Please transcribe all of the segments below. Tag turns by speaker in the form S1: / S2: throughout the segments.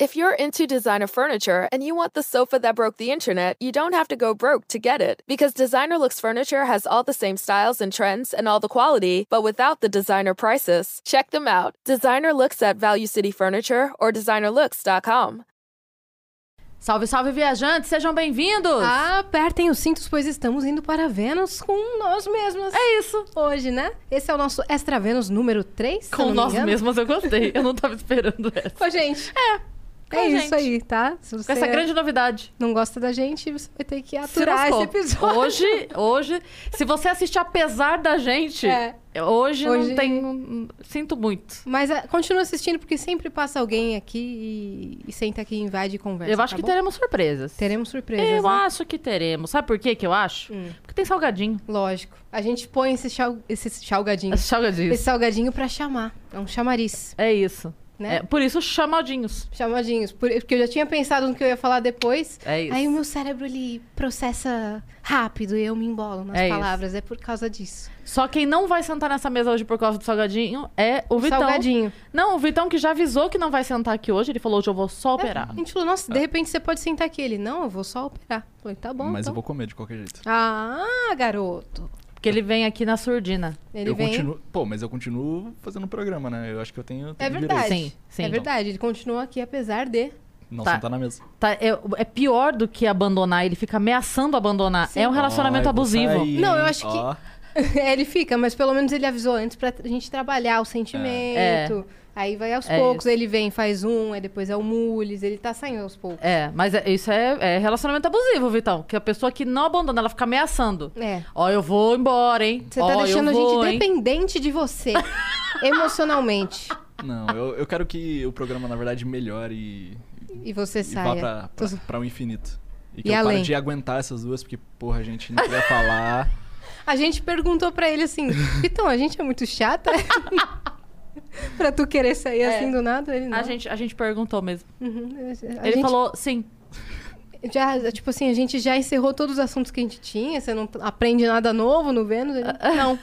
S1: If you're into designer furniture and you want the sofa that broke the internet, you don't have to go broke to get it. Because Designer Looks Furniture has all the same styles and trends and all the quality, but without the designer prices. Check them out. Designer Looks at Value City Furniture or designerlooks.com.
S2: Salve, salve, viajantes! Sejam bem-vindos!
S3: Apertem os cintos, pois estamos indo para Vênus com nós mesmos.
S2: É isso!
S3: Hoje, né? Esse é o nosso Extra Vênus número 3.
S2: Com nós mesmos eu gostei. Eu não tava esperando essa.
S3: Com a gente.
S2: Com
S3: É.
S2: a
S3: É
S2: gente.
S3: isso aí, tá? Se
S2: Com
S3: você
S2: essa grande novidade.
S3: não gosta da gente, você vai ter que
S2: Se
S3: aturar esse
S2: lascou.
S3: episódio.
S2: Hoje, hoje, se você assiste apesar da gente,
S3: É.
S2: hoje, não
S3: Hoje-
S2: tem. hum, Sinto muito.
S3: Mas ah, continua assistindo, porque sempre passa alguém aqui e, e senta aqui, invade e conversa.
S2: eu acho
S3: tá
S2: que
S3: bom?
S2: teremos surpresas.
S3: teremos surpresas.
S2: Eu
S3: né? Hum.
S2: acho que teremos. Sabe por quê que eu acho? Porque tem salgadinho.
S3: Lógico. A gente põe esse, chal... esse salgadinho.
S2: Salgadinhos.
S3: Esse salgadinho pra chamar. É um chamariz,
S2: É isso.
S3: né?
S2: É, por isso, chamadinhos.
S3: Chamadinhos. Por- Porque eu já tinha pensado no que eu ia falar depois.
S2: É isso.
S3: Aí o meu cérebro, ele processa rápido e eu me embolo nas
S2: É isso.
S3: palavras. É por causa disso.
S2: Só quem não vai sentar nessa mesa hoje por causa do salgadinho é o Vitão.
S3: Salgadinho.
S2: Não, o Vitão que já avisou que não vai sentar aqui hoje. Ele falou hoje eu vou
S3: É
S2: só operar. Tá.
S3: A gente falou, nossa, de repente você pode sentar aqui. Ele, não, eu vou só operar. Eu falei, tá bom,
S4: Mas
S3: então.
S4: eu vou comer de qualquer jeito.
S3: Ah, garoto.
S2: Porque ele vem aqui na surdina.
S3: Ele
S4: eu
S3: vem...
S4: continuo. Pô, mas eu continuo fazendo programa, né? Eu acho que eu tenho.
S3: É
S4: tenho
S3: verdade.
S4: direito.
S2: Sim, sim. então.
S3: É verdade, ele continua aqui apesar de...
S4: Não
S2: Tá.
S4: sentar na mesa.
S2: Tá, é, é pior do que abandonar. Ele fica ameaçando abandonar. É um relacionamento
S4: Ai, vou
S2: abusivo.
S4: sair,
S3: Não, eu
S4: hein?
S3: acho que-
S4: Ó,
S3: É, ele fica, mas pelo menos ele avisou antes pra a gente trabalhar o sentimento. Aí vai aos
S2: É
S3: poucos,
S2: isso.
S3: ele vem, faz um, aí depois é o Mules, ele tá saindo aos poucos.
S2: É, mas é- isso é, é relacionamento abusivo, Vitão. Que a pessoa que não abandona, ela fica ameaçando.
S3: É.
S2: Ó, eu vou embora, hein?
S3: Você
S2: Ó,
S3: tá
S2: eu
S3: deixando a gente
S2: vou, hein?
S3: dependente de você, emocionalmente.
S4: Não, eu, eu quero que o programa, na verdade, melhore e,
S3: E você
S4: e vá
S3: saia.
S4: pra, pra, pra o infinito. E que
S3: E
S4: eu
S3: além.
S4: pare de aguentar essas duas, porque, porra, a gente não queria falar. ah,
S3: A gente perguntou pra ele assim: Então, a gente é muito chata? pra tu querer sair
S2: É.
S3: assim do nada? Ele não.
S2: A gente, a gente perguntou mesmo.
S3: Uhum. A
S2: ele
S3: gente
S2: falou, sim.
S3: Já, tipo assim, a gente já encerrou todos os assuntos que a gente tinha, você não aprende nada novo no Vênus? Ele, não.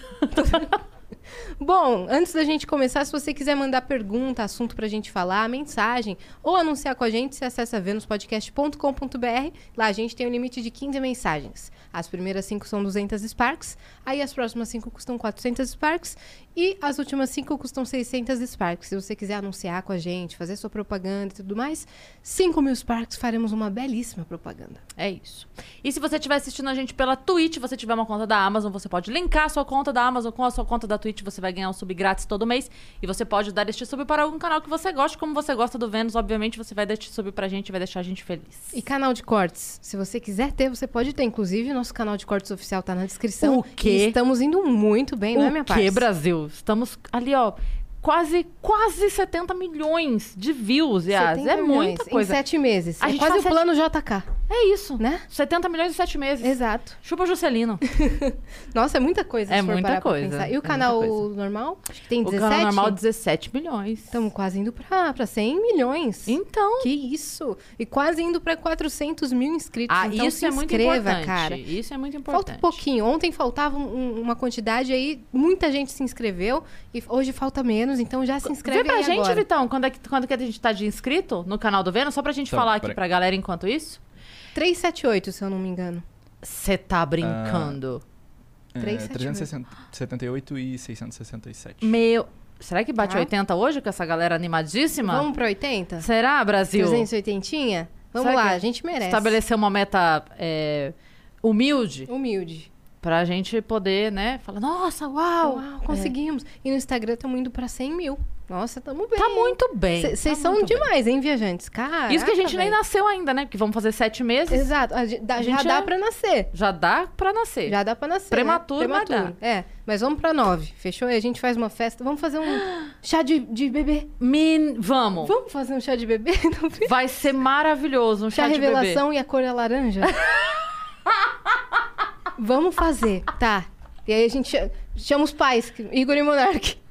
S3: Bom, antes da gente começar, se você quiser mandar pergunta, assunto pra gente falar, mensagem ou anunciar com a gente, você acessa venuspodcast.com.br. Lá a gente tem um limite de 15 mensagens. As primeiras 5 são 200 Sparks, aí as próximas 5 custam 400 Sparks e as últimas 5 custam 600 Sparks. Se você quiser anunciar com a gente, fazer sua propaganda e tudo mais, 5 mil Sparks faremos uma belíssima propaganda.
S2: É isso. E se você estiver assistindo a gente pela Twitch, você tiver uma conta da Amazon, você pode linkar a sua conta da Amazon com a sua conta da Twitch, você vai ganhar um sub grátis todo mês. E você pode dar este sub para algum canal que você goste. Como você gosta do Vênus, obviamente, você vai dar este sub pra gente e vai deixar a gente feliz.
S3: E canal de cortes, se você quiser ter, você pode ter. Inclusive, nosso canal de cortes oficial tá na descrição.
S2: O quê?
S3: E estamos indo muito bem, não é, minha
S2: o que,
S3: parça?
S2: Brasil? Estamos ali, ó, quase, quase 70 milhões de views, Yas.
S3: 70
S2: É
S3: milhões
S2: muita coisa.
S3: Em sete meses.
S2: A
S3: é
S2: gente
S3: quase
S2: faz
S3: o
S2: sete-
S3: plano JK,
S2: É isso.
S3: né?
S2: 70 milhões em 7 meses.
S3: Exato.
S2: Chupa Juscelino.
S3: Nossa, é muita coisa.
S2: É
S3: se for
S2: muita
S3: parar pra
S2: coisa,
S3: pensar.
S2: é
S3: E o
S2: muita
S3: canal
S2: coisa.
S3: normal? Acho que tem
S2: O
S3: 17?
S2: canal normal, 17 milhões.
S3: Estamos quase indo pra, pra 100 milhões.
S2: Então,
S3: Que isso! E quase indo pra 400 mil inscritos.
S2: ah,
S3: então
S2: isso
S3: se
S2: é muito
S3: inscreva,
S2: importante.
S3: cara.
S2: Isso é muito importante.
S3: Falta um pouquinho. Ontem faltava um- uma quantidade aí, muita gente se inscreveu e hoje falta menos, então já se inscreve
S2: Vê pra
S3: aí
S2: gente,
S3: agora.
S2: Vitão, quando, é que, quando que a gente tá de inscrito no canal do Vênus, só pra gente
S4: Então,
S2: falar aqui
S4: peraí.
S2: pra galera enquanto isso.
S3: 378, se eu não me engano.
S2: Você tá brincando.
S4: É,
S3: 378.
S4: 378 e 667.
S2: Meu. Será que bate
S3: Tá.
S2: 80 hoje com essa galera animadíssima?
S3: Vamos pra 80?
S2: Será, Brasil?
S3: 380? Vamos
S2: Será
S3: lá,
S2: que
S3: a gente merece.
S2: Estabelecer uma meta é, humilde
S3: Humilde.
S2: pra gente poder, né? Falar, nossa, uau! é."
S3: Uau, conseguimos. E no Instagram estamos indo pra 100 mil. Nossa, tamo bem.
S2: Tá muito bem.
S3: Vocês
S2: tá
S3: são
S2: muito bem.
S3: demais, hein, viajantes? Cara.
S2: Isso que a gente nem nasceu ainda, né? Porque vamos fazer sete meses.
S3: Exato. a gente- dá-
S2: A
S3: já
S2: gente
S3: dá
S2: é-
S3: pra nascer.
S2: Já dá pra nascer.
S3: Já dá pra nascer.
S2: Prematuro,
S3: né?
S2: mas
S3: É, mas vamos pra nove, fechou? E a gente faz uma festa. Vamos fazer um chá de, de bebê.
S2: Min... Vamos.
S3: Vamos fazer um chá de bebê? Não, chá,
S2: Vai ser maravilhoso. Um chá, de
S3: revelação e a cor é laranja? vamos fazer, tá. E aí a gente cha- chama os pais, que- Igor e Monark.
S2: bebê.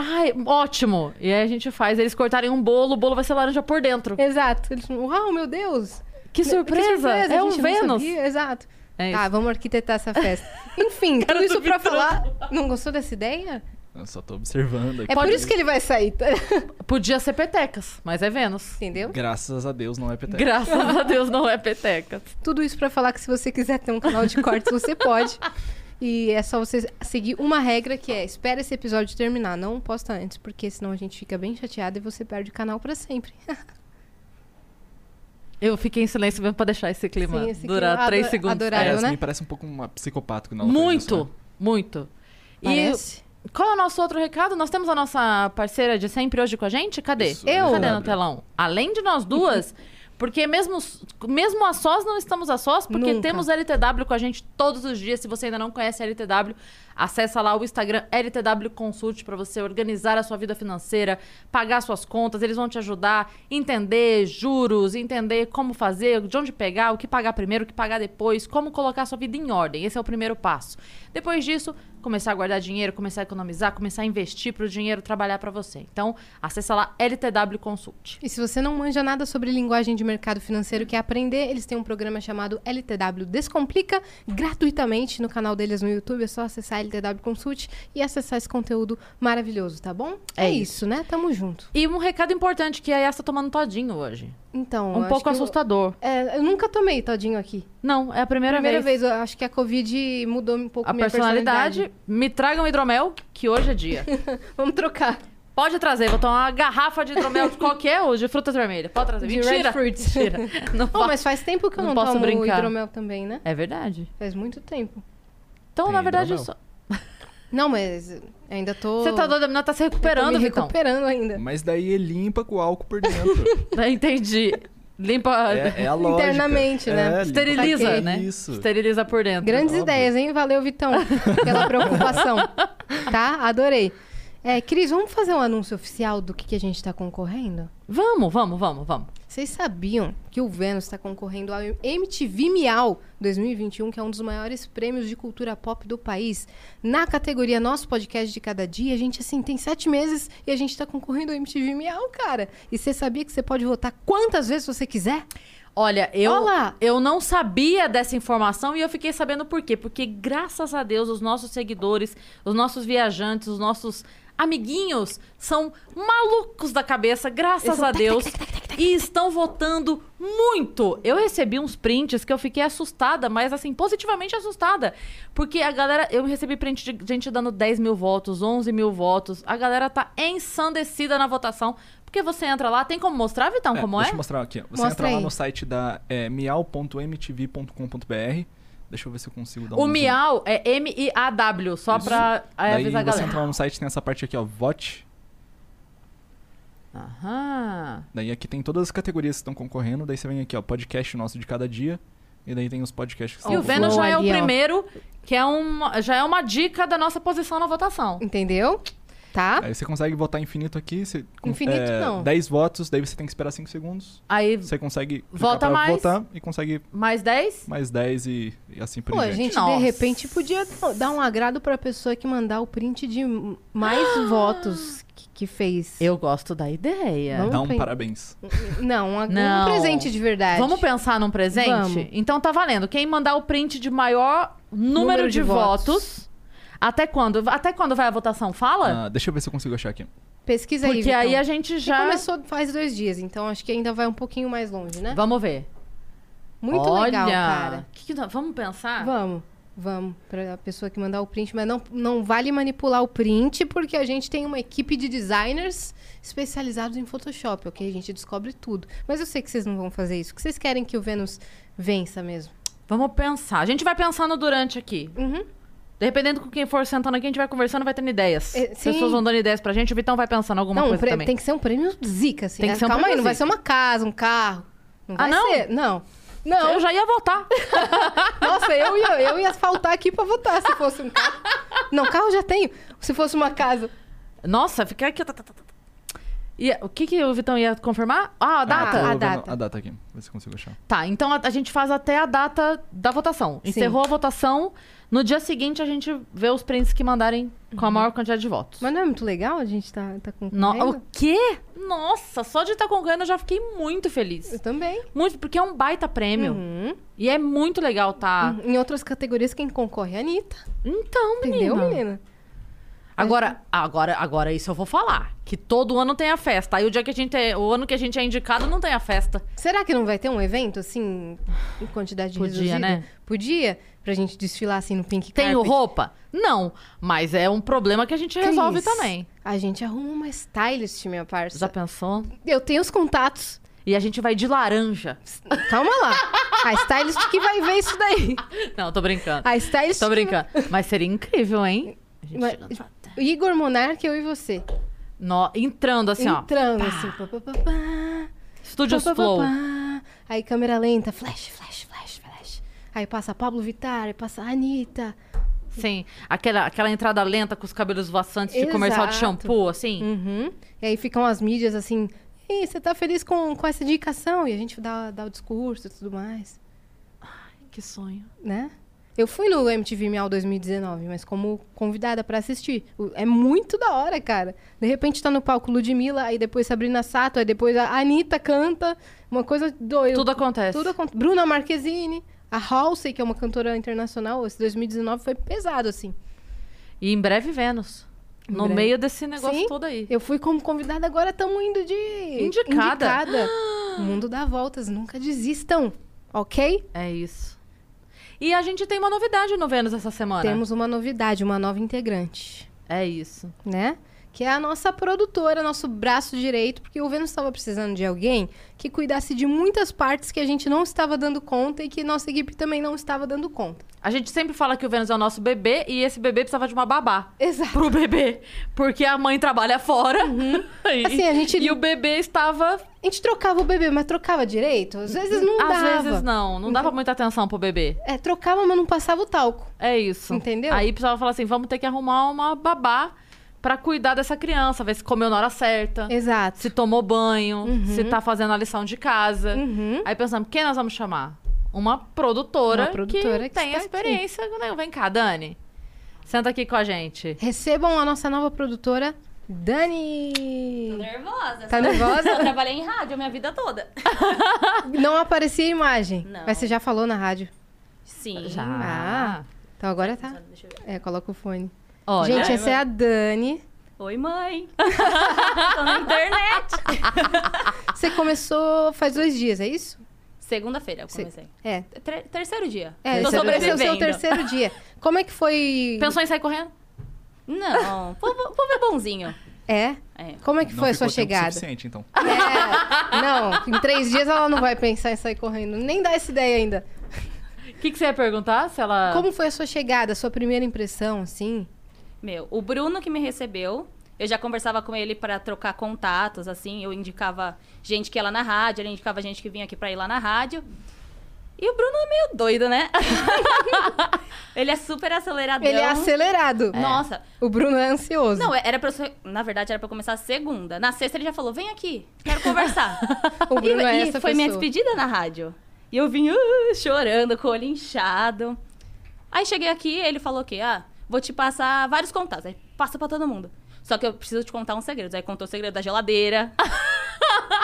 S2: Ai, ótimo. E aí a gente faz eles cortarem um bolo, o bolo vai ser laranja por dentro.
S3: Exato. Eles falam, uau, meu Deus.
S2: Que
S3: Que
S2: surpresa!
S3: surpresa,
S2: É
S3: a
S2: um
S3: gente não
S2: Vênus.
S3: sabia, Exato.
S2: É
S3: tá,
S2: isso.
S3: vamos arquitetar essa festa. Enfim, tudo
S2: do
S3: isso pra
S2: Vitão.
S3: falar. Não gostou dessa ideia?
S4: Eu só tô observando aqui.
S3: É por isso que ele vai sair, tá?
S2: Podia ser petecas, mas é Vênus.
S3: entendeu?
S4: Graças a Deus não é peteca.
S2: Graças a Deus não é petecas.
S3: Tudo isso pra falar que se você quiser ter um canal de cortes, você pode. E é só você seguir uma regra que é: espera esse episódio terminar, não posta antes, porque senão a gente fica bem chateado e você perde o canal pra sempre.
S2: Eu fiquei em silêncio mesmo pra deixar esse clima
S3: Sim, esse
S2: durar
S3: clima
S2: três
S3: ado-
S2: segundos. É,
S3: adorável.
S4: a
S3: Horário,
S4: Yasmin
S3: né?
S4: parece um pouco uma psicopata quando ela faz isso,
S2: Muito,
S4: né?
S2: muito.
S3: Parece?
S2: E qual é o nosso outro recado? Nós temos a nossa parceira de sempre hoje com a gente? Cadê?
S4: Isso,
S3: Eu?
S2: Cadê no
S4: Gabriel.
S2: telão? Além de nós duas, porque mesmo, mesmo a sós não estamos a sós, porque
S3: Nunca.
S2: temos LTW com a gente todos os dias. Se você ainda não conhece a LTW, acessa lá o Instagram LTW Consult para você organizar a sua vida financeira, pagar suas contas. Eles vão te ajudar a entender juros, entender como fazer, de onde pegar, o que pagar primeiro, o que pagar depois, como colocar sua vida em ordem. Esse é o primeiro passo. Depois disso, começar a guardar dinheiro, começar a economizar, começar a investir para o dinheiro trabalhar para você. Então, acessa lá LTW Consult.
S3: E se você não manja nada sobre linguagem de mercado financeiro que aprender, eles têm um programa chamado LTW Descomplica, gratuitamente no canal deles no YouTube. É só acessar LTW Consult e acessar esse conteúdo maravilhoso, tá bom?
S2: É
S3: É, isso, né? Tamo junto.
S2: E um recado importante que a Yas tá tomando todinho hoje.
S3: Então, eu
S2: um
S3: acho
S2: pouco
S3: que eu-
S2: assustador.
S3: é, eu nunca tomei todinho aqui.
S2: Não, é a primeira,
S3: Primeira
S2: vez.
S3: vez, eu acho que a Covid mudou um pouco
S2: A
S3: minha
S2: personalidade,
S3: personalidade.
S2: Me traga um hidromel, que hoje é dia.
S3: Vamos trocar.
S2: Pode trazer, vou tomar uma garrafa de hidromel de qualquer hoje, de frutas vermelhas. Pode trazer.
S3: De
S2: Mentira.
S3: red fruits.
S2: Mentira. Não
S3: Pô,
S2: fa-
S3: mas faz tempo que eu
S2: Não
S3: não,
S2: posso
S3: tomo
S2: brincar.
S3: hidromel também, né?
S2: É verdade.
S3: Faz muito tempo.
S2: Então,
S4: Tem
S2: na
S3: Ah,
S2: verdade,
S4: hidromel.
S2: só-
S3: Não, mas ainda tô...
S2: você tá doida, a menina tá se
S3: tô
S2: recuperando,
S3: me
S2: Vitão.
S3: recuperando ainda.
S4: Mas daí ele limpa com álcool por dentro.
S2: Ah, Entendi. Limpa,
S4: é, é a lógica.
S3: Internamente, né?
S4: É, limpa-
S2: esteriliza,
S4: é
S2: né?
S4: Isso.
S2: Esteriliza por dentro.
S3: Grandes
S4: óbvio.
S3: ideias, hein? Valeu, Vitão, pela preocupação. tá? Adorei. É, Cris, vamos fazer um anúncio oficial do que, que a gente tá concorrendo?
S2: Vamos, vamos, vamos, vamos.
S3: Vocês sabiam que o Vênus está concorrendo ao MTV Miau 2021, que é um dos maiores prêmios de cultura pop do país? Na categoria Nosso Podcast de Cada Dia, a gente, assim, tem sete meses e a gente está concorrendo ao MTV Miau, cara. E você sabia que você pode votar quantas vezes você quiser?
S2: Olha, eu,
S3: Olha lá.
S2: eu não sabia dessa informação e eu fiquei sabendo por quê. Porque, graças a Deus, os nossos seguidores, os nossos viajantes, os nossos amiguinhos são malucos da cabeça, graças a Deus. E estão votando muito. Eu recebi uns prints que eu fiquei assustada, mas assim, positivamente assustada. Porque a galera. Eu recebi print de gente dando 10 mil votos, 11 mil votos. A galera tá ensandecida na votação. Porque você entra lá, tem como mostrar, Vitão,
S4: É,
S2: como é?
S4: deixa eu mostrar aqui. ó. Você
S3: Mostra
S4: entra lá
S3: aí.
S4: no site da é, miau.mtv.com.br. Deixa eu ver se eu consigo dar um
S2: O
S4: zoom.
S2: Miau é M-I-A-W, só
S4: Isso.
S2: pra aí
S4: Daí
S2: avisar a
S4: você
S2: galera.
S4: entra lá no site, tem essa parte aqui, ó, vote.
S2: Aham.
S4: Daí aqui tem todas as categorias que estão concorrendo. Daí você vem aqui, ó, podcast nosso de cada dia. E daí tem os podcasts que
S2: E
S4: estão
S2: o Vênus
S3: vou
S2: já é o
S3: ali, ó.
S2: primeiro, que é uma, já é uma dica da nossa posição na votação.
S3: Entendeu? Tá?
S4: Aí você consegue votar infinito aqui. Você, com-
S3: Infinito
S4: é,
S3: não.
S4: 10 votos, daí você tem que esperar 5 segundos.
S2: Aí,
S4: Você consegue clicar
S2: Vota
S4: pra
S2: mais.
S4: votar e consegue
S2: mais 10?
S4: mais 10 e, e assim por
S3: Pô, a
S4: diante.
S3: gente
S2: Nossa.
S3: de repente podia dar um agrado pra pessoa que mandar o print de mais votos que, que fez.
S2: Eu gosto da ideia.
S3: Vamos
S4: Dá um
S3: pen-
S4: parabéns.
S3: Não, um, ag- um
S2: Não.
S3: presente de verdade.
S2: Vamos pensar num presente?
S3: Vamos.
S2: Então tá valendo. Quem mandar o print de maior número,
S3: Número
S2: de,
S3: de
S2: votos.
S3: votos.
S2: Até quando? Até quando vai a votação? Fala?
S4: Ah, deixa eu ver se eu consigo achar aqui.
S3: Pesquisa aí.
S2: Porque aí
S3: Vitão.
S2: a gente
S3: Que
S2: já.
S3: começou faz dois dias, então acho que ainda vai um pouquinho mais longe, né?
S2: Vamos ver.
S3: Muito
S2: Olha,
S3: legal, cara.
S2: que que nós- Vamos pensar?
S3: Vamos, vamos. Pra pessoa que mandar o print, mas não, não vale manipular o print, porque a gente tem uma equipe de designers especializados em Photoshop, ok? A gente descobre tudo. Mas eu sei que vocês não vão fazer isso, que vocês querem que o Vênus vença mesmo.
S2: Vamos pensar. A gente vai pensando durante aqui.
S3: Uhum.
S2: Dependendo com quem for sentando aqui, a gente vai conversando, vai tendo ideias.
S3: É,
S2: As
S3: sim.
S2: pessoas vão dando ideias pra gente, o Vitão vai pensando alguma
S3: não, um
S2: coisa
S3: prêmio-
S2: também.
S3: tem que ser um prêmio zica, assim.
S2: Tem que
S3: Ah,
S2: ser um
S3: Calma aí,
S2: prêmio
S3: não vai
S2: zica.
S3: ser uma casa, um carro. Não
S2: Ah,
S3: vai
S2: não?
S3: ser. Não. Não,
S2: Eu já ia votar.
S3: Nossa, eu ia, eu ia faltar aqui pra votar se fosse um carro. Não, carro já tenho. Se fosse uma casa.
S2: Nossa, fica aqui. tá, tá, tá, tá. E o que, que o Vitão ia confirmar? Ah, a data?
S4: tô
S3: a
S4: vendo
S3: data.
S4: A data aqui. Ver se eu consigo achar.
S2: Tá, então a, a gente faz até a data da votação.
S3: Sim.
S2: Encerrou a votação. No dia seguinte, a gente vê os prints que mandarem com a maior quantidade de votos.
S3: Uhum. Mas não é muito legal a gente tá, tá com.
S2: No- o quê? Nossa, só de estar concorrendo eu já fiquei muito feliz.
S3: Eu também.
S2: Muito, porque é um baita prêmio.
S3: Uhum.
S2: E é muito legal, tá?
S3: Em outras categorias, quem concorre é a Anitta.
S2: Então, menina.
S3: Entendeu, menina?
S2: Agora, agora, agora isso eu vou falar. Que todo ano tem a festa. Aí o dia que a gente é, o ano que a gente é indicado não tem a festa.
S3: Será que não vai ter um evento, assim, em quantidade
S2: Podia,
S3: reduzida?
S2: né?
S3: Podia, pra gente desfilar, assim, no pink
S2: Tenho
S3: carpet.
S2: roupa? Não, mas é um problema que a gente
S3: Cris,
S2: resolve também.
S3: A gente arruma uma stylist, minha parça.
S2: Já pensou?
S3: Eu tenho os contatos.
S2: E a gente vai de laranja.
S3: Calma lá. A stylist que vai ver isso daí.
S2: Não, tô brincando.
S3: A stylist...
S2: Tô
S3: que-
S2: brincando. Mas seria incrível, hein? A gente tá.
S3: Mas-
S2: chegando lá.
S3: Igor Monarque, eu e você.
S2: Nó- entrando assim, ó.
S3: Entrando, assim. Pá, pá, pá, pá.
S2: Studios
S3: Pá, pá, pá,
S2: Flow.
S3: pá. Aí câmera lenta, flash, flash, flash, flash. Aí passa Pablo Vittar, aí passa Anitta.
S2: Sim. Aquela, aquela entrada lenta com os cabelos voaçantes de comercial de
S3: Exato.
S2: shampoo, assim.
S3: Uhum. E aí ficam as mídias assim. Ih, você tá feliz com, com essa indicação? E a gente dá, dá o discurso e tudo mais,
S2: Que sonho.
S3: né? Eu fui no MTV Miau 2019, mas como convidada pra assistir. O- É muito da hora, cara. De repente tá no palco Ludmilla, aí depois Sabrina Sato, aí depois a Anitta canta. Uma coisa doida.
S2: Tudo acontece.
S3: Tudo acon- Bruna Marquezine, a Halsey, que é uma cantora internacional. Esse 2019 foi pesado, assim.
S2: E em breve Vênus.
S3: Em
S2: no
S3: breve.
S2: meio desse negócio
S3: Sim.
S2: todo aí.
S3: Eu fui como convidada, agora estamos indo de.
S2: Indicada.
S3: Indicada. o mundo dá voltas, nunca desistam, ok?
S2: É isso. E a gente tem uma novidade no Vênus essa semana.
S3: Temos uma novidade, uma nova integrante,
S2: É isso.
S3: né? Que é a nossa produtora, nosso braço direito, porque o Vênus estava precisando de alguém que cuidasse de muitas partes que a gente não estava dando conta e que nossa equipe também não estava dando conta.
S2: A gente sempre fala que o Vênus é o nosso bebê e esse bebê precisava de uma babá.
S3: Exato.
S2: Pro bebê. Porque a mãe trabalha fora. e,
S3: Assim, a gente-
S2: e o bebê estava.
S3: A gente trocava o bebê, mas trocava direito? Às vezes não
S2: às
S3: dava.
S2: vezes não. Não dava muita atenção pro bebê.
S3: É, trocava, mas não passava o talco.
S2: É isso.
S3: Entendeu?
S2: Aí precisava falar assim: vamos ter que arrumar uma babá pra cuidar dessa criança, ver se comeu na hora certa.
S3: Exato.
S2: Se tomou banho, se tá fazendo a lição de casa.
S3: Uhum.
S2: Aí pensamos, quem nós vamos chamar? Uma produtora,
S3: Uma produtora
S2: que,
S3: que
S2: tem
S3: está
S2: experiência. né? Vem cá, Dani. Senta aqui com a gente.
S3: Recebam a nossa nova produtora, Dani!
S5: Nervosa.
S3: Tá nervosa?
S5: Eu trabalhei em rádio a minha vida toda.
S3: Não aparecia a imagem,
S5: Não.
S3: mas você já falou na rádio.
S5: Sim. Ah.
S2: Já.
S3: Então agora tá.
S5: Deixa eu ver.
S3: É, coloca o fone.
S2: Olha,
S3: Gente, essa é a Dani.
S5: Oi, mãe. Tô na internet.
S3: Você começou faz dois dias, é isso?
S5: Ah. Segunda-feira eu comecei.
S3: É.
S5: Tre- terceiro dia.
S3: É,
S5: Tô
S3: esse é o- esse é o seu
S5: sobrevivendo.
S3: terceiro dia. Como é que foi?
S2: pensou em sair correndo?
S5: Não, o povo o povo é bonzinho.
S3: É?
S5: É.
S3: Como é que
S4: Não
S3: foi a
S4: ficou
S3: sua
S4: tempo
S3: chegada?
S4: suficiente, então.
S3: É. Não, em três dias ela não vai pensar em sair correndo. Nem dá essa ideia ainda.
S2: O que, que você ia perguntar? Se ela.
S3: Como foi a sua chegada, a sua primeira impressão, assim?
S5: Meu, o Bruno que me recebeu, eu já conversava com ele pra trocar contatos, assim, eu indicava gente que ia lá na rádio, ele indicava gente que vinha aqui pra ir lá na rádio. E o Bruno é meio doido, né? ele é super acelerador.
S3: Ele é acelerado.
S5: Nossa,
S3: O Bruno é ansioso.
S5: Não, era pra eu ser- Na verdade, era pra eu começar a segunda. Na sexta ele já falou: vem aqui, quero conversar.
S3: O
S5: e
S3: Bruno é
S5: e
S3: essa
S5: foi minha
S3: pessoa.
S5: despedida na rádio. E eu vim uh, chorando, com o olho inchado. Aí cheguei aqui, ele falou o quê? Ah, vou te passar vários contatos. Aí passa pra todo mundo. Só que eu preciso te contar um segredo. Aí contou o segredo da geladeira.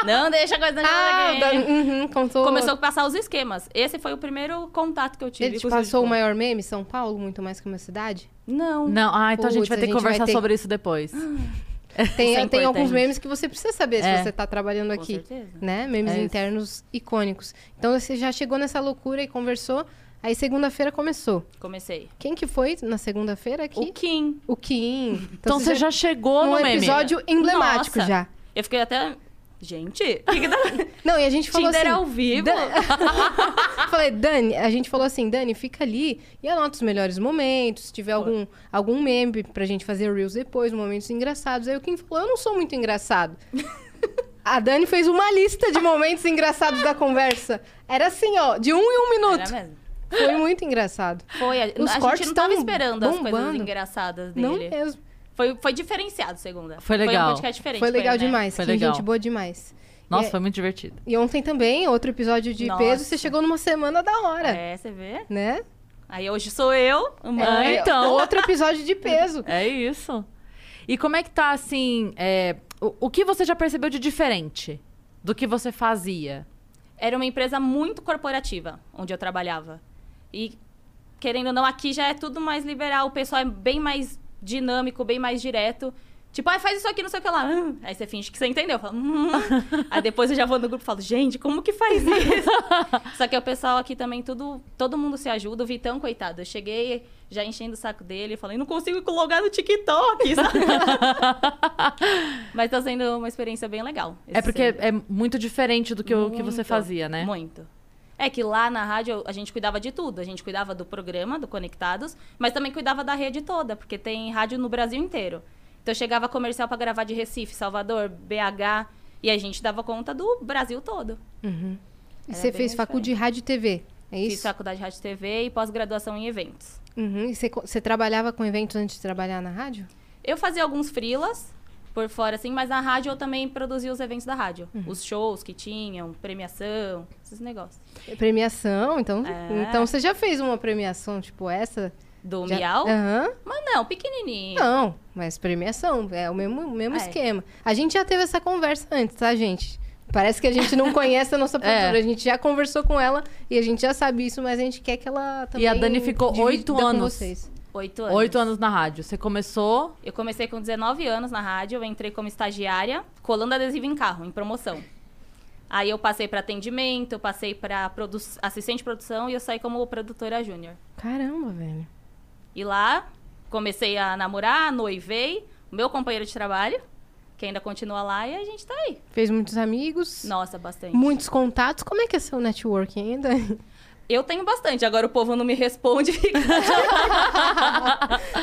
S5: Não deixa a coisa na
S3: Ah,
S2: é,
S5: geladeira.
S3: da, uhum, contou.
S5: Começou a passar os esquemas. Esse foi o primeiro contato que eu tive.
S3: Ele te
S5: com o
S3: passou o
S5: Silvio.
S3: maior meme, São Paulo, muito mais que uma cidade?
S5: Não.
S2: Não, ah, então a gente
S3: Putz,
S2: vai
S3: a
S2: ter que
S3: gente vai
S2: conversar
S3: ter-
S2: sobre isso depois.
S3: Tem,
S5: Isso é
S3: tem
S5: importante.
S3: alguns memes que você precisa saber se
S2: É.
S3: você tá trabalhando aqui.
S5: certeza.
S3: Né? Memes
S2: É isso.
S3: internos icônicos. Então você já chegou nessa loucura e conversou. Aí segunda-feira começou.
S5: Comecei.
S3: Quem que foi na segunda-feira
S5: O
S3: aqui?
S5: Kim.
S3: O, Kim. Então,
S2: Então você já chegou
S3: um
S2: no meme.
S3: episódio emblemático
S5: Nossa.
S3: já.
S5: Eu fiquei até. Gente, o que que tá
S3: Não, e a gente falou
S5: Tinder
S3: assim.
S5: ao vivo.
S3: Eu Falei, Dani, a gente falou assim, Dani, fica ali e anota os melhores momentos, se tiver algum, algum meme pra gente fazer reels depois, momentos engraçados. Aí o Kim falou, eu não sou muito engraçado. a Dani fez uma lista de momentos engraçados da conversa. Era assim, ó, de um em um
S5: Era
S3: minuto.
S5: mesmo.
S3: Foi muito engraçado.
S5: Foi, a,
S3: Os
S5: a
S3: cortes
S5: gente não tava
S3: tão
S5: esperando as coisas
S3: bombando.
S5: engraçadas
S3: Não
S5: dele.
S3: mesmo.
S5: Foi, foi diferenciado, segunda.
S2: Foi
S5: Foi
S2: legal.
S5: um podcast diferente.
S3: Foi legal
S5: né?
S3: demais.
S2: Foi
S3: Kim,
S2: legal.
S3: gente boa demais.
S2: Nossa,
S3: É.
S2: foi muito divertido.
S3: E ontem também, outro episódio de
S5: Nossa.
S3: peso, você chegou numa semana da hora.
S5: É, você vê?
S3: Né?
S5: Aí hoje sou eu,
S2: Ah,
S5: mãe.
S3: É,
S2: então.
S3: Outro episódio de peso.
S2: É isso. E como é que tá, assim, é, o, o que você já percebeu de diferente do que você fazia?
S5: Era uma empresa muito corporativa, onde eu trabalhava. E, querendo ou não, aqui já é tudo mais liberal. O pessoal é bem mais dinâmico, bem mais direto. Tipo, ah, faz isso aqui, não sei o que lá. Hum. Aí você finge que você entendeu. Fala, hum. Aí depois eu já vou no grupo e falo, gente, como que faz
S2: É
S5: isso? Só que o pessoal aqui também, tudo, todo mundo se ajuda. O Vitão, coitado, eu cheguei já enchendo o saco dele, falei, não consigo logar no TikTok. sabe? Mas tá sendo uma experiência bem legal.
S2: É porque
S5: Esse-
S2: é muito diferente do que, o que você
S5: Muito,
S2: fazia, né?
S5: Muito. É que lá na rádio a gente cuidava de tudo. A gente cuidava do programa, do Conectados, mas também cuidava da rede toda, porque tem rádio no Brasil inteiro. Então chegava comercial pra gravar de Recife, Salvador, BH, e a gente dava conta do Brasil todo.
S3: Uhum. E
S5: Era
S3: você
S5: bem
S3: fez faculdade de rádio e TV, é
S5: Fiz
S3: isso?
S5: faculdade de rádio e TV e pós-graduação em eventos.
S3: Uhum. E você, co- você trabalhava com eventos antes de trabalhar na rádio?
S5: Eu fazia alguns frilas por fora, assim, mas na rádio eu também produzia os eventos da rádio.
S2: Uhum.
S5: Os shows que tinham, premiação, esses negócios.
S3: Premiação, então.
S5: É.
S3: Então você já fez uma premiação tipo essa?
S5: Do
S3: Já-
S5: Miau?
S3: Aham.
S5: Mas não, pequenininho.
S3: Não, mas premiação, é o mesmo, o mesmo
S5: Ah, é.
S3: esquema. A gente já teve essa conversa antes, tá, gente? Parece que a gente não conhece a
S5: É.
S3: nossa produtora. A gente já conversou com ela e a gente já sabe isso, mas a gente quer que ela também.
S2: a Dani ficou
S3: divida
S2: oito
S3: com
S2: anos.
S3: vocês.
S5: Oito anos.
S2: Oito anos na rádio. Você começou.
S5: Eu comecei com 19 anos na rádio, eu entrei como estagiária, colando adesivo em carro, em promoção. Aí eu passei para atendimento, eu passei para assistente de produção e eu saí como produtora júnior.
S3: Caramba, velho.
S5: E lá comecei a namorar, noivei, o meu companheiro de trabalho, que ainda continua lá, e a gente tá aí.
S3: Fez muitos amigos,
S5: Nossa, bastante.
S3: muitos contatos. Como é que é seu networking ainda?
S5: Eu tenho bastante, agora o povo não me responde.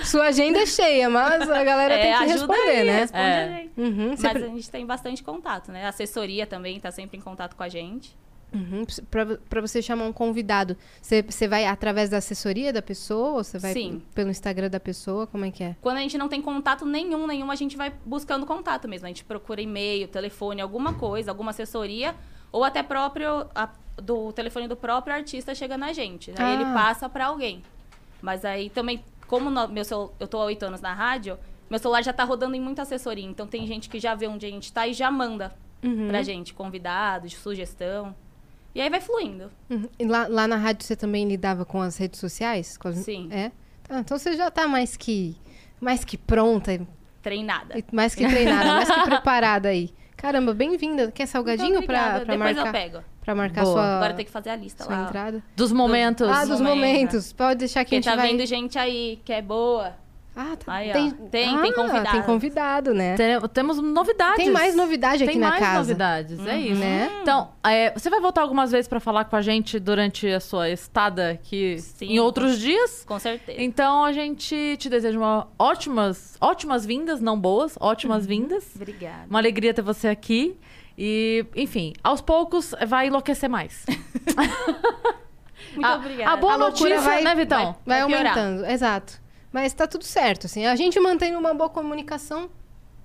S3: Sua agenda é cheia, mas a galera tem que responder,
S5: É, aí,
S3: né?
S5: responde
S2: É.
S5: a gente.
S3: Uhum, você
S5: Mas
S3: pre-
S5: a gente tem bastante contato, né? A assessoria também tá sempre em contato com a gente.
S3: Uhum, pra- pra você chamar um convidado, você, você vai através da assessoria da pessoa? Ou você vai
S5: Sim.
S3: pelo Instagram da pessoa? Como é que é?
S5: Quando a gente não tem contato nenhum, nenhum, a gente vai buscando contato mesmo. A gente procura e-mail, telefone, alguma coisa, alguma assessoria, ou até próprio a- do telefone do próprio artista chega na gente. Aí
S3: Ah.
S5: ele passa pra alguém. Mas aí também, como no- meu celu- eu tô há oito anos na rádio, meu celular já tá rodando em muita assessoria. Então tem gente que já vê onde a gente tá e já manda
S3: Uhum.
S5: pra gente, convidados, sugestão. E aí vai fluindo.
S3: Uhum. E lá, lá na rádio você também lidava com as redes sociais? Com as-
S5: Sim.
S3: É? Ah, então você já tá mais que, mais que pronta, e-
S5: Treinada.
S3: e mais que treinada, mais que preparada aí. Caramba, bem-vinda. Quer salgadinho
S5: Muito
S3: pra,
S5: obrigada.
S3: pra
S5: Depois
S3: marcar,
S5: eu pego.
S3: pra marcar
S2: Boa.
S3: sua,
S5: Agora tem que fazer a lista
S3: sua
S5: lá. ó.
S3: entrada?
S2: Dos momentos.
S3: ah, dos momentos. Pode deixar que
S5: Porque
S3: a gente
S5: tá
S3: vai...
S5: vendo gente aí que é boa.
S3: Ah, tá.
S5: Aí, ó. Tem- tem
S3: Ah, Tem
S5: convidado.
S3: convidado, né?
S2: Tem- Temos novidades.
S3: Tem mais novidade aqui
S2: Tem
S3: na
S2: mais
S3: casa.
S2: novidades, é isso.
S3: Né?
S2: Então, é, você vai voltar algumas vezes pra falar com a gente durante a sua estada aqui
S5: Sim.
S2: em outros dias?
S5: Com certeza.
S2: Então a gente te deseja uma ótimas, ótimas vindas, não boas,
S3: Uhum.
S2: ótimas vindas.
S5: Obrigada.
S2: Uma alegria ter você aqui. E, enfim, aos poucos vai enlouquecer mais.
S5: Muito
S2: A-
S5: obrigada.
S2: a boa-
S3: a loucura
S2: notícia,
S3: vai,
S2: né, Vitão?
S3: Vai, vai
S5: Vai piorar.
S3: aumentando, exato. Mas tá tudo certo, assim. A gente mantendo uma boa comunicação,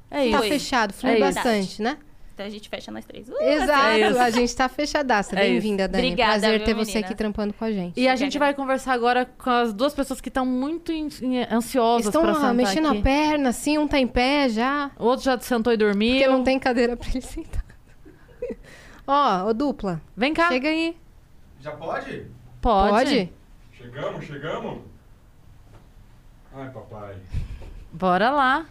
S2: É
S3: tá
S5: Flui.
S3: fechado, flui
S2: É isso.
S3: bastante, né?
S5: Então a gente fecha nós três. Uh,
S3: Exato,
S2: É isso.
S3: a gente tá fechadaça.
S2: É isso.
S3: Bem-vinda, Dani.
S5: Obrigada,
S3: Prazer
S5: viu,
S3: ter você
S5: menina?
S3: aqui trampando com a gente.
S2: E a gente vai conversar agora com as duas pessoas que estão muito in- in- ansiosas
S3: Estão
S2: é pra
S3: ah,
S2: sentar
S3: mexendo
S2: aqui.
S3: a perna, assim, um tá em pé já,
S2: O outro já sentou e dormiu.
S3: porque não tem cadeira pra ele sentar. Ó, ô dupla,
S2: Vem cá.
S3: chega aí.
S6: Já pode?
S2: Pode.
S3: Pode?
S6: Chegamos, chegamos. Ai, papai.
S2: Bora lá.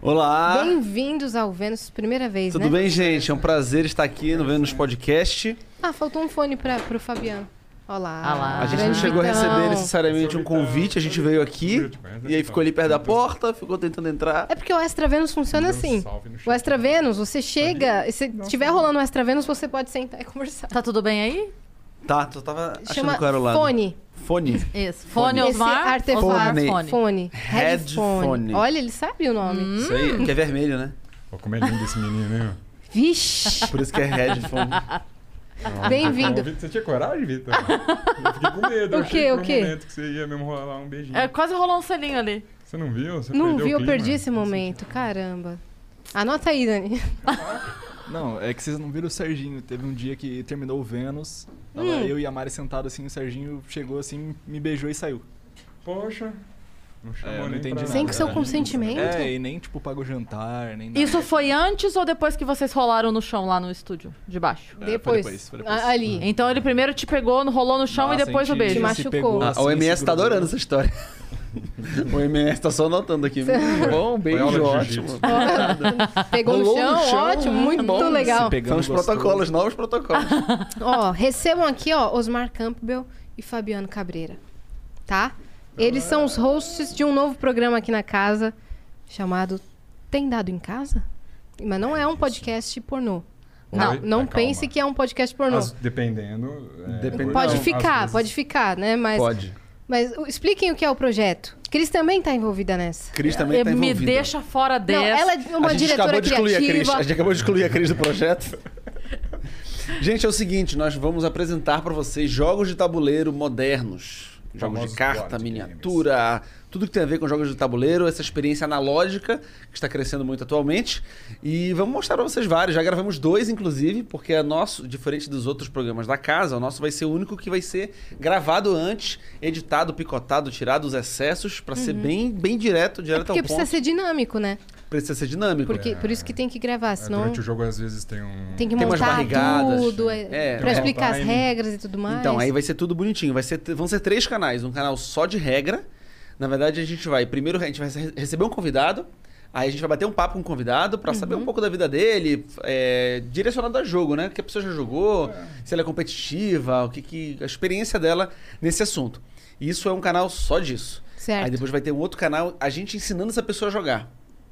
S7: Olá!
S3: Bem-vindos ao Vênus, primeira vez,
S7: Ah. Tudo
S3: né?
S7: bem, gente? É um prazer estar aqui no Vênus Podcast.
S3: Ah, faltou um fone pra, pro Fabiano. Olá.
S2: Ah lá.
S7: A gente não
S3: grande
S7: chegou a receber
S3: Vitão.
S7: necessariamente um convite, a gente veio aqui e aí ficou ali perto da porta, ficou tentando entrar.
S3: É porque o Extra Vênus funciona
S6: um
S3: assim. O Extra Vênus, você chega, e se tiver rolando o Extra Vênus, você pode sentar e conversar.
S2: Tá tudo bem aí?
S7: Tá, só tava
S3: Chama
S7: achando que eu era o lado.
S3: fone.
S7: Fone.
S2: Isso. Fone
S3: Esse
S2: Osmar.
S3: artefato-
S2: Osmar
S7: Fone.
S2: Fone. Hum.
S3: Fone. Headphone.
S7: Headphone.
S3: Olha, ele sabe o nome.
S7: Isso
S3: Hum.
S7: aí, que é vermelho, né?
S6: Olha como é lindo esse menino, hein?
S3: Vixe.
S7: Por isso que é headphone.
S6: Não,
S3: Bem-vindo.
S6: Vitor, Você tinha coragem, Vitor? Eu fiquei com medo.
S3: O
S6: eu achei
S3: quê,
S6: por
S3: o
S6: um
S3: quê?
S6: momento que você ia mesmo rolar um beijinho.
S2: É, quase rolou um selinho ali.
S6: Você não viu? Você
S3: Não
S6: perdeu o
S3: vi, eu
S6: clima.
S3: perdi esse momento. Caramba. Anota aí, Dani.
S4: Não, é que vocês não viram o Serginho. Teve um dia que terminou o Vênus. Tava
S3: Hum.
S4: eu e a Mari sentado assim, o Serginho chegou assim, me beijou e saiu.
S6: Poxa. Não
S4: É, eu
S6: chamou
S4: não
S6: nem
S4: entendi
S6: pra
S4: nada.
S3: Sem que o seu
S6: É.
S3: consentimento.
S4: É, e nem tipo pagou jantar, nem nada.
S2: Isso foi antes ou depois que vocês rolaram no chão lá no estúdio, de baixo?
S4: É, foi
S3: depois.
S4: depois, foi depois. É.
S3: A- Ali.
S2: Então ele primeiro te pegou, rolou no chão
S4: Nossa,
S2: e depois
S4: a
S2: o
S4: gente
S2: beijo.
S4: se
S3: machucou.
S4: pegou
S7: A
S4: assim,
S7: OMS
S4: segurou
S7: tá
S4: o
S7: adorando
S4: outro.
S7: essa história. O MS tá só anotando aqui. Muito bom,
S6: aula de
S7: beijo, ótimo.
S3: Ah,
S6: jiu-jitsu.
S7: tá
S3: Pegou no
S7: Rolou
S3: chão,
S7: no chão,
S3: ótimo, muito
S7: bom.
S3: legal.
S4: Pegando
S7: São os
S4: gostoso.
S7: protocolos, novos protocolos.
S3: Ó, recebam aqui, ó, Osmar Campbell e Fabiano Cabreira. Tá? Eles são os hosts de um novo programa aqui na casa chamado Tem Dado em Casa? Mas não é um podcast pornô. Não,
S6: Oi?
S3: não
S6: Tá,
S3: pense
S6: calma.
S3: que é um podcast pornô.
S6: As- dependendo. é,
S7: Depende-
S3: Pode
S7: não,
S3: ficar,
S6: às vezes-
S3: pode ficar, né? Mas,
S7: Pode.
S3: mas o- expliquem o que é o projeto. Cris também tá envolvida nessa.
S7: Cris também
S2: E
S7: tá
S2: É, me
S7: envolvida.
S2: deixa fora
S3: Não,
S2: dessa.
S3: ela é uma
S7: a gente
S3: diretora
S7: acabou de excluir a Cris.
S3: criativa.
S7: A gente tá acabou de excluir a Cris do projeto. gente, é o seguinte, nós vamos apresentar pra vocês jogos de tabuleiro modernos. Jogos
S6: Famosos
S7: de carta,
S6: board
S7: miniatura, tudo que tem a ver com jogos de tabuleiro, essa experiência analógica que está crescendo muito atualmente. E vamos mostrar pra vocês vários. Já gravamos dois, inclusive, porque é nosso, diferente dos outros programas da casa, o nosso vai ser o único que vai ser gravado antes, editado, picotado, tirado os excessos, pra ser bem, bem direto,
S3: Uhum.
S7: direto
S3: É Porque
S7: ao ponto.
S3: precisa ser dinâmico, né?
S7: Precisa ser dinâmico.
S3: Porque, Por isso que tem que gravar,
S6: é,
S3: senão
S6: Durante o jogo, às vezes, tem um.
S3: tem que
S7: Tem umas
S3: montar
S7: barrigadas.
S3: tudo. É,
S7: É,
S3: pra
S6: é.
S3: explicar as
S6: Time.
S3: regras e tudo mais.
S7: Então, aí vai ser tudo bonitinho. Vai ser, vão ser três canais. Um canal só de regra. Na verdade, a gente vai... Primeiro, a gente vai re- receber um convidado. Aí a gente vai bater um papo com o convidado pra
S3: Uhum.
S7: saber um pouco da vida dele. é, direcionado a jogo, né? O que a pessoa já jogou. Se ela é competitiva. O que, que... A experiência dela nesse assunto. Isso é um canal só disso.
S3: Certo.
S7: Aí depois vai ter um outro canal, a gente ensinando essa pessoa a jogar.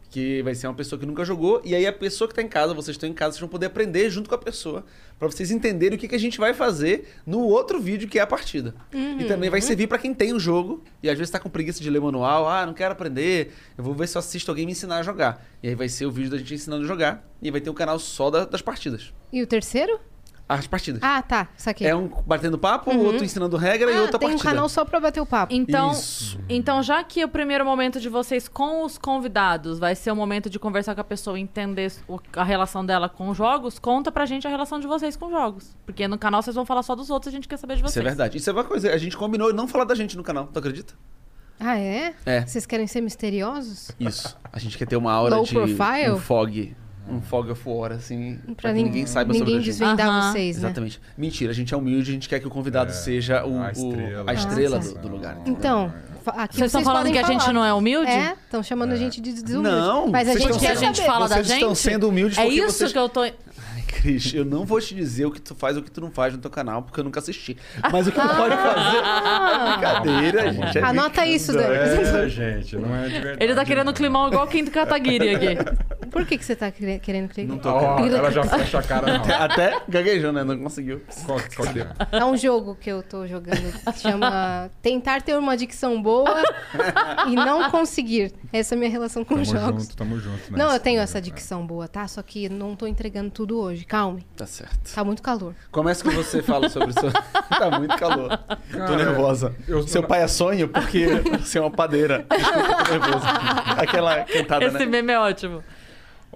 S7: Que vai ser uma pessoa que nunca jogou. E aí a pessoa que tá em casa, vocês estão em casa, vocês vão poder aprender junto com a pessoa. pra vocês entenderem o que, que a gente vai fazer no outro vídeo que é a partida. E também
S3: Uhum.
S7: vai servir pra quem tem o jogo. E às vezes tá com preguiça de ler manual. Ah, não quero aprender. Eu vou ver se eu assisto alguém me ensinar a jogar. E aí vai ser o vídeo da gente ensinando a jogar. E vai ter um canal só da- das partidas.
S3: E o terceiro?
S7: As partidas.
S3: Ah, tá. Saquei.
S7: É um batendo papo, outro ensinando regra e
S3: Ah,
S7: outra
S3: tem
S7: partida.
S3: um canal só pra bater o papo.
S2: Então,
S7: Isso.
S2: então, já que o primeiro momento de vocês com os convidados vai ser o momento de conversar com a pessoa e entender o- a relação dela com os jogos, conta pra gente a relação de vocês com os jogos. Porque no canal vocês vão falar só dos outros, a gente quer saber de vocês.
S7: Isso é verdade. Isso é uma coisa. A gente combinou não falar da gente no canal, tu acredita?
S3: Ah, é?
S7: É.
S3: Vocês querem ser misteriosos?
S7: Isso. A gente quer ter uma aura
S3: Low
S7: de
S3: profile?
S7: um fog. Um fog of war, assim. Pra,
S3: Pra
S7: que
S3: nin-
S7: ninguém saiba sobre
S3: ninguém
S7: a gente.
S3: desvendar
S2: Aham.
S3: vocês, né?
S7: Exatamente. Mentira, a gente é humilde, a gente quer que o convidado
S6: É,
S7: seja o,
S6: a
S7: o-
S6: estrela.
S7: a estrela
S3: Ah,
S7: do,
S6: tá.
S7: do lugar. entendeu?
S3: Então, fa- aqui
S2: Vocês estão falando
S3: podem
S2: que a
S3: falar.
S2: gente não é humilde?
S3: É, estão chamando a gente de desumilde.
S7: Não,
S3: mas a gente
S7: vocês estão
S2: Porque a
S3: quer
S7: sendo-
S2: gente
S3: saber.
S2: fala da
S7: Vocês
S2: gente.
S7: estão sendo humildes
S2: É
S7: porque
S2: isso
S7: vocês-
S2: que eu tô.
S7: Ai, Cris, eu não vou te dizer o que tu faz ou o que tu não faz no teu canal, porque eu nunca assisti. Mas o que tu pode fazer é brincadeira, gente. é
S3: Ah. Anota isso, Dani.
S6: Ah. É, gente, não é de verdade.
S2: Ele tá querendo
S6: não.
S2: um climão igual o Quinto Kataguiri aqui.
S3: Por que, que você tá quer- querendo que
S7: Não tô-
S6: Ó, ela já fecha a cara, não.
S7: Até gaguejou, né? Não conseguiu.
S6: Qual, qual que é?
S3: É um jogo que eu tô jogando que chama Tentar Ter Uma Dicção Boa e Não Conseguir. Essa é a minha relação com
S6: Tamo
S3: os jogos.
S6: junto, tamo junto. né?
S3: Não,
S6: nessa.
S3: eu tenho essa dicção boa, tá? Só que não tô entregando tudo hoje. Calme.
S7: Tá certo.
S3: Tá muito calor.
S7: Começa que você fala sobre isso. tá muito calor. Tô
S6: Cara,
S7: nervosa.
S6: eu-
S7: Seu pai é sonho porque você é uma padeira. Desculpa, tô nervosa. Aquela cantada,
S2: Esse
S7: né?
S2: meme é ótimo.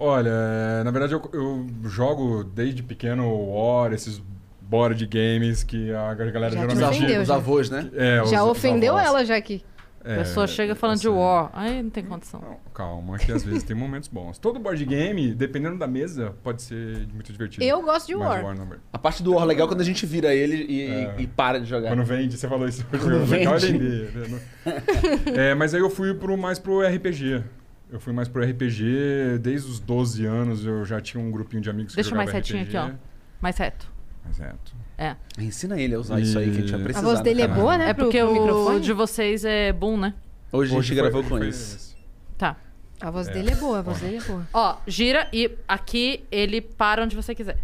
S6: Olha, é, na verdade eu, eu jogo desde pequeno War, esses board games que a galera
S3: Já te
S7: Os, avô-
S6: geralmente.
S3: ofendeu,
S7: os
S3: já.
S7: avós, né?
S6: É, os-
S3: Já
S6: os
S3: ofendeu
S6: avós.
S3: ela já aqui.
S6: É,
S2: a pessoa chega falando de
S6: assim,
S2: war. Aí não tem condição.
S6: não, Calma, que às vezes tem momentos bons. Todo board game, dependendo da mesa, pode ser muito divertido.
S3: Eu gosto de
S6: Mas
S3: War.
S6: não é.
S7: A parte do War legal é quando a gente vira ele e,
S6: É.
S7: e para de jogar.
S6: Quando vende, você falou isso. Quando Legal
S7: vende.
S6: vender. né? Não- É, mas aí eu fui pro, mais pro RPG. Eu fui mais pro RPG, desde os 12 anos eu já tinha um grupinho de amigos
S2: Deixa
S6: que
S2: eu mais
S6: jogava
S2: retinho
S6: RPG.
S2: aqui, Mais reto.
S6: Exato.
S2: É.
S7: Ensina ele a usar isso aí que a gente vai
S6: E-
S3: A
S7: precisar.
S3: voz
S7: né,
S3: dele é
S7: cara?
S3: boa, né?
S2: É
S3: pro-
S2: porque
S3: pro
S2: o
S3: microfone?
S2: de vocês é boom, né?
S7: Hoje a
S6: Hoje
S7: gente
S6: foi-
S7: gravou com
S6: foi
S7: isso.
S6: esse.
S2: Tá.
S3: A voz
S6: É.
S3: dele é boa, a voz dele é boa.
S2: Ó, gira e aqui ele para onde você quiser.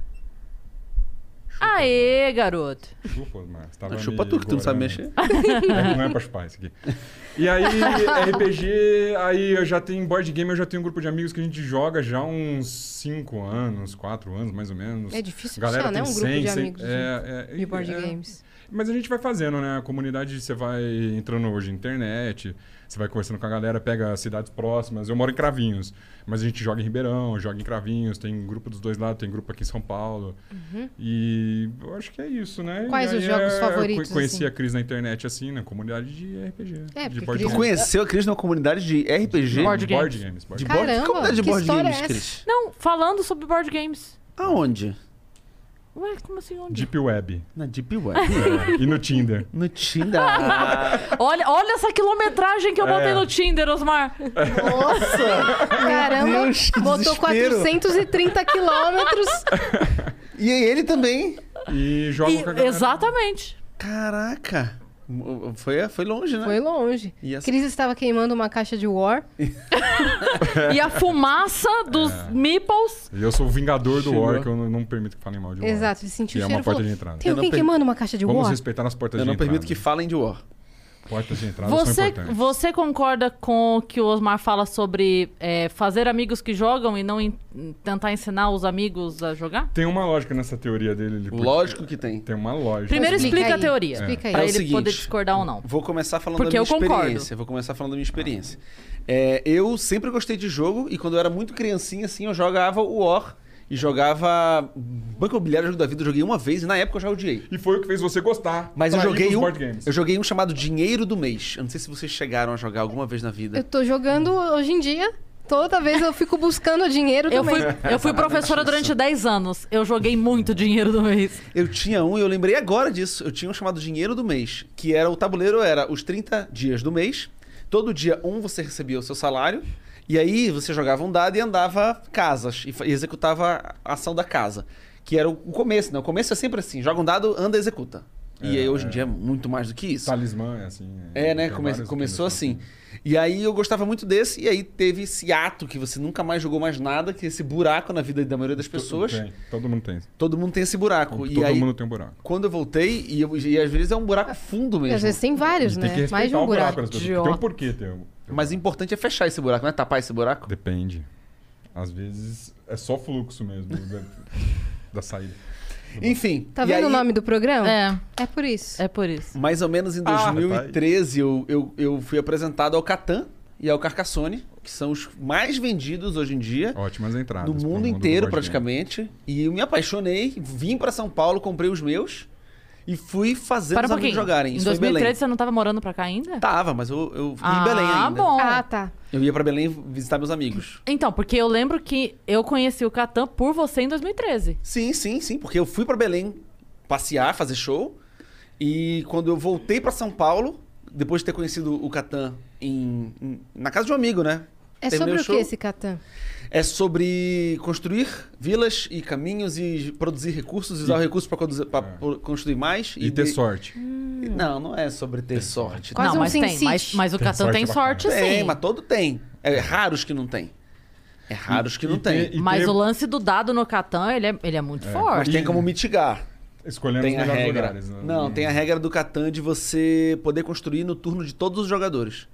S2: Aê, garoto.
S6: Chupa, mas tava
S7: Não,
S6: me
S7: chupa tu que tu não sabe
S6: ignorando.
S7: mexer.
S6: É, não é pra chupar isso aqui. E aí, RPG, aí eu já tenho board game, eu já tenho um grupo de amigos que a gente joga já há uns 5 anos, 4 anos mais ou menos.
S3: É difícil
S6: Galera
S3: puxar, né?
S6: tem
S3: Um grupo
S6: 100,
S3: de
S6: 100,
S3: amigos
S6: é, é,
S3: De board
S6: é,
S3: games.
S6: Mas a gente vai fazendo, né? A comunidade, você vai entrando hoje na internet, você vai conversando com a galera, pega as cidades próximas. Eu moro em Cravinhos, mas a gente joga em Ribeirão, joga em Cravinhos, tem grupo dos dois lados, tem grupo aqui em São Paulo.
S3: Uhum.
S6: E eu acho que é isso, né?
S3: Quais
S6: E
S3: os
S6: aí
S3: jogos
S6: eu
S3: favoritos,
S6: co- Conheci
S3: assim?
S6: a Cris na internet, assim, na comunidade de RPG.
S3: É,
S6: de
S3: porque
S6: board
S7: Tu
S3: Cris-
S6: games.
S7: conheceu a Cris numa comunidade de RPG?
S2: Board
S6: De board games. board
S7: De
S6: games.
S7: board?
S3: Caramba,
S7: Como é de
S3: que
S7: board
S3: história
S7: games,
S3: é essa?
S7: Cris?
S2: Não, falando sobre board games.
S7: Aonde?
S2: Ué, como assim? Onde?
S6: Deep Web.
S7: Na Deep Web.
S6: E no Tinder.
S7: no Tinder. Ah.
S2: Olha, olha essa quilometragem que eu
S7: É.
S2: botei no Tinder, Osmar.
S3: Nossa! Caramba!
S7: Deus, que
S3: botou
S7: desespero.
S3: 430 quilômetros.
S7: E aí ele também.
S6: E joga
S2: E-
S6: com a galera.
S2: exatamente.
S7: Caraca. Foi, foi longe, né?
S3: Foi longe.
S7: E essa-
S3: Cris estava queimando uma caixa de War.
S7: É.
S2: E a fumaça dos meeples.
S6: E eu sou o vingador do
S7: Chegou.
S6: War, que eu não, não permito que falem mal de War.
S3: Exato, ele sentiu
S6: Que é
S3: o
S6: uma
S3: cheiro. e
S6: porta
S3: falou,
S6: de entrada.
S3: Tem
S7: Eu não
S3: alguém
S7: per-
S3: queimando uma caixa de
S6: Vamos
S3: War?
S6: respeitar as portas
S7: Eu
S6: de
S7: não
S6: entrada.
S7: permito que falem de War.
S6: Portas de
S3: é
S6: entrada são
S2: Você,
S6: importantes.
S2: você concorda com o que o Osmar fala sobre é, fazer amigos que jogam e não en- tentar ensinar os amigos a jogar?
S6: Tem uma lógica nessa teoria dele. ele- porque
S7: Lógico que tem.
S6: Tem uma lógica.
S2: Primeiro
S3: Explica
S2: explica
S3: aí,
S2: a teoria.
S3: explica aí.
S2: Pra
S7: É o
S2: ele
S7: seguinte,
S2: poder discordar ou não.
S7: Vou começar falando
S2: Porque
S7: da
S2: eu
S7: minha
S2: concordo. Ah.
S7: experiência. Vou começar falando da minha experiência. É, eu sempre gostei de jogo e quando eu era muito criancinha, assim, eu jogava o War e jogava Banco Imobiliário Jogo da Vida. Eu joguei uma vez e na época eu já odiei.
S6: E foi o que fez você gostar.
S7: Mas eu
S6: sair
S7: joguei,
S6: dos
S7: um,
S6: board games.
S7: eu joguei um chamado Dinheiro do Mês. Eu não sei se vocês chegaram a jogar alguma vez na vida.
S3: Eu tô jogando hoje em dia. Toda vez eu fico buscando dinheiro
S2: Eu
S3: também.
S2: fui, eu fui professora durante 10 anos. Eu joguei muito dinheiro do mês.
S7: Eu tinha um e eu lembrei agora disso. Eu tinha um chamado Dinheiro do Mês, que era o tabuleiro era os 30 dias do mês. Todo dia um você recebia o seu salário e aí você jogava um dado e andava casas e fa- e executava a ação da casa, que era o o começo, né? O começo é sempre assim, joga um dado, anda, executa. E
S6: É,
S7: aí, hoje em
S6: é.
S7: dia é muito mais do que isso.
S6: Talismã, é assim.
S7: É, né?
S6: tem
S7: Come-
S6: várias
S7: começou
S6: combinações.
S7: assim. E aí eu gostava muito desse, e aí teve esse ato que você nunca mais jogou mais nada, que é esse buraco na vida da maioria das pessoas.
S6: Tem, todo mundo tem.
S7: Todo mundo tem esse buraco.
S6: Todo
S7: e aí,
S6: mundo tem um buraco.
S7: quando eu voltei, e, eu- e às vezes é um buraco fundo
S3: Às
S7: mesmo.
S3: vezes tem vários,
S6: E
S3: né?
S6: Tem que respeitar
S3: Mais de
S6: o
S3: um
S6: buraco.
S3: buraco.
S6: das pessoas, porque Tem um
S2: Idiota.
S6: porquê ter um. ter um
S7: Mas o importante é fechar esse buraco, não é tapar esse buraco.
S6: Depende. Às vezes é só fluxo mesmo da, da saída.
S7: Enfim.
S3: Tá
S7: e
S3: vendo
S7: aí,
S3: o nome do programa?
S2: É,
S3: É por isso.
S2: é por isso.
S7: Mais ou menos em
S6: Ah,
S7: 2013, eu, eu, eu fui apresentado ao Catan e ao Carcassonne, que são os mais vendidos hoje em dia.
S6: Ótimas entradas.
S7: no
S6: pro
S7: mundo
S6: do board
S7: inteiro,
S6: game.
S7: praticamente. E eu me apaixonei, vim pra São Paulo, comprei os meus e fui fazendo
S2: Para um
S7: os amigos
S2: pouquinho.
S7: jogarem.
S2: em
S7: Isso foi em
S2: 2013
S7: Belém.
S2: você não tava morando pra cá ainda?
S7: Tava, mas eu, eu fui
S2: ah,
S7: em Belém ainda.
S2: bom.
S3: Ah, tá.
S7: Eu ia pra Belém visitar meus amigos.
S2: Então, porque eu lembro que eu conheci o Catan por você em 2013.
S7: Sim, sim, sim, porque eu fui pra Belém passear, fazer show. E quando eu voltei pra São Paulo, depois de ter conhecido o Catan em, em- na casa de um amigo, né?
S3: É
S7: Terminei
S3: sobre o que
S7: show.
S3: esse Catan?
S7: É sobre construir vilas e caminhos e produzir recursos, usar
S6: E-
S7: recursos pra produzir- pra
S6: É.
S7: pro- construir mais.
S6: E ter
S7: de-
S6: sorte.
S7: Não, não é sobre ter sorte.
S3: Quase
S2: não,
S3: um
S2: mas
S3: Sin
S2: tem.
S3: City.
S2: Mas, mas o
S6: Tem
S2: Catan
S6: sorte
S2: tem
S6: pra
S2: sorte,
S7: Tem,
S2: sim.
S7: mas todo tem. É raros que não tem. É raros que não
S6: e
S7: tem.
S6: ter- e
S2: Mas
S6: ter-
S2: o lance do dado no Catan, ele é, ele é muito
S7: Mas
S2: forte.
S7: tem como mitigar.
S6: Escolhendo
S7: Tem
S6: os
S7: a
S6: melhores
S7: regra.
S6: lugares. né?
S7: Não, tem a regra do Catan de você poder construir no turno de todos os jogadores.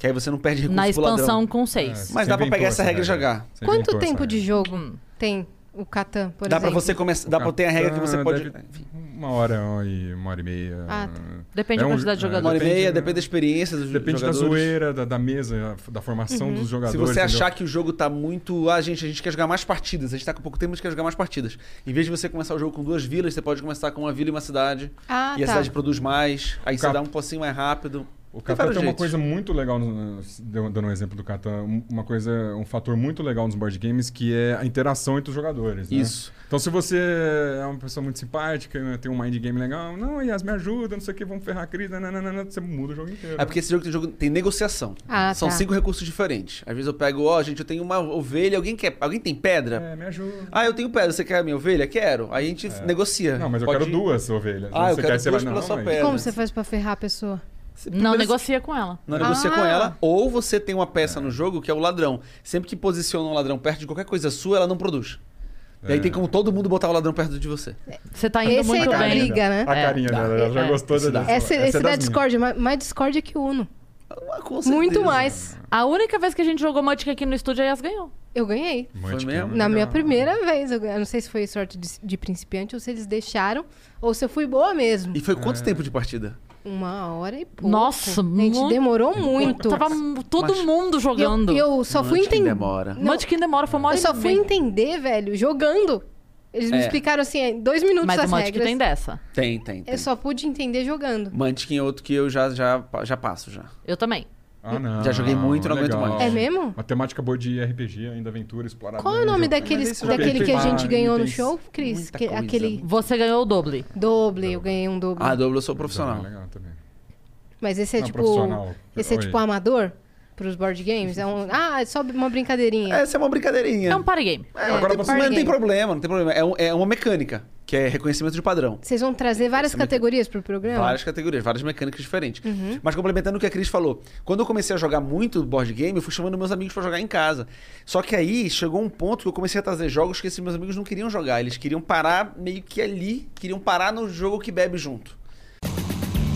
S7: Que aí você não perde recurso
S2: Na
S7: pro ladrão.
S2: expansão com
S6: É,
S2: 6.
S6: você
S7: Mas dá pra
S6: inventou
S7: pegar essa
S6: né?
S7: regra e jogar.
S6: Você
S3: Quanto
S6: inventou essa
S3: tempo de
S6: regra.
S3: jogo
S2: Hum.
S3: tem o Catan, por
S7: Dá pra
S3: exemplo?
S7: você começar. Dá pra ter a regra que você
S6: Ah,
S7: pode.
S6: deve- Uma hora e uma hora e meia.
S3: Ah,
S2: Depende da quantidade de
S6: é,
S7: Uma hora
S2: jogadores.
S7: e meia, depende da experiência dos
S6: Depende da
S7: jogadores.
S6: zoeira, da, da mesa, da
S2: Uhum.
S6: formação dos jogadores.
S7: Se você
S6: entendeu?
S7: achar que o jogo tá muito. Ah, gente, a gente quer jogar mais partidas. A gente tá com pouco tempo, a gente quer jogar mais partidas. Em vez de você começar o jogo com duas vilas, você pode começar com uma vila e uma cidade.
S3: Ah,
S7: e a
S3: tá.
S7: cidade produz mais. Aí você
S6: Cap-
S7: dá um pocinho mais rápido.
S6: O
S7: Tem
S6: Catan tem
S7: vários
S6: uma
S7: jeitos.
S6: coisa muito legal, no- no- dando um exemplo do Catan, um- uma coisa, um fator muito legal nos board games que é a interação entre os jogadores. né?
S7: Isso.
S6: Então, se você é uma pessoa muito simpática, né, tem um mind game legal, não, Yas, me ajuda, não sei o que, vamos ferrar a crise, nananana", você muda o jogo inteiro.
S7: É porque esse jogo tem, jogo, tem negociação.
S3: Ah,
S7: São
S3: tá.
S7: cinco recursos diferentes. Às vezes eu pego, ó, gente, eu tenho uma ovelha, alguém quer, alguém tem pedra?
S6: É, me ajuda.
S7: Ah, eu tenho pedra, você quer a minha ovelha? Quero. Aí a gente negocia.
S6: Não, mas eu
S7: Pode
S6: quero
S7: ir.
S6: duas ovelhas.
S7: Ah, eu
S6: você
S7: quero
S6: quer, você
S7: duas
S6: vai,
S7: pela
S6: não, é
S7: sua
S6: mas-
S7: pé.
S3: Como você faz pra ferrar a pessoa?
S7: Você-
S2: Não
S7: primeiro
S2: negocia com ela.
S7: Não negocia
S3: Ah.
S7: com ela, ou você tem uma peça no jogo que é o ladrão. Sempre que posiciona um ladrão perto de qualquer coisa sua, ela não produz. E aí
S6: É.
S7: tem como todo mundo botar o ladrão perto de você.
S2: Você tá indo
S3: Esse aí
S2: muito
S3: tá
S2: bem.
S3: briga, né?
S6: A carinha dela, ela já
S2: é.
S6: gostou
S7: Esse
S6: da
S7: dá.
S6: dessa.
S3: Esse,
S6: Essa
S3: esse
S6: é
S3: da
S6: das
S3: Discord, ma- mais Discord é que Uno.
S7: Ah, com
S3: Muito
S7: certeza.
S3: mais.
S2: A única vez que a gente jogou Magic aqui no estúdio, a Yas ganhou.
S3: Eu ganhei.
S6: minhas. Munchkin
S7: Foi mesmo?
S6: é
S3: Na minha
S6: legal.
S3: primeira vez. Eu, eu não sei se foi sorte de, de principiante ou se eles deixaram. Ou se eu fui boa mesmo.
S7: E foi
S6: É.
S7: quanto tempo de partida?
S3: Uma hora e pouco.
S2: É. Nossa,
S3: A gente
S2: muito-
S3: demorou muito.
S2: Tava m- todo
S7: Mas-
S2: mundo
S3: E eu-
S2: jogando.
S3: e eu, só fui
S7: Quanto que
S3: entender.
S7: demora?
S3: não.
S2: Magic demora, foi uma hora
S3: Eu
S2: e
S3: só fui
S2: meia.
S3: entender, velho, jogando. Eles me
S7: É.
S3: explicaram assim, em dois minutos
S2: Mas
S3: as
S2: o Magic
S3: regras.
S2: tem dessa.
S7: Tem, tem, tem.
S3: Eu só pude entender jogando.
S7: Mantiquinha é outro que eu já, já, já passo já.
S2: Eu também.
S6: Ah, não.
S7: Já joguei muito, não aguento
S6: legal.
S7: mais.
S3: É mesmo?
S6: Matemática boa de RPG, ainda aventura, explorador.
S3: Qual é o nome daqueles,
S7: esse é eu já
S3: daquele que a gente
S6: peguei vários,
S3: ganhou no
S6: tem
S3: show, Cris?
S7: muita
S3: Que-
S7: coisa.
S3: Aquele
S2: Você ganhou o doble.
S3: doble, eu ganhei um doble.
S7: Ah, dobro eu sou profissional.
S6: Legal também.
S3: Mas esse é
S6: Não,
S3: tipo.
S6: profissional.
S3: Esse é
S6: Oi.
S3: tipo amador pros board games? É um, ah, é só uma brincadeirinha.
S7: Essa é uma brincadeirinha.
S2: É um party game.
S7: É,
S3: agora
S7: tem-
S3: você-
S7: mas não tem
S3: Game.
S7: problema, não tem problema. É, um- é uma mecânica, que é reconhecimento de padrão.
S3: Vocês vão trazer várias categorias pro programa?
S7: Várias categorias, várias mecânicas diferentes. Mas complementando o que a Cris falou, quando eu comecei a jogar muito board game, eu fui chamando meus amigos pra jogar em casa. Só que aí chegou um ponto que eu comecei a trazer jogos que esses meus amigos não queriam jogar. Eles queriam parar meio que ali, queriam parar no jogo que bebe junto.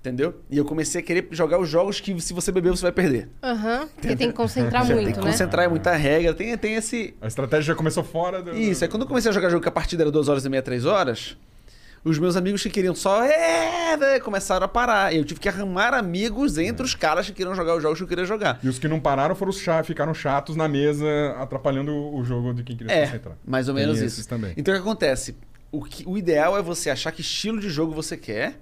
S7: Entendeu? E eu comecei a querer jogar os jogos que se você beber, você vai perder.
S3: Aham, porque tem que concentrar
S7: Você
S3: muito,
S7: tem que
S3: né?
S7: concentrar, é muita regra, tem, tem esse,
S6: A estratégia já começou fora do.
S7: Isso, é quando eu comecei a jogar jogo que a partida era 2 horas e meia, 3 horas, os meus amigos que queriam só. É, né, começaram a parar. E eu tive que arrumar amigos entre os caras que queriam jogar os jogos que eu queria jogar.
S6: E os que não pararam foram os chatos, ficaram chatos na mesa, atrapalhando o jogo de quem queria se
S7: É,
S6: concentrar.
S7: mais ou
S6: Tem
S7: menos
S6: esses
S7: isso.
S6: também.
S7: Então o que acontece? O, que- o ideal é você achar que estilo de jogo você quer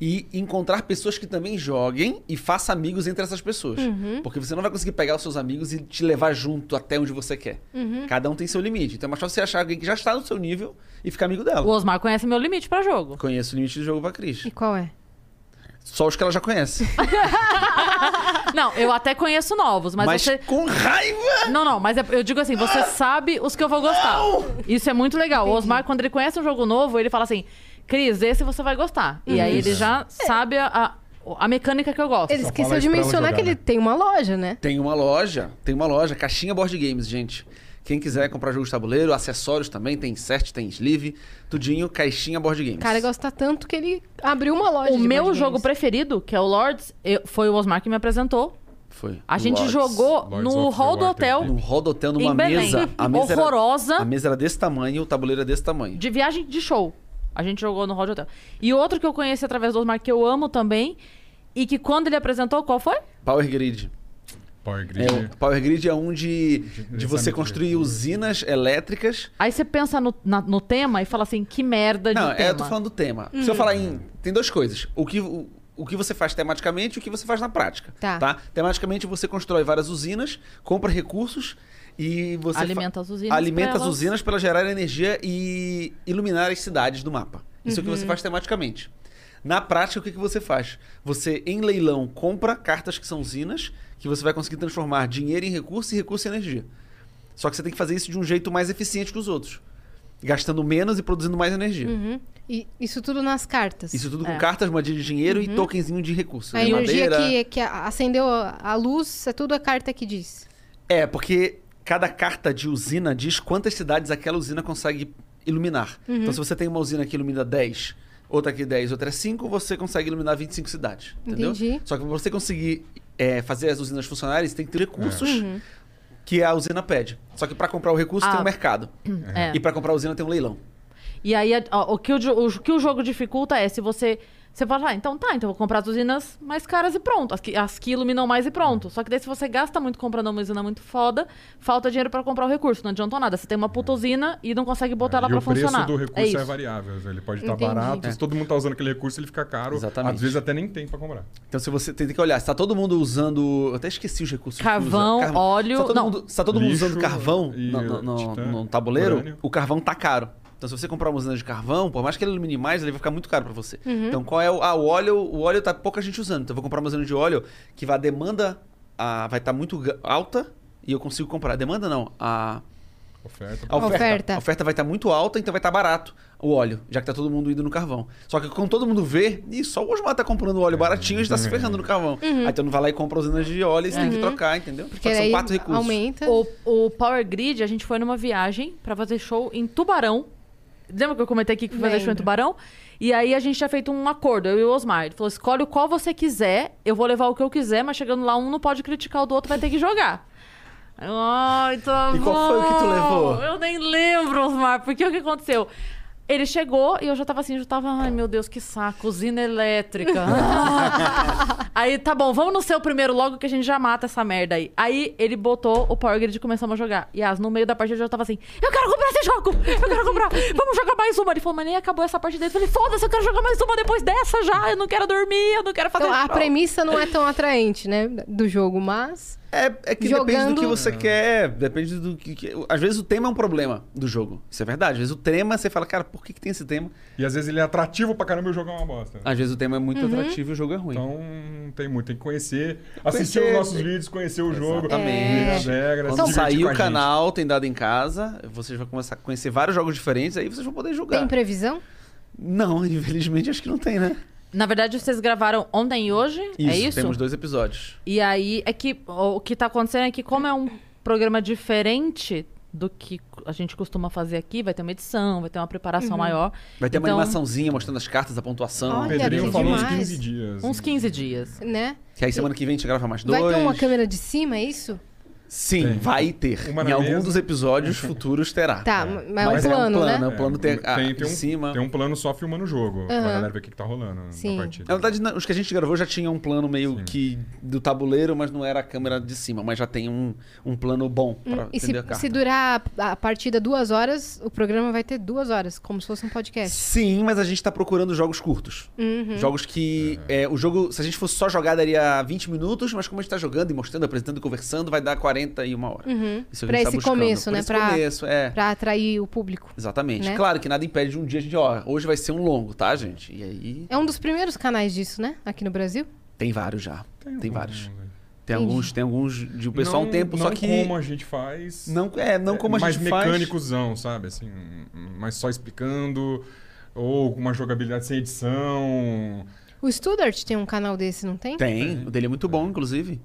S7: e encontrar pessoas que também joguem e faça amigos entre essas pessoas.
S2: Uhum.
S7: Porque você não vai conseguir pegar os seus amigos e te levar junto até onde você quer.
S2: Uhum.
S7: Cada um tem seu limite. Então é mais fácil você achar alguém que já está no seu nível e ficar amigo dela.
S2: O Osmar conhece meu limite pra jogo.
S7: Conheço o limite do jogo pra Cris.
S3: E qual é?
S7: Só os que ela já conhece.
S2: Não, eu até conheço novos, mas,
S7: Mas,
S2: você.
S7: com raiva!
S2: Não, não, mas é- eu digo assim,
S6: Ah!
S2: você sabe os que eu vou gostar. Isso é muito legal. O Osmar, quando ele conhece um jogo novo, ele fala assim: Cris, esse você vai gostar. E aí ele já sabe a, a, a mecânica que eu gosto.
S3: É. Ele
S6: Só
S3: esqueceu
S6: fala
S3: de
S6: isso pra ela
S3: mencionar
S6: jogar,
S3: que ele
S6: né?
S3: tem uma loja, né?
S7: Tem uma loja, tem uma loja, Caixinha Board Games, gente. Quem quiser comprar jogos de tabuleiro, acessórios também, tem insert, tem sleeve, tudinho, Caixinha Board Games.
S3: O cara gosta tanto que ele abriu uma loja.
S2: O
S3: de
S2: meu
S3: board
S2: jogo
S3: games.
S2: preferido, que é o Lords, eu- foi o Osmar que me apresentou.
S7: Foi.
S2: A gente
S7: Lords.
S2: jogou
S6: Lords
S2: no
S6: of the
S2: hall do
S6: Water
S2: hotel
S6: Deep.
S7: Num rodotel numa
S2: Em Belém.
S7: mesa. A mesa era-
S2: Horrorosa.
S7: a mesa era desse tamanho, o tabuleiro era desse tamanho.
S2: de viagem de show. A gente jogou no hall do hotel. E outro que eu conheci através do Osmar, que eu amo também, e que quando ele apresentou, qual foi?
S7: Power Grid.
S6: Power Grid.
S7: É, o Power Grid é um de, de você construir usinas elétricas
S2: Aí você pensa no, na- no tema e fala assim, que merda de
S7: Não,
S2: tema. Uhum.
S7: é, eu tô falando do tema. Se
S6: Hum.
S7: eu falar em. Tem duas coisas. O que, o, o que você faz tematicamente e o que você faz na prática.
S3: Tá.
S7: Tematicamente você constrói várias usinas, compra recursos e você. fa-
S2: Alimenta as usinas
S7: Alimenta
S2: pra
S7: as
S2: elas-
S7: usinas para gerar energia e iluminar as cidades do mapa. Isso é o que
S2: Uhum.
S7: você faz tematicamente. Na prática, o que, que você faz? Você, em leilão, compra cartas que são usinas, que você vai conseguir transformar dinheiro em recurso e recurso em energia. Só que você tem que fazer isso de um jeito mais eficiente que os outros. Gastando menos e produzindo mais energia.
S3: Uhum. E isso tudo nas cartas.
S7: Isso tudo com
S2: É.
S7: cartas, moedinha de dinheiro
S2: Uhum.
S7: e tokenzinho de recurso.
S3: A
S7: né?
S3: energia
S7: Madeira.
S3: que, que a- acendeu a a luz é tudo a carta que diz.
S7: É, porque cada carta de usina diz quantas cidades aquela usina consegue iluminar.
S2: Uhum.
S7: Então, se você tem uma usina que ilumina 10, outra que 10, outra é 5, você consegue iluminar 25 cidades. Entendeu?
S3: Entendi.
S7: Só que pra você conseguir é, fazer as usinas funcionarem, você tem que ter recursos que a usina pede. Só que pra comprar o recurso
S2: Uhum. Ah.
S7: tem um mercado.
S2: É.
S7: E pra comprar a usina tem um leilão.
S2: E aí, a- ó, o, que o, jo- o que o jogo dificulta é se você... Você fala, ah, então tá, então eu vou comprar as usinas mais caras e pronto. As que, as que iluminam mais e pronto. Só que daí se você gasta muito comprando uma usina muito foda, falta dinheiro pra comprar o recurso. Não adiantou nada. Você tem uma puta usina e não consegue botar ela
S6: e
S2: pra
S6: o preço
S2: funcionar.
S6: do
S2: é
S6: recurso é,
S2: isso.
S6: variável. Ele pode estar
S3: Entendi.
S6: barato, se todo mundo tá usando aquele recurso, ele fica caro.
S7: Exatamente.
S6: Às vezes até nem tem pra comprar.
S7: Então, se você tem que olhar, se tá todo mundo usando. Eu até esqueci os recursos. que
S2: Carvão,
S7: usa.
S2: óleo-
S7: Se tá todo,
S2: não.
S7: mundo, se tá todo mundo
S6: Lixo
S7: usando carvão
S6: e
S7: no, no- no-
S6: titânio,
S7: no tabuleiro,
S6: urânio.
S7: o carvão tá caro. Então, se você comprar uma usina de carvão, por mais que ele ilumine mais, ele vai ficar muito caro pra você.
S2: Uhum.
S7: Então, qual é o. Ah, o óleo, o óleo tá pouca gente usando. Então, eu vou comprar uma usina de óleo que a demanda ah, vai estar muito ga- alta e eu consigo comprar. A demanda não. A.
S6: Oferta.
S7: A oferta.
S3: Oferta.
S7: A oferta vai estar muito alta, então vai estar barato o óleo, já que tá todo mundo indo no carvão. Só que quando todo mundo vê, ih, só o Osmar tá comprando óleo baratinho e tá se ferrando no carvão.
S2: Uhum.
S7: Aí tu não vai lá e compra usinas de óleo e você tem que trocar, entendeu?
S3: Uhum. Porque
S7: Só que
S3: aí
S7: são quatro recursos.
S3: aumenta.
S2: O, o Power Grid, a gente foi numa viagem pra fazer show em Tubarão. Lembra que eu comentei aqui que fui fazer show em
S3: Lembro.
S2: Tubarão? E aí a gente tinha feito um acordo, eu e o Osmar. Ele falou: escolhe o qual você quiser, eu vou levar o que eu quiser, mas chegando lá, um não pode criticar o do outro, vai ter que jogar. Ai, tá
S7: E qual foi o que tu
S2: bom.
S7: levou?
S2: Eu nem lembro, Osmar, porque o que aconteceu? Ele chegou e eu já tava assim, eu já tava, ai meu Deus, que saco, cozinha elétrica. aí, tá bom, vamos no seu primeiro logo que a gente já mata essa merda aí. Aí ele botou o Power Grid e começamos a jogar. E as, no meio da partida eu já tava assim, eu quero comprar esse jogo, eu quero comprar, vamos jogar mais uma. Ele falou, mas nem acabou essa partida. Eu falei, foda-se, eu quero jogar mais uma depois dessa já, eu não quero dormir, eu não quero fazer
S3: Então, a
S2: show."
S3: premissa não é tão atraente, né? Do jogo, mas.
S7: É, é que depende do
S3: Jogando-
S7: que
S6: Uhum.
S7: você quer, depende do que, que- Às vezes o tema é um problema do jogo. Isso é verdade. Às vezes o tema, você fala, cara, por que, que tem esse tema?
S6: E às vezes ele é atrativo pra caramba e o jogo é uma bosta.
S7: Às vezes o tema é muito atrativo e o jogo é ruim.
S6: Então, não tem muito. Tem que conhecer, assistir
S7: Conhecer,
S6: os nossos
S7: tem-
S6: vídeos, conhecer o jogo.
S7: Exatamente.
S3: É.
S6: ver as regras,
S7: Quando
S6: se divertir
S7: sair
S6: com a
S7: o
S6: gente.
S7: canal, tem dado em casa, vocês vão começar a conhecer vários jogos diferentes, aí vocês vão poder jogar.
S3: Tem previsão?
S7: Não, infelizmente acho que não tem, né?
S2: Na verdade, vocês gravaram ontem e hoje, é isso?
S7: Temos dois episódios.
S2: E aí é que o que tá acontecendo é que como é um programa diferente do que a gente costuma fazer aqui, vai ter uma edição, vai ter uma preparação
S3: Uhum.
S2: maior.
S7: Vai ter uma
S2: Então-
S7: animaçãozinha mostrando as cartas, a pontuação.
S6: O
S3: Olha,
S6: Pedrinho
S3: bem
S6: falou uns
S3: demais.
S6: 15 dias.
S2: Uns 15 dias.
S3: Né?
S7: Que aí semana que vem a gente grava mais dois.
S3: Vai ter uma câmera de cima, é isso?
S7: Sim,
S6: Tem.
S7: vai ter.
S6: Uma
S7: em
S6: na
S7: algum
S6: mesa.
S7: dos episódios futuros terá.
S3: Tá, mas,
S7: Mas
S3: é um
S7: Ah, é um
S3: plano,
S7: plano,
S3: né?
S7: né? O plano tem a-
S6: tem, tem
S7: em
S6: um,
S7: cima.
S6: Tem um plano só filmando o jogo, pra
S3: Aham.
S6: galera ver o que, que tá rolando
S3: Sim.
S6: na partida.
S7: Na verdade, na- os que a gente gravou já tinha um plano meio
S6: Sim.
S7: que do tabuleiro, mas não era a câmera de cima, mas já tem um, um plano bom pra
S3: Hum, E se,
S7: entender a carta.
S3: se durar a a partida duas horas, o programa vai ter duas horas, como se fosse um podcast.
S7: Sim, mas a gente tá procurando jogos curtos.
S3: Uhum.
S7: Jogos que. é, o jogo, se a gente fosse só jogar, daria 20 minutos, mas como a gente tá jogando e mostrando, apresentando e conversando, vai dar 40 e uma hora. Isso a gente
S3: Uhum.
S7: tá
S3: Pra esse
S7: buscando.
S3: começo,
S7: Pra
S3: né?
S7: Esse
S3: Pra-
S7: começo, é.
S3: Pra atrair o público.
S7: Exatamente.
S3: né?
S7: Claro que nada impede de um dia a gente, ó, hoje vai ser um longo, tá, gente? E aí.
S3: É um dos primeiros canais disso, né? Aqui no Brasil.
S7: Tem vários já. Tem,
S6: algum-
S7: vários. Tem alguns, tem alguns de o pessoal há
S6: né, Não-
S7: um tempo,
S6: não
S7: só que.
S6: como a gente faz.
S7: Não, é, não como a
S6: mais
S7: gente faz.
S6: mecânicozão, sabe? Assim, mas só explicando. Ou com uma jogabilidade sem edição.
S3: O Studart tem um canal desse, não tem?
S7: Tem, o dele é muito bom, inclusive.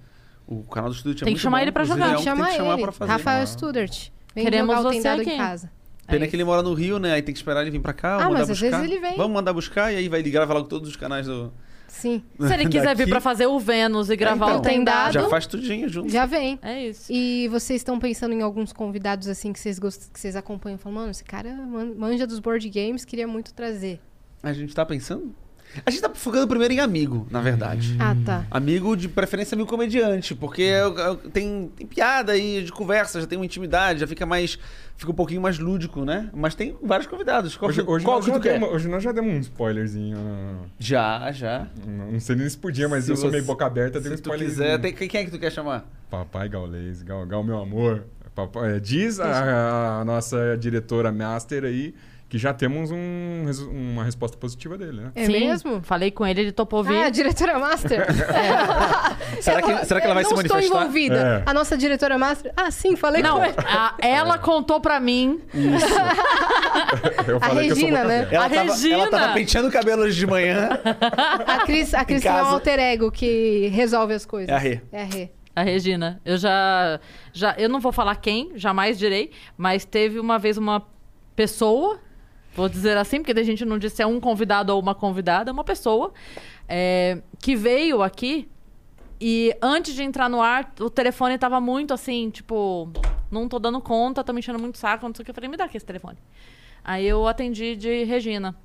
S7: O canal do estúdio tinha
S2: Tem que
S7: muito
S2: chamar
S7: bom,
S2: ele pra
S7: inclusive,
S2: jogar. Ah.
S7: é um
S3: Tem que chamar
S7: que tem que chamar
S3: ele.
S7: pra fazer.
S3: Rafael Studart. Vem
S2: Queremos
S3: jogar o
S2: você
S3: Tendado
S2: aqui.
S3: em casa.
S7: Pena
S2: É
S7: que ele mora no Rio, né? Aí tem que esperar ele vir pra cá.
S3: Ah,
S7: mandar
S3: mas às
S7: buscar.
S3: vezes ele vem.
S7: Vamos mandar buscar e aí vai ligar, vai logo todos os canais do.
S3: Sim,
S2: Se ele quiser vir
S7: Daqui-
S2: pra fazer o Vênus e gravar
S3: então,
S2: um tendado,
S7: Já faz tudinho junto.
S3: já vem.
S2: é isso.
S3: E vocês estão pensando em alguns convidados assim que vocês gostam, que vocês acompanham, falando, mano, esse cara man- manja dos board games, queria muito trazer.
S7: A gente tá pensando? A gente tá focando primeiro em amigo, na verdade.
S3: Ah, tá.
S7: Amigo de preferência amigo comediante, porque é eu- eu- tem, tem piada aí de conversa, já tem uma intimidade, já fica mais. Fica um pouquinho mais lúdico, né? Mas tem vários convidados. Qual,
S6: Hoje,
S7: que-
S6: hoje,
S7: qual
S6: nós
S7: que
S6: já
S7: tu quer?
S6: demos, hoje nós já demos um spoilerzinho. Não,
S7: Já, já.
S6: não- não sei nem se podia, mas
S7: Se
S6: eu sou
S7: você-
S6: meio boca aberta, dei um
S7: Se tu
S6: spoilerzinho.
S7: quiser. Tem- quem é que tu quer chamar?
S6: Papai Gaulês, Gal, Gal meu amor. Papai- é, diz a, a nossa diretora master aí que já temos um resu- uma resposta positiva dele, né?
S3: É
S2: Sim,
S3: mesmo?
S2: Falei com ele, ele topou vir.
S3: Ah, a diretora Master.
S7: Será que,
S3: Eu-
S7: será que ela vai
S3: eu
S7: se
S3: não estou
S7: manifestar?
S3: envolvida.
S6: É.
S3: A nossa diretora Master. Ah, sim, falei
S2: não,
S3: com ela.
S2: a- ela contou pra mim.
S6: Eu falei que eu sou
S3: Regina,
S6: boca
S3: né?
S6: aberta.
S7: Ela,
S2: A
S7: tava,
S2: Regina!
S7: ela tava penteando o cabelo hoje de manhã.
S3: A Cris, a Cris tem um
S7: casa.
S3: alter ego que resolve as coisas.
S7: É a Rê.
S3: É a Rê.
S2: A Regina. Eu já, já. Eu não vou falar quem, jamais direi, mas teve uma vez uma pessoa, vou dizer assim, porque daí a gente não disse se é um convidado ou uma convidada, uma pessoa é, que veio aqui e antes de entrar no ar, o telefone tava muito assim, tipo, não tô dando conta, tô me enchendo muito o saco, não sei o que. Eu falei, me dá aqui esse telefone. Aí eu atendi de Regina.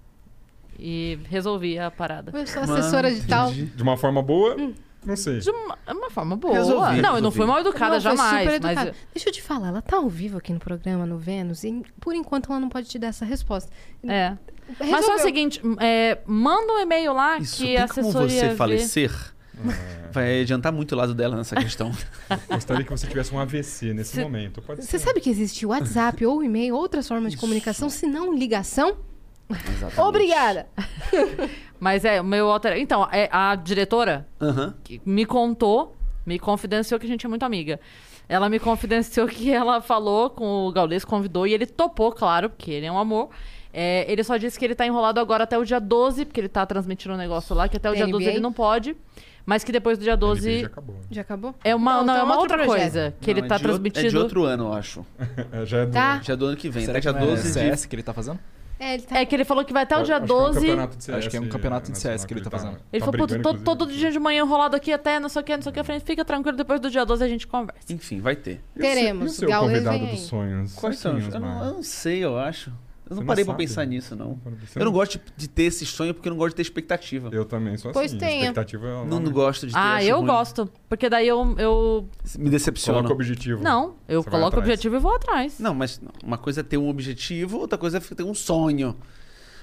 S2: E resolvi a parada.
S3: Eu sou assessora de tal.
S7: entendi.
S6: De uma forma boa, não sei.
S2: De uma, uma forma boa. não,
S7: Resolvi,
S2: eu não
S7: resolvi.
S2: fui mal educada
S3: Não, foi
S2: jamais.
S3: super educada.
S2: Mas
S3: Deixa eu te falar, ela tá ao vivo aqui no programa, no Vênus, e por enquanto ela não pode te dar essa resposta.
S2: É.
S3: Resolveu.
S2: Mas só o seguinte, é, manda um e-mail lá
S7: Isso,
S2: que
S7: tem
S2: a
S7: como
S2: assessoria
S7: você
S2: vê.
S7: falecer? Vai adiantar muito o lado dela nessa questão.
S6: É. Gostaria que você tivesse um AVC nesse
S2: Cê-
S6: momento. Pode
S3: Você
S6: ser.
S3: sabe que existe WhatsApp ou e-mail, outras formas de comunicação, se não ligação?
S7: Exatamente.
S3: Obrigada!
S2: Mas é, o meu alter... Então, é, a diretora
S7: Aham.
S2: que me contou, me confidenciou que a gente é muito amiga. Ela me confidenciou que ela falou com o Gaules, convidou, e ele topou, claro, porque ele é um amor. É, ele só disse que ele tá enrolado agora até o dia 12, porque ele tá transmitindo um negócio lá, que até o dia 12
S3: NBA?
S2: ele não pode. Mas que depois do dia
S6: A
S2: 12
S6: NB já acabou. né?
S3: Já acabou?
S2: é uma,
S3: Não,
S2: não,
S3: então
S2: é uma
S3: outro
S2: outra
S3: projeto.
S2: coisa que ele
S7: Não,
S2: tá
S7: é de outro-
S2: transmitindo.
S7: É de outro ano, eu acho.
S6: É, já é do-
S3: Tá.
S7: Já é do ano que vem.
S4: Será
S7: Até
S4: que
S7: dia
S4: não é
S7: 12 de...
S4: CS que ele tá fazendo?
S3: É, ele tá...
S2: É que ele falou que vai até o dia
S6: Acho que é um
S2: 12.
S6: campeonato de CS,
S4: Acho que é um campeonato de
S6: né,
S4: CS que ele tá
S6: nacional
S4: fazendo.
S2: Ele falou, puto,
S6: brigando,
S2: todo, todo
S6: inclusive.
S2: dia de manhã enrolado aqui até não sei o que, não sei o que, eu falei, fica tranquilo, depois do dia 12 a gente conversa.
S7: Enfim, vai ter.
S6: E o seu-
S3: Teremos.
S6: E o seu
S3: Gaules
S6: convidado
S3: vem aí.
S6: dos sonhos?
S7: Quais
S6: Seus
S7: são?
S6: sonhos,
S7: Eu não,
S6: Mara?
S7: eu não sei, eu acho. Eu não
S6: não
S7: parei pra
S6: sabe?
S7: pensar nisso, não.
S6: Você
S7: Eu não gosto de- de ter esse sonho porque eu não gosto de ter expectativa.
S6: Eu também sou assim.
S3: Pois tenha.
S6: Expectativa é lá,
S7: Não,
S6: né?
S7: não gosto de ter
S2: Ah,
S7: acho
S2: eu
S7: ruim.
S2: gosto. Porque daí eu. eu...
S7: Me decepciona.
S6: Coloca o objetivo.
S2: Não, eu
S6: Você vai
S2: coloco o
S6: atrás.
S2: objetivo e vou atrás. Não,
S7: Não, mas uma coisa é ter um objetivo, outra coisa é ter um sonho.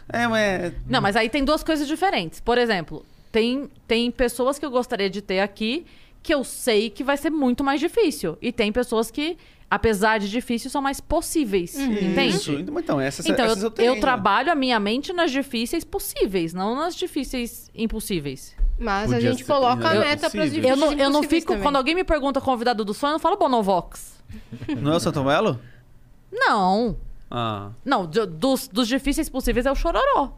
S7: É, mas.
S2: mas aí tem duas coisas diferentes. Por exemplo, tem, tem pessoas que eu gostaria de ter aqui que eu sei que vai ser muito mais difícil. E tem pessoas que, apesar de difícil, são mais possíveis.
S3: Uhum.
S2: Entende?
S7: Isso. Então, essas,
S2: Então,
S7: essas eu,
S2: eu,
S7: tenho.
S2: eu trabalho a minha mente nas difíceis possíveis, não nas difíceis impossíveis.
S3: Mas a
S7: Podia
S3: gente
S7: ser-
S3: coloca a
S7: é
S3: meta pras
S7: possível.
S2: Eu
S3: difíceis
S2: não, eu não
S3: impossíveis
S2: fico.
S3: também.
S2: Quando alguém me pergunta convidado do sonho, eu não falo Bonovox.
S7: Não é o Santo Melo?
S2: Não.
S7: Ah.
S2: Não, do- dos, dos difíceis possíveis é o Chororó.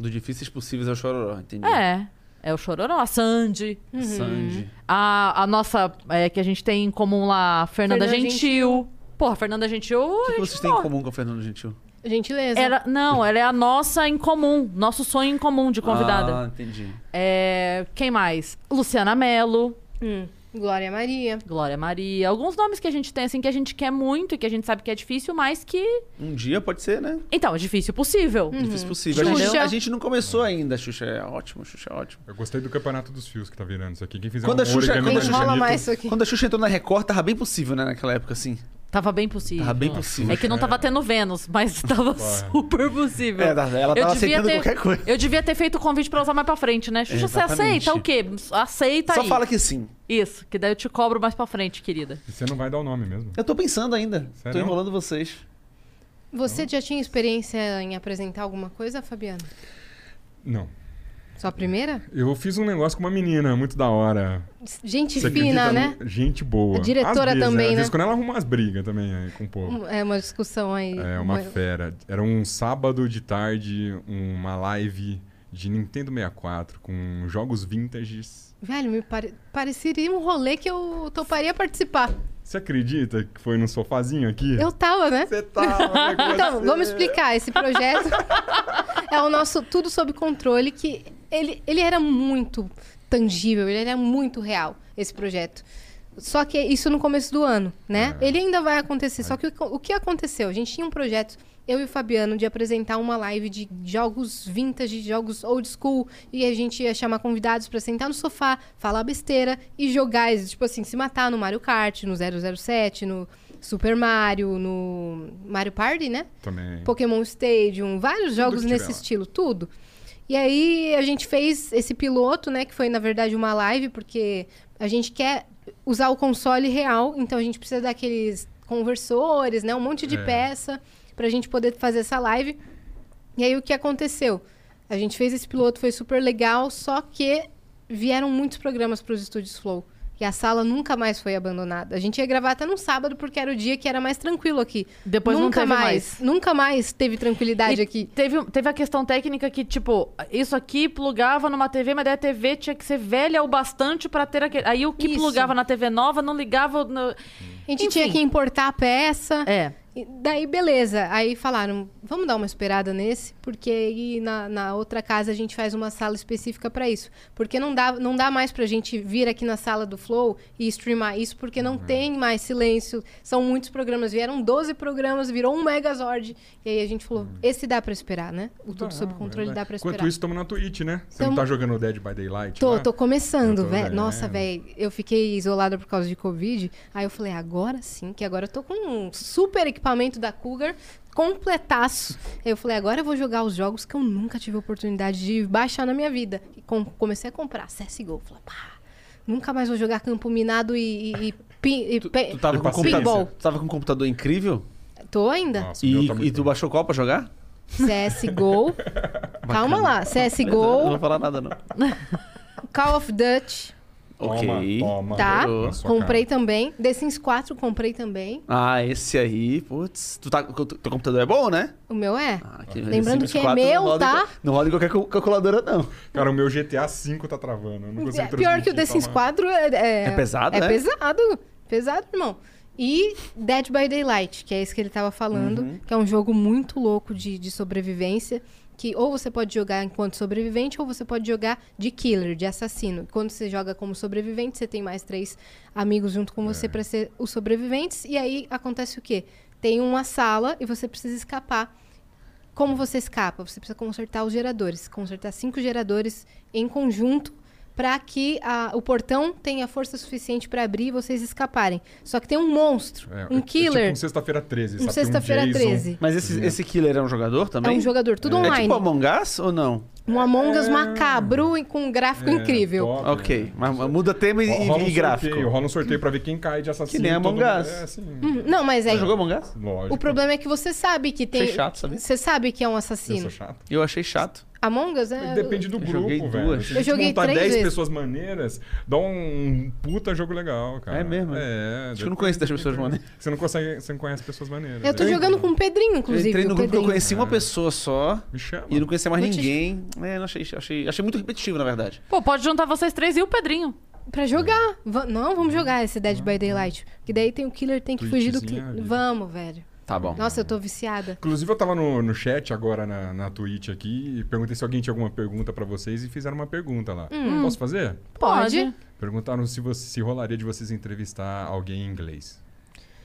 S7: Do Difíceis Possíveis é o Chororó, entendi.
S2: É. É o Chororó. A Sandy.
S3: Uhum.
S7: Sandy.
S2: A, a nossa. é, que a gente tem em comum lá, a Fernanda,
S3: Fernanda
S2: Gentil. Porra, Fernanda Gentil.
S7: O que,
S2: a
S7: que
S2: gente
S7: vocês têm em
S2: morre.
S7: comum com o Fernando Gentil?
S3: Gentileza.
S2: Ela- não, ela é a nossa em comum. Nosso sonho em comum de convidada.
S7: Ah, entendi.
S2: É, quem mais? Luciana Mello.
S3: Hum. Glória Maria.
S2: Glória Maria, alguns nomes que a gente tem assim que a gente quer muito e que a gente sabe que é difícil, mas que
S7: Um dia pode ser, né?
S2: então é difícil possível.
S3: Uhum.
S7: Difícil possível. A gente,
S2: Xuxa.
S7: a gente não começou ainda. Xuxa é ótimo, Xuxa é ótimo.
S6: Eu gostei do campeonato dos fios que tá virando isso aqui. Quem fizer
S7: Quando
S6: um
S7: a Xuxa-
S6: origami
S7: quando a
S6: mais
S7: Xuxa-
S3: Rola
S6: bonito-
S3: mais isso aqui.
S7: Quando a Xuxa entrou na Record, tava bem possível, né? Naquela época, assim.
S2: Tava bem possível.
S7: Tava bem possível.
S2: É que não tava tendo Vênus, mas tava super possível.
S7: É, ela
S2: Eu
S7: tava
S2: devia
S7: aceitando
S2: ter-
S7: qualquer coisa.
S2: Eu devia ter feito o convite pra usar mais pra frente, né? Xuxa, você
S7: Exatamente.
S2: aceita o quê? Aceita
S7: Só
S2: Tá aí.
S7: fala que sim.
S2: Isso, que daí eu te cobro mais pra frente, querida.
S6: E Você não vai dar o nome mesmo.
S7: Eu tô pensando ainda.
S6: Sério?
S7: Tô enrolando vocês.
S3: Você já tinha experiência em apresentar alguma coisa, Fabiana?
S6: Não.
S3: Sua primeira?
S6: Eu fiz um negócio com uma menina, muito da hora.
S3: Gente
S6: Você
S3: fina,
S6: acredita
S3: né?
S6: no- Gente boa.
S3: A diretora
S6: Às vezes,
S3: também,
S6: Às
S3: né?
S6: vezes quando ela arruma umas brigas também aí, com o povo.
S3: Um- É uma discussão aí.
S6: É uma fera. Era um sábado de tarde, uma live de Nintendo 64 com jogos vintages.
S3: Velho, me pare- pareceria um rolê que eu toparia participar.
S6: Você acredita que foi num sofazinho aqui?
S3: Eu tava, né?
S6: Você tá.
S3: Então, vamos explicar. Esse projeto é o nosso Tudo Sob Controle, que ele, ele era muito tangível, ele era muito real, esse projeto. Só que isso no começo do ano, né? Ele ainda vai acontecer. Só que o, o que aconteceu? A gente tinha um projeto, eu e o Fabiano, de apresentar uma live de jogos vintage, jogos old school, e a gente ia chamar convidados pra sentar no sofá, falar besteira e jogar, tipo assim, se matar no Mario Kart, no 007, no Super Mario, no Mario Party, né?
S6: Também.
S3: Pokémon Stadium, vários jogos
S6: que tiver
S3: nesse
S6: lá.
S3: estilo, tudo. E aí a gente fez esse piloto, né, que foi na verdade uma live, porque a gente quer usar o console real, então a gente precisa daqueles conversores, né, um monte de
S6: É.
S3: peça pra gente poder fazer essa live. E aí o que aconteceu? A gente fez esse piloto, foi super legal, só que vieram muitos programas para os estúdios Flow. E a sala nunca mais foi abandonada. A gente ia gravar até num sábado, porque era o dia que era mais tranquilo aqui.
S2: Depois não
S3: nunca
S2: teve mais.
S3: Nunca mais teve tranquilidade
S2: E
S3: aqui.
S2: Teve, teve a questão técnica que, tipo, isso aqui plugava numa TV, mas daí a TV tinha que ser velha o bastante pra ter aquele. Aí o que
S3: Isso.
S2: plugava na TV nova não ligava. No...
S3: A gente
S2: Enfim.
S3: tinha que importar a peça.
S2: É.
S3: E daí, beleza. Aí falaram, vamos dar uma esperada nesse, porque aí na, na outra casa a gente faz uma sala específica pra isso. Porque não dá, não dá mais pra gente vir aqui na sala do Flow e streamar isso, porque não tem mais silêncio. São muitos programas. Vieram 12 programas, virou um megazord. E aí a gente falou, esse dá pra esperar, né? O Tudo Sob Controle dá pra esperar.
S6: Enquanto isso, estamos na Twitch, né? Você
S3: Tamo-
S6: não tá jogando o Dead by Daylight?
S3: Tô,
S7: né?
S6: lá?
S3: tô começando,
S6: Eu tô
S3: velho.
S6: vendo.
S3: Nossa, velho, eu fiquei isolada por causa de Covid. Aí eu falei, agora sim, que agora eu tô com um super equipamento da Cougar, completaço. Aí eu falei, agora eu vou jogar os jogos que eu nunca tive oportunidade de baixar na minha vida. E com- comecei a comprar CSGO. Falei, pá, nunca mais vou jogar campo minado e... e, e pin- e
S7: Tu,
S3: pe-
S7: tu tava,
S6: E
S7: com um
S6: paciência.
S7: computador, tu tava com um computador incrível?
S3: Tô ainda?
S6: Nossa, o meu
S7: E,
S6: tá
S7: e
S6: muito
S7: tu
S6: bom.
S7: baixou qual pra jogar?
S3: CSGO. Calma lá,
S7: Eu não vou
S3: CSGO,
S7: falar nada, não.
S3: Call of Duty,
S7: ok.
S6: Toma, toma.
S3: tá?
S7: melhorou.
S6: Na sua
S3: Comprei também. The Sims 4 comprei também.
S7: Ah, esse aí, putz. Tu tá, teu teu computador é bom, né?
S3: O meu é.
S7: Ah, que-
S3: Lembrando
S7: Sims
S3: que é
S7: 4
S3: meu,
S7: não roda em
S3: tá?
S7: qual- Não roda em qualquer cal- calculadora, não.
S6: Cara, o meu GTA V tá travando. eu não consigo tá
S3: É, pior que o
S6: transmitir,
S3: The Sims
S6: tá lá.
S3: 4 é,
S7: É pesado,
S3: é
S7: né?
S3: pesado. Pesado, irmão. E Dead by Daylight, que é esse que ele tava falando,
S6: Uhum.
S3: que é um jogo muito louco de, de sobrevivência. Que ou você pode jogar enquanto sobrevivente, ou você pode jogar de killer, de assassino. Quando você joga como sobrevivente, você tem mais três amigos junto com
S6: É.
S3: você pra ser os sobreviventes. E aí acontece o quê? Tem uma sala e você precisa escapar. Como você escapa? Você precisa consertar os geradores, consertar cinco geradores em conjunto para que a- o portão tenha força suficiente para abrir e vocês escaparem. Só que tem um monstro,
S6: É, é
S3: um
S6: Tipo
S3: killer,
S6: um sexta-feira 13,
S3: um
S6: sabe? Tem
S3: sexta-feira
S6: Jason.
S3: 13.
S7: Mas esse, esse killer é um jogador
S3: É
S7: também?
S3: um jogador, tudo
S7: É
S3: online.
S7: tipo Among Us ou não?
S3: Um Among Us macabro e com um gráfico
S6: É,
S3: incrível.
S6: top,
S7: Ok,
S6: é.
S7: mas muda tema e,
S6: Rola
S7: e-
S6: um
S7: e
S6: sorteio,
S7: gráfico.
S6: Rola um sorteio pra ver quem cai de assassino.
S7: Que nem
S6: todo
S7: Among
S6: mundo-
S7: Us.
S6: É assim,
S3: Hum, Não, mas é.
S7: Você jogou Among Us?
S6: lógico.
S3: O problema é que você sabe que tem.
S7: Achei chato, sabia?
S3: Você sabe que é um
S6: Eu
S3: assassino.
S6: sou chato.
S7: Eu achei chato.
S3: Among Us é.
S6: Depende do
S7: eu
S6: grupo,
S7: joguei
S6: velho.
S7: duas.
S6: Se
S7: Eu
S6: a gente
S3: joguei
S6: montar
S3: três vezes.
S6: pessoas maneiras, dá um puta jogo legal, cara.
S7: É mesmo?
S6: É.
S7: Acho que eu
S6: depende
S7: não conheço
S6: de
S7: das pessoas
S6: quem-
S7: maneiras.
S6: Você não consegue, você não conhece pessoas maneiras.
S3: Eu tô
S6: É.
S3: jogando com o Pedrinho,
S7: Eu
S3: inclusive.
S7: entrei
S3: o
S7: no grupo que eu
S3: Pedrinho.
S7: conheci uma pessoa só
S6: Ah. Me chama.
S7: e não conhecia mais
S3: Não te-
S7: ninguém. É, não achei, achei, achei muito repetitivo, na verdade.
S2: Pô, pode juntar vocês três e o Pedrinho.
S3: Pra jogar. Va- não, vamos jogar esse Dead by Daylight. Que daí tem o killer, tem que fugir do
S6: Twitchzinha
S3: killer.
S6: ali.
S3: Vamos, velho.
S7: Tá né? bom.
S3: Nossa, eu tô viciada.
S6: Inclusive, eu tava no, no chat agora na, na Twitch aqui e perguntei se alguém tinha alguma pergunta pra vocês e fizeram uma pergunta lá. Posso fazer?
S3: Pode.
S6: Perguntaram se, você, se rolaria de vocês entrevistar alguém em inglês.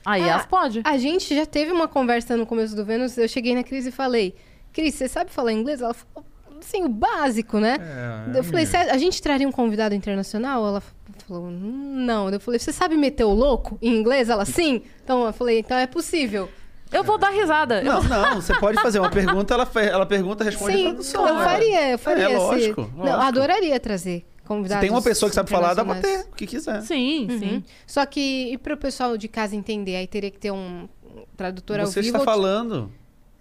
S2: Aí
S3: Ah,
S2: elas pode.
S3: A gente já teve uma conversa no começo do Vênus. Eu cheguei na Cris e falei: Cris, você sabe falar inglês? Ela falou: assim, o básico, né?
S6: É,
S3: Eu falei,
S6: é.
S3: "Cê- a gente traria um convidado internacional? Ela f- falou, não. Eu falei, você sabe meter o louco em inglês? Ela, sim. Então eu falei, então é possível.
S2: Eu vou dar risada. Eu
S7: Não, não, você pode fazer uma pergunta, ela, fe- ela pergunta, responde.
S3: sim,
S7: tá no celular.
S3: eu faria, eu faria.
S7: É,
S3: esse-
S7: lógico,
S3: Não,
S7: lógico.
S3: adoraria trazer
S7: Se
S3: convidados
S7: tem uma pessoa que sabe falar, dá pra ter
S3: internacionais.
S7: o que quiser.
S2: Sim, sim.
S3: Uhum. Só que, e pro pessoal de casa entender, aí teria que ter um tradutor ao
S7: Você
S3: vivo.
S7: está falando.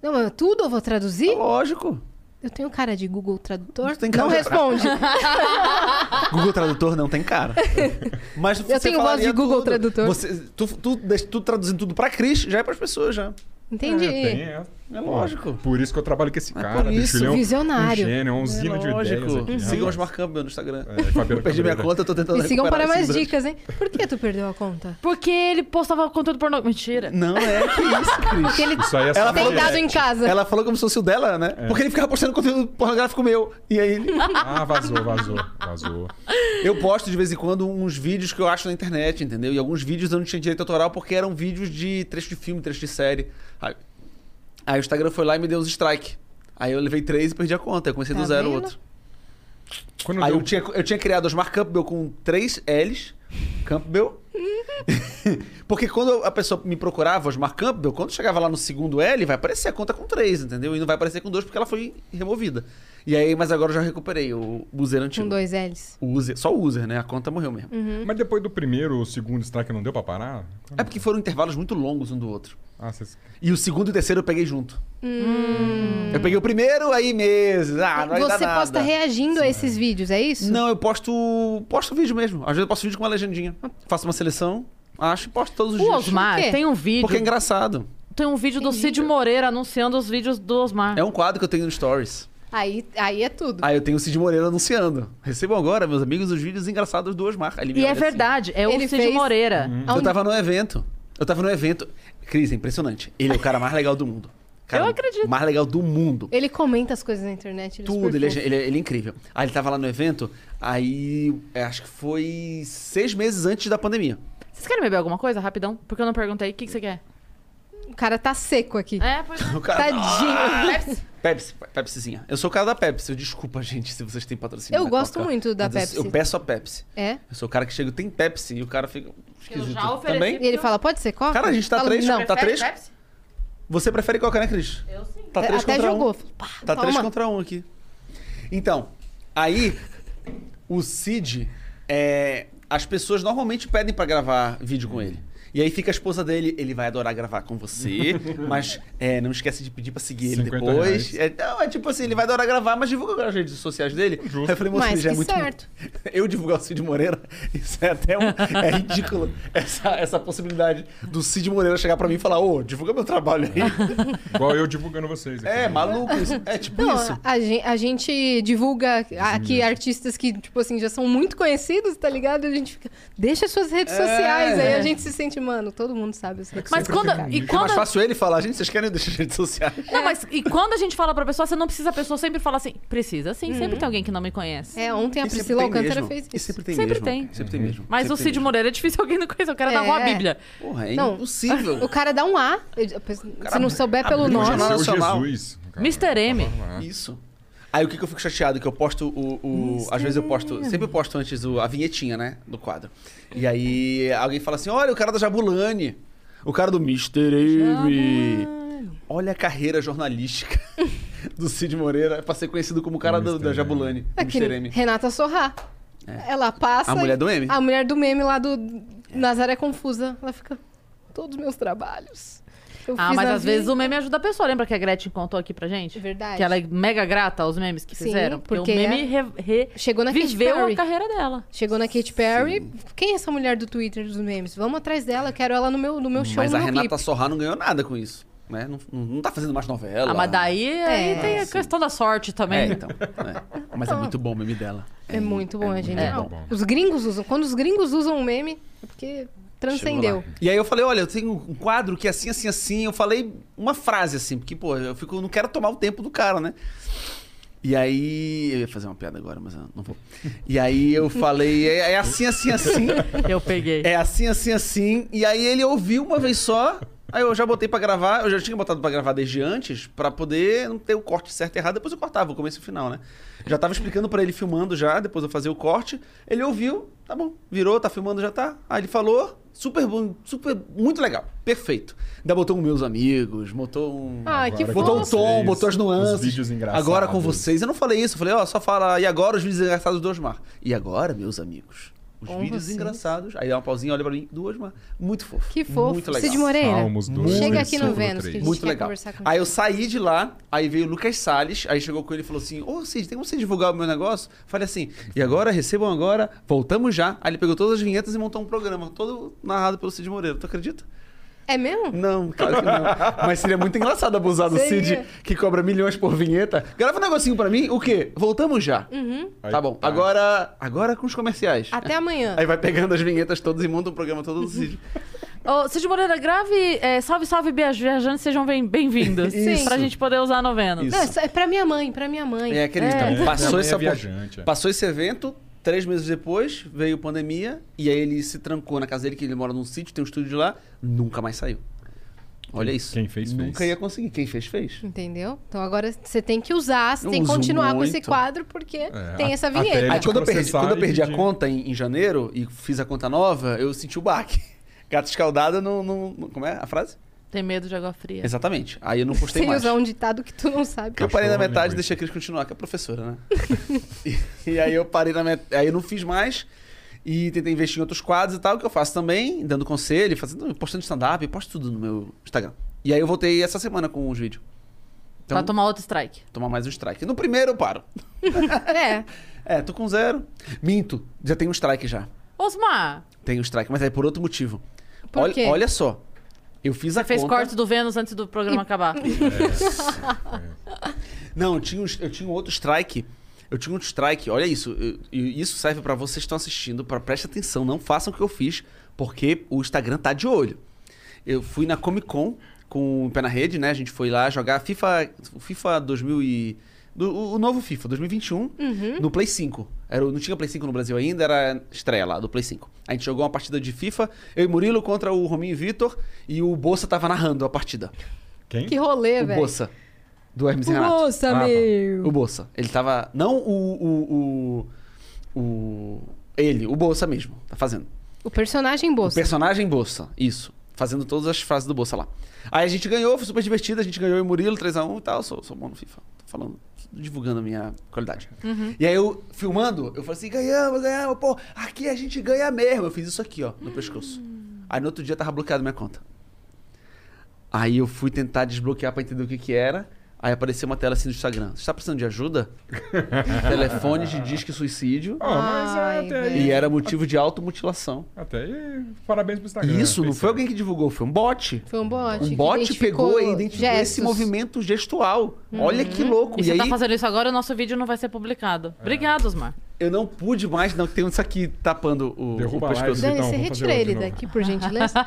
S7: Tá
S3: Não, eu- tudo eu vou traduzir?
S7: Lógico.
S3: Eu tenho cara de Google Tradutor?
S7: Você tem
S3: Não
S7: cara de- É,
S3: responde.
S7: Google Tradutor não tem cara. Mas você
S3: tenho voz de
S7: falaria
S3: Google
S7: tudo.
S3: Tradutor.
S7: Você, tu, tu, deixa- tu traduzindo tudo pra Cris, já é pras pessoas, já.
S3: Entendi.
S6: É, tem, é.
S7: É
S6: Pô,
S7: lógico.
S6: Por isso que eu trabalho com esse
S7: Mas
S6: cara.
S7: por
S6: bicho,
S7: isso, É
S6: ele é um-
S3: visionário.
S6: Um gênio, uma usina de ideias aqui.
S7: Sigam o
S6: rapaz.
S7: Osmar Campbell no Instagram.
S6: É, Fabiano
S7: Eu perdi minha
S6: Cabreira.
S7: conta, eu tô
S3: Me
S7: tentando
S3: sigam para
S7: recuperar
S3: mais
S7: esses anos.
S3: dicas, hein? Por que tu perdeu a conta?
S2: Porque ele postava conteúdo pornô. Mentira.
S7: Não, é que isso, Cris.
S3: Porque ele
S6: Isso aí é só
S7: Ela
S3: tem
S7: falou-
S3: dado em casa.
S7: Ela falou como se fosse o dela, né? Porque ele ficava postando conteúdo pornográfico meu. E aí, ele-
S6: É. Ah, vazou, vazou, vazou.
S7: eu posto de vez em quando uns vídeos que eu acho na internet, entendeu? E alguns vídeos eu não tinha direito autoral porque eram vídeos de trecho de filme, trecho de série. Aí, aí o Instagram foi lá e me deu uns strike. Aí eu levei três e perdi a conta. Eu comecei
S3: Tá
S7: do zero
S3: vendo?
S7: outro.
S6: Quando
S7: Aí
S6: deu-
S7: eu tinha, eu tinha criado Osmar Campbell com três L's. Campbell. Porque quando a pessoa me procurava, Osmar Campbell, quando chegava lá no segundo L, vai aparecer a conta com três, entendeu? E não vai aparecer com dois porque ela foi removida. E aí, mas agora eu já recuperei o user antigo.
S3: Com dois L's.
S7: O user, só o user, né? A conta morreu mesmo.
S6: Mas depois do primeiro ou segundo strike não deu pra parar?
S7: É porque foram intervalos muito longos um do outro.
S6: Ah, vocês...
S7: E o segundo e o terceiro eu peguei junto.
S2: Hum.
S7: Eu peguei o primeiro, aí meses. Ah, não vai dar
S3: Hum. Você
S7: nada.
S3: posta reagindo a esses vídeos, é isso?
S7: Não, eu posto. Posto vídeo mesmo. Às vezes eu posto vídeo com uma legendinha. Faço uma seleção, acho e posto todos os
S2: O
S7: dias.
S2: Osmar
S3: Por quê?
S2: tem um vídeo.
S7: Porque é engraçado.
S2: Tem um vídeo do Cid Moreira anunciando os vídeos do Osmar.
S7: É um quadro que eu tenho no Stories.
S3: Aí, aí é tudo.
S7: Aí eu tenho o Cid Moreira anunciando. Recebam agora, meus amigos, os vídeos engraçados do Osmar. Aí ele me
S2: E
S7: olha
S2: é
S7: assim. Uhum.
S2: verdade, é o
S3: Ele
S2: Cid
S3: fez-
S2: Moreira.
S7: Hum. Eu tava num evento. Eu tava num evento. Cris, é impressionante. Ele é o cara mais legal do mundo. Cara,
S2: Eu acredito.
S7: Mais legal do mundo.
S3: Ele comenta as coisas na internet. Ele é
S7: Tudo,
S3: super
S7: ele é,
S3: fofo.
S7: ele é- ele é incrível. Aí ele tava lá no evento, aí é, acho que foi seis meses antes da pandemia.
S2: Vocês querem beber alguma coisa rapidão? Porque eu não perguntei. O que, que você quer?
S3: O cara tá seco aqui.
S2: É, pois é.
S7: O cara, Ah!
S3: Tadinho.
S7: Pepsi, Pepsizinha. Eu sou o cara da Pepsi. Eu desculpa, gente, se vocês têm patrocínio.
S3: Eu
S7: da
S3: gosto
S7: Coca.
S3: muito da
S7: Mas eu-
S3: Pepsi.
S7: Eu, peço a Pepsi.
S3: É?
S7: Eu sou o cara que chega, tem Pepsi, e o cara fica. Esquisito.
S2: já ofereci.
S3: E ele fala, pode ser coca?
S7: Cara, a gente tá
S3: Fala,
S7: três-
S3: Não.
S7: Tá três? Você prefere Coca, né, Cris?
S2: Eu sim.
S7: Tá três
S3: É, Até
S7: contra um.
S3: jogou. Falou, pá,
S7: Tá
S3: toma.
S7: 3 contra 1 um aqui. Então, aí, o Cid, é, as pessoas normalmente pedem pra gravar vídeo com ele. E aí fica a esposa dele, ele vai adorar gravar com você, mas é, não esquece de pedir pra seguir ele
S6: 50
S7: depois.
S6: reais.
S7: É, não, é tipo assim, ele vai adorar gravar, mas divulga as redes sociais dele. Aí eu falei, moço,
S3: Mais
S7: ele já é
S3: que
S7: muito...
S3: certo.
S7: Eu divulgar o Cid Moreira, isso é até um... É ridículo essa, essa possibilidade do Cid Moreira chegar pra mim e falar, ô, divulga meu trabalho aí.
S6: Igual eu divulgando vocês. aqui.
S7: É, maluco isso. É tipo
S3: Não,
S7: isso.
S3: a, gen- a gente divulga aqui artistas
S7: É.
S3: que, tipo assim, já são muito conhecidos, tá ligado? E a gente fica, deixa suas redes sociais. Aí a gente se sente mano, todo mundo sabe isso.
S2: Mas quando. E
S7: É mais
S2: quando
S7: fácil ele falar, gente, vocês querem deixar as redes sociais?
S2: Não, mas e quando a gente fala pra pessoa, você não precisa, a pessoa sempre fala assim, precisa sim, sempre tem alguém que não me conhece.
S3: Uhum. É, ontem a
S7: E sempre
S3: Priscila
S7: tem
S3: Alcântara
S7: mesmo.
S3: fez
S7: E
S3: isso.
S7: sempre tem
S2: Sempre
S7: mesmo.
S2: tem.
S7: Sempre tem mesmo.
S2: Mas
S7: Sempre
S2: o
S7: tem
S2: Cid
S7: mesmo.
S2: Moreira é difícil alguém não conhecer, o cara narrou a
S3: É.
S2: Bíblia.
S7: Porra, é
S3: Não.
S7: impossível.
S3: O cara dá um A. eu- eu- Se não souber pelo
S7: abriu o
S3: nome.
S7: jornal.
S6: Seu
S7: Nacional.
S6: Jesus.
S7: Tá,
S6: cara.
S2: Mr. M.
S7: Isso. Aí o que, que eu fico chateado? Que eu posto o. o- às vezes eu posto. Sempre eu posto antes o- a vinhetinha, né? Do quadro. E aí alguém fala assim: olha, o cara da Jabulani. O cara do Mr. M. Olha a carreira jornalística do Cid Moreira pra ser conhecido como o cara do-
S6: Mr.
S7: da Jabulani.
S3: É
S7: do
S3: que
S7: Mr. M. É.
S3: Renata Sorrá. Ela passa.
S7: A mulher do É.
S3: e-
S7: meme?
S3: A mulher do meme lá do Nazaré Confusa. Ela fica. Todos meus trabalhos. Eu
S2: Ah,
S3: fiz
S2: mas
S3: na
S2: às vezes
S3: vida."
S2: o meme ajuda a pessoa. Lembra que a Gretchen contou aqui pra gente?
S3: Verdade.
S2: Que ela é mega grata aos memes que
S3: Sim,
S2: fizeram.
S3: porque é
S2: o meme re- re-
S3: Chegou na Katy
S2: viveu
S3: Perry.
S2: a carreira dela.
S3: Chegou na Katy Perry. Quem é essa mulher do Twitter dos memes? Vamos atrás dela, eu quero ela no meu, no meu show,
S7: Mas
S3: no
S7: a
S3: meu
S7: Renata
S3: clipe.
S7: Sorrá não ganhou nada com isso. Né? Não, não, não tá fazendo mais novela.
S2: Ah, mas daí
S3: É.
S2: aí tem a questão da sorte
S7: É,
S2: também.
S7: então. é. Mas é muito bom o meme dela.
S3: É muito bom, é, genial.
S6: bom.
S3: Os gringos usam. Quando os gringos usam o meme, é porque transcendeu.
S7: E aí eu falei, olha, eu tenho um quadro que é assim, assim, assim. Eu falei uma frase assim, porque, pô, eu fico, não quero tomar o tempo do cara, né? E aí. Eu ia fazer uma piada agora, mas eu não vou. E aí eu falei, é, é assim, assim, assim.
S2: Eu peguei.
S7: É assim, assim, assim. E aí ele ouviu uma vez só. Aí eu já botei pra gravar, eu já tinha botado pra gravar desde antes, pra poder não ter o corte certo e errado, depois eu cortava, o começo e o final, né? Já tava explicando pra ele filmando já, depois eu fazia o corte. Ele ouviu, tá bom, virou, tá filmando, já tá. Aí ele falou, super bom, super, muito legal, perfeito. Ainda botou um meus amigos, botou um.
S3: Ai, que
S6: Agora
S7: Botou
S3: fofo.
S7: o
S6: vocês,
S7: tom, botou as nuances.
S6: os vídeos engraçados.
S7: Agora com vocês. Eu não falei isso, eu falei, ó, só fala. E agora os vídeos engraçados do Osmar. E agora, meus amigos? Os
S3: Com
S7: vídeos
S3: vocês.
S7: engraçados. Aí dá uma pausinha, olha pra mim, do Osmar. Muito fofo.
S3: Que fofo.
S7: Muito legal.
S3: Cid Moreira.
S6: Salmos dois,
S3: Chega aqui no
S6: sobre
S3: Vênus, que a
S6: três.
S3: gente
S7: Muito
S3: quer
S7: legal.
S3: conversar com
S7: Aí eu saí de lá, aí veio o Lucas Salles, aí chegou com ele e falou assim: Ô Cid, tem como você divulgar o meu negócio? Falei assim, e agora, recebam agora, voltamos já. Aí ele pegou todas as vinhetas e montou um programa, todo narrado pelo Cid Moreira. Tu acredita?
S3: É mesmo?
S7: Não, claro que não. Mas seria muito engraçado abusar do
S3: Seria.
S7: Cid, que cobra milhões por vinheta. Grava um negocinho pra mim, o quê? Voltamos já. Tá bom. Agora, agora com os comerciais.
S3: Uhum. Até amanhã. Uhum.
S7: Aí vai pegando as vinhetas todas e monta um programa todo do Cid.
S2: Ô, Cid Moreira, grave. é, salve, salve, via- viajantes, sejam bem- bem-vindos.
S3: Isso.
S2: Pra gente poder usar a novena.
S7: Isso.
S3: Não, isso é pra minha mãe, pra minha mãe.
S7: É, acredita.
S6: É,
S7: Passou,
S6: minha
S7: essa
S6: mãe é viajante, é.
S7: passou esse evento, três meses depois, veio pandemia, e aí ele se trancou na casa dele, que ele mora num sítio, tem um estúdio lá, nunca mais saiu. Olha isso.
S6: quem fez,
S7: Nunca
S6: fez.
S7: ia conseguir. Quem fez, fez.
S3: Entendeu? Então agora você tem que usar, você
S7: Eu
S3: tem que
S7: uso
S3: continuar com esse
S7: muito.
S3: quadro, porque tem essa
S6: É, até
S3: vinheta.
S6: ele-
S7: Aí
S6: te
S7: quando eu perdi,
S6: processar
S7: quando eu
S6: e
S7: perdi a
S6: pedir.
S7: conta em, em janeiro e fiz a conta nova, eu senti o baque. Gato escaldado não, não- não- Como é a frase?
S2: Tem medo de água fria.
S7: Exatamente. Aí eu não postei
S3: Sem
S7: mais.
S3: usar um ditado que tu não sabe.
S7: Eu parei
S6: Cachorro,
S7: na
S6: é
S7: metade e
S6: linguiça.
S7: deixei a Cris continuar, que é professora, né? e, e aí eu parei na metade. Aí eu não fiz mais. E tentei investir em outros quadros e tal, que eu faço também, dando conselho, fazendo, postando stand-up, posto tudo no meu Instagram. E aí eu voltei essa semana com os vídeos. Então,
S2: Pra tomar outro strike.
S7: tomar mais um strike. No primeiro eu paro.
S3: É.
S7: É, tô com zero. Minto, já tenho um strike já.
S2: Osmar,
S7: Tem o strike, mas é por outro motivo.
S3: Por
S7: olha,
S3: quê?
S7: olha só. Eu fiz a
S2: fez
S7: conta...
S2: corte do Vênus antes do programa acabar.
S7: Não, eu tinha, um- eu tinha um outro strike. Eu tinha um outro strike. Olha isso. eu- e isso serve pra vocês que estão assistindo. Pra, presta atenção, não façam o que eu fiz, porque o Instagram tá de olho. Eu fui na Comic Con com o Pé na Rede, né? A gente foi lá jogar FIFA, o FIFA 2000 e... do- o, o novo FIFA, 2021,
S8: Uhum.
S7: no Play 5. Era, o- não tinha Play 5 no Brasil ainda, era estreia lá do Play 5. A gente jogou uma partida de FIFA, eu e Murilo contra o Rominho e Vitor, e o Bolsa tava narrando a partida.
S6: Quem?
S3: Que rolê,
S7: O
S3: velho.
S7: Bolsa, do Hermes e Renato.
S3: Moça,
S6: Ah, tá.
S3: meu.
S7: O Bolsa. Ele tava. Não o. O. o, o- ele, o Bolsa mesmo, tá fazendo.
S3: O personagem
S7: O
S3: bolsa.
S7: personagem Bolsa, isso. Fazendo todas as frases do Bolsa lá. Aí a gente ganhou, foi super divertido, a gente ganhou em Murilo 3x1 e tal. Sou, sou bom no FIFA. Tô falando, divulgando a minha qualidade. E aí eu, filmando, eu falei assim: ganhamos, ganhamos, pô, aqui a gente ganha mesmo. Eu fiz isso aqui, ó, no
S6: Hum.
S7: pescoço. Aí no outro dia tava bloqueado minha conta. Aí eu fui tentar desbloquear pra entender o que que era. Aí apareceu uma tela assim no Instagram. Você está precisando de ajuda? Telefone de disque suicídio.
S6: Ah, mas
S3: Ai,
S6: até
S3: velho.
S6: aí.
S7: E era motivo de automutilação.
S6: Até aí, parabéns pro Instagram.
S7: Isso, não
S6: Fez certo.
S7: foi alguém que divulgou, foi um bot.
S3: Foi um bot. que
S7: Um bot
S3: identificou
S7: pegou e identificou esse
S3: gestos. Uhum.
S7: movimento gestual. Olha que louco.
S2: E
S7: E,
S2: você
S7: aí,
S6: tá
S7: É.
S2: tá fazendo isso agora, o nosso vídeo não vai ser publicado. Obrigado, Osmar.
S7: Eu não pude mais, não, tem isso aqui tapando o, o
S6: Derruba a live.
S7: pescoço.
S3: Dani,
S6: então,
S3: você
S6: vamos fazer
S3: retira ele
S6: outra de novo.
S3: daqui, por gentileza.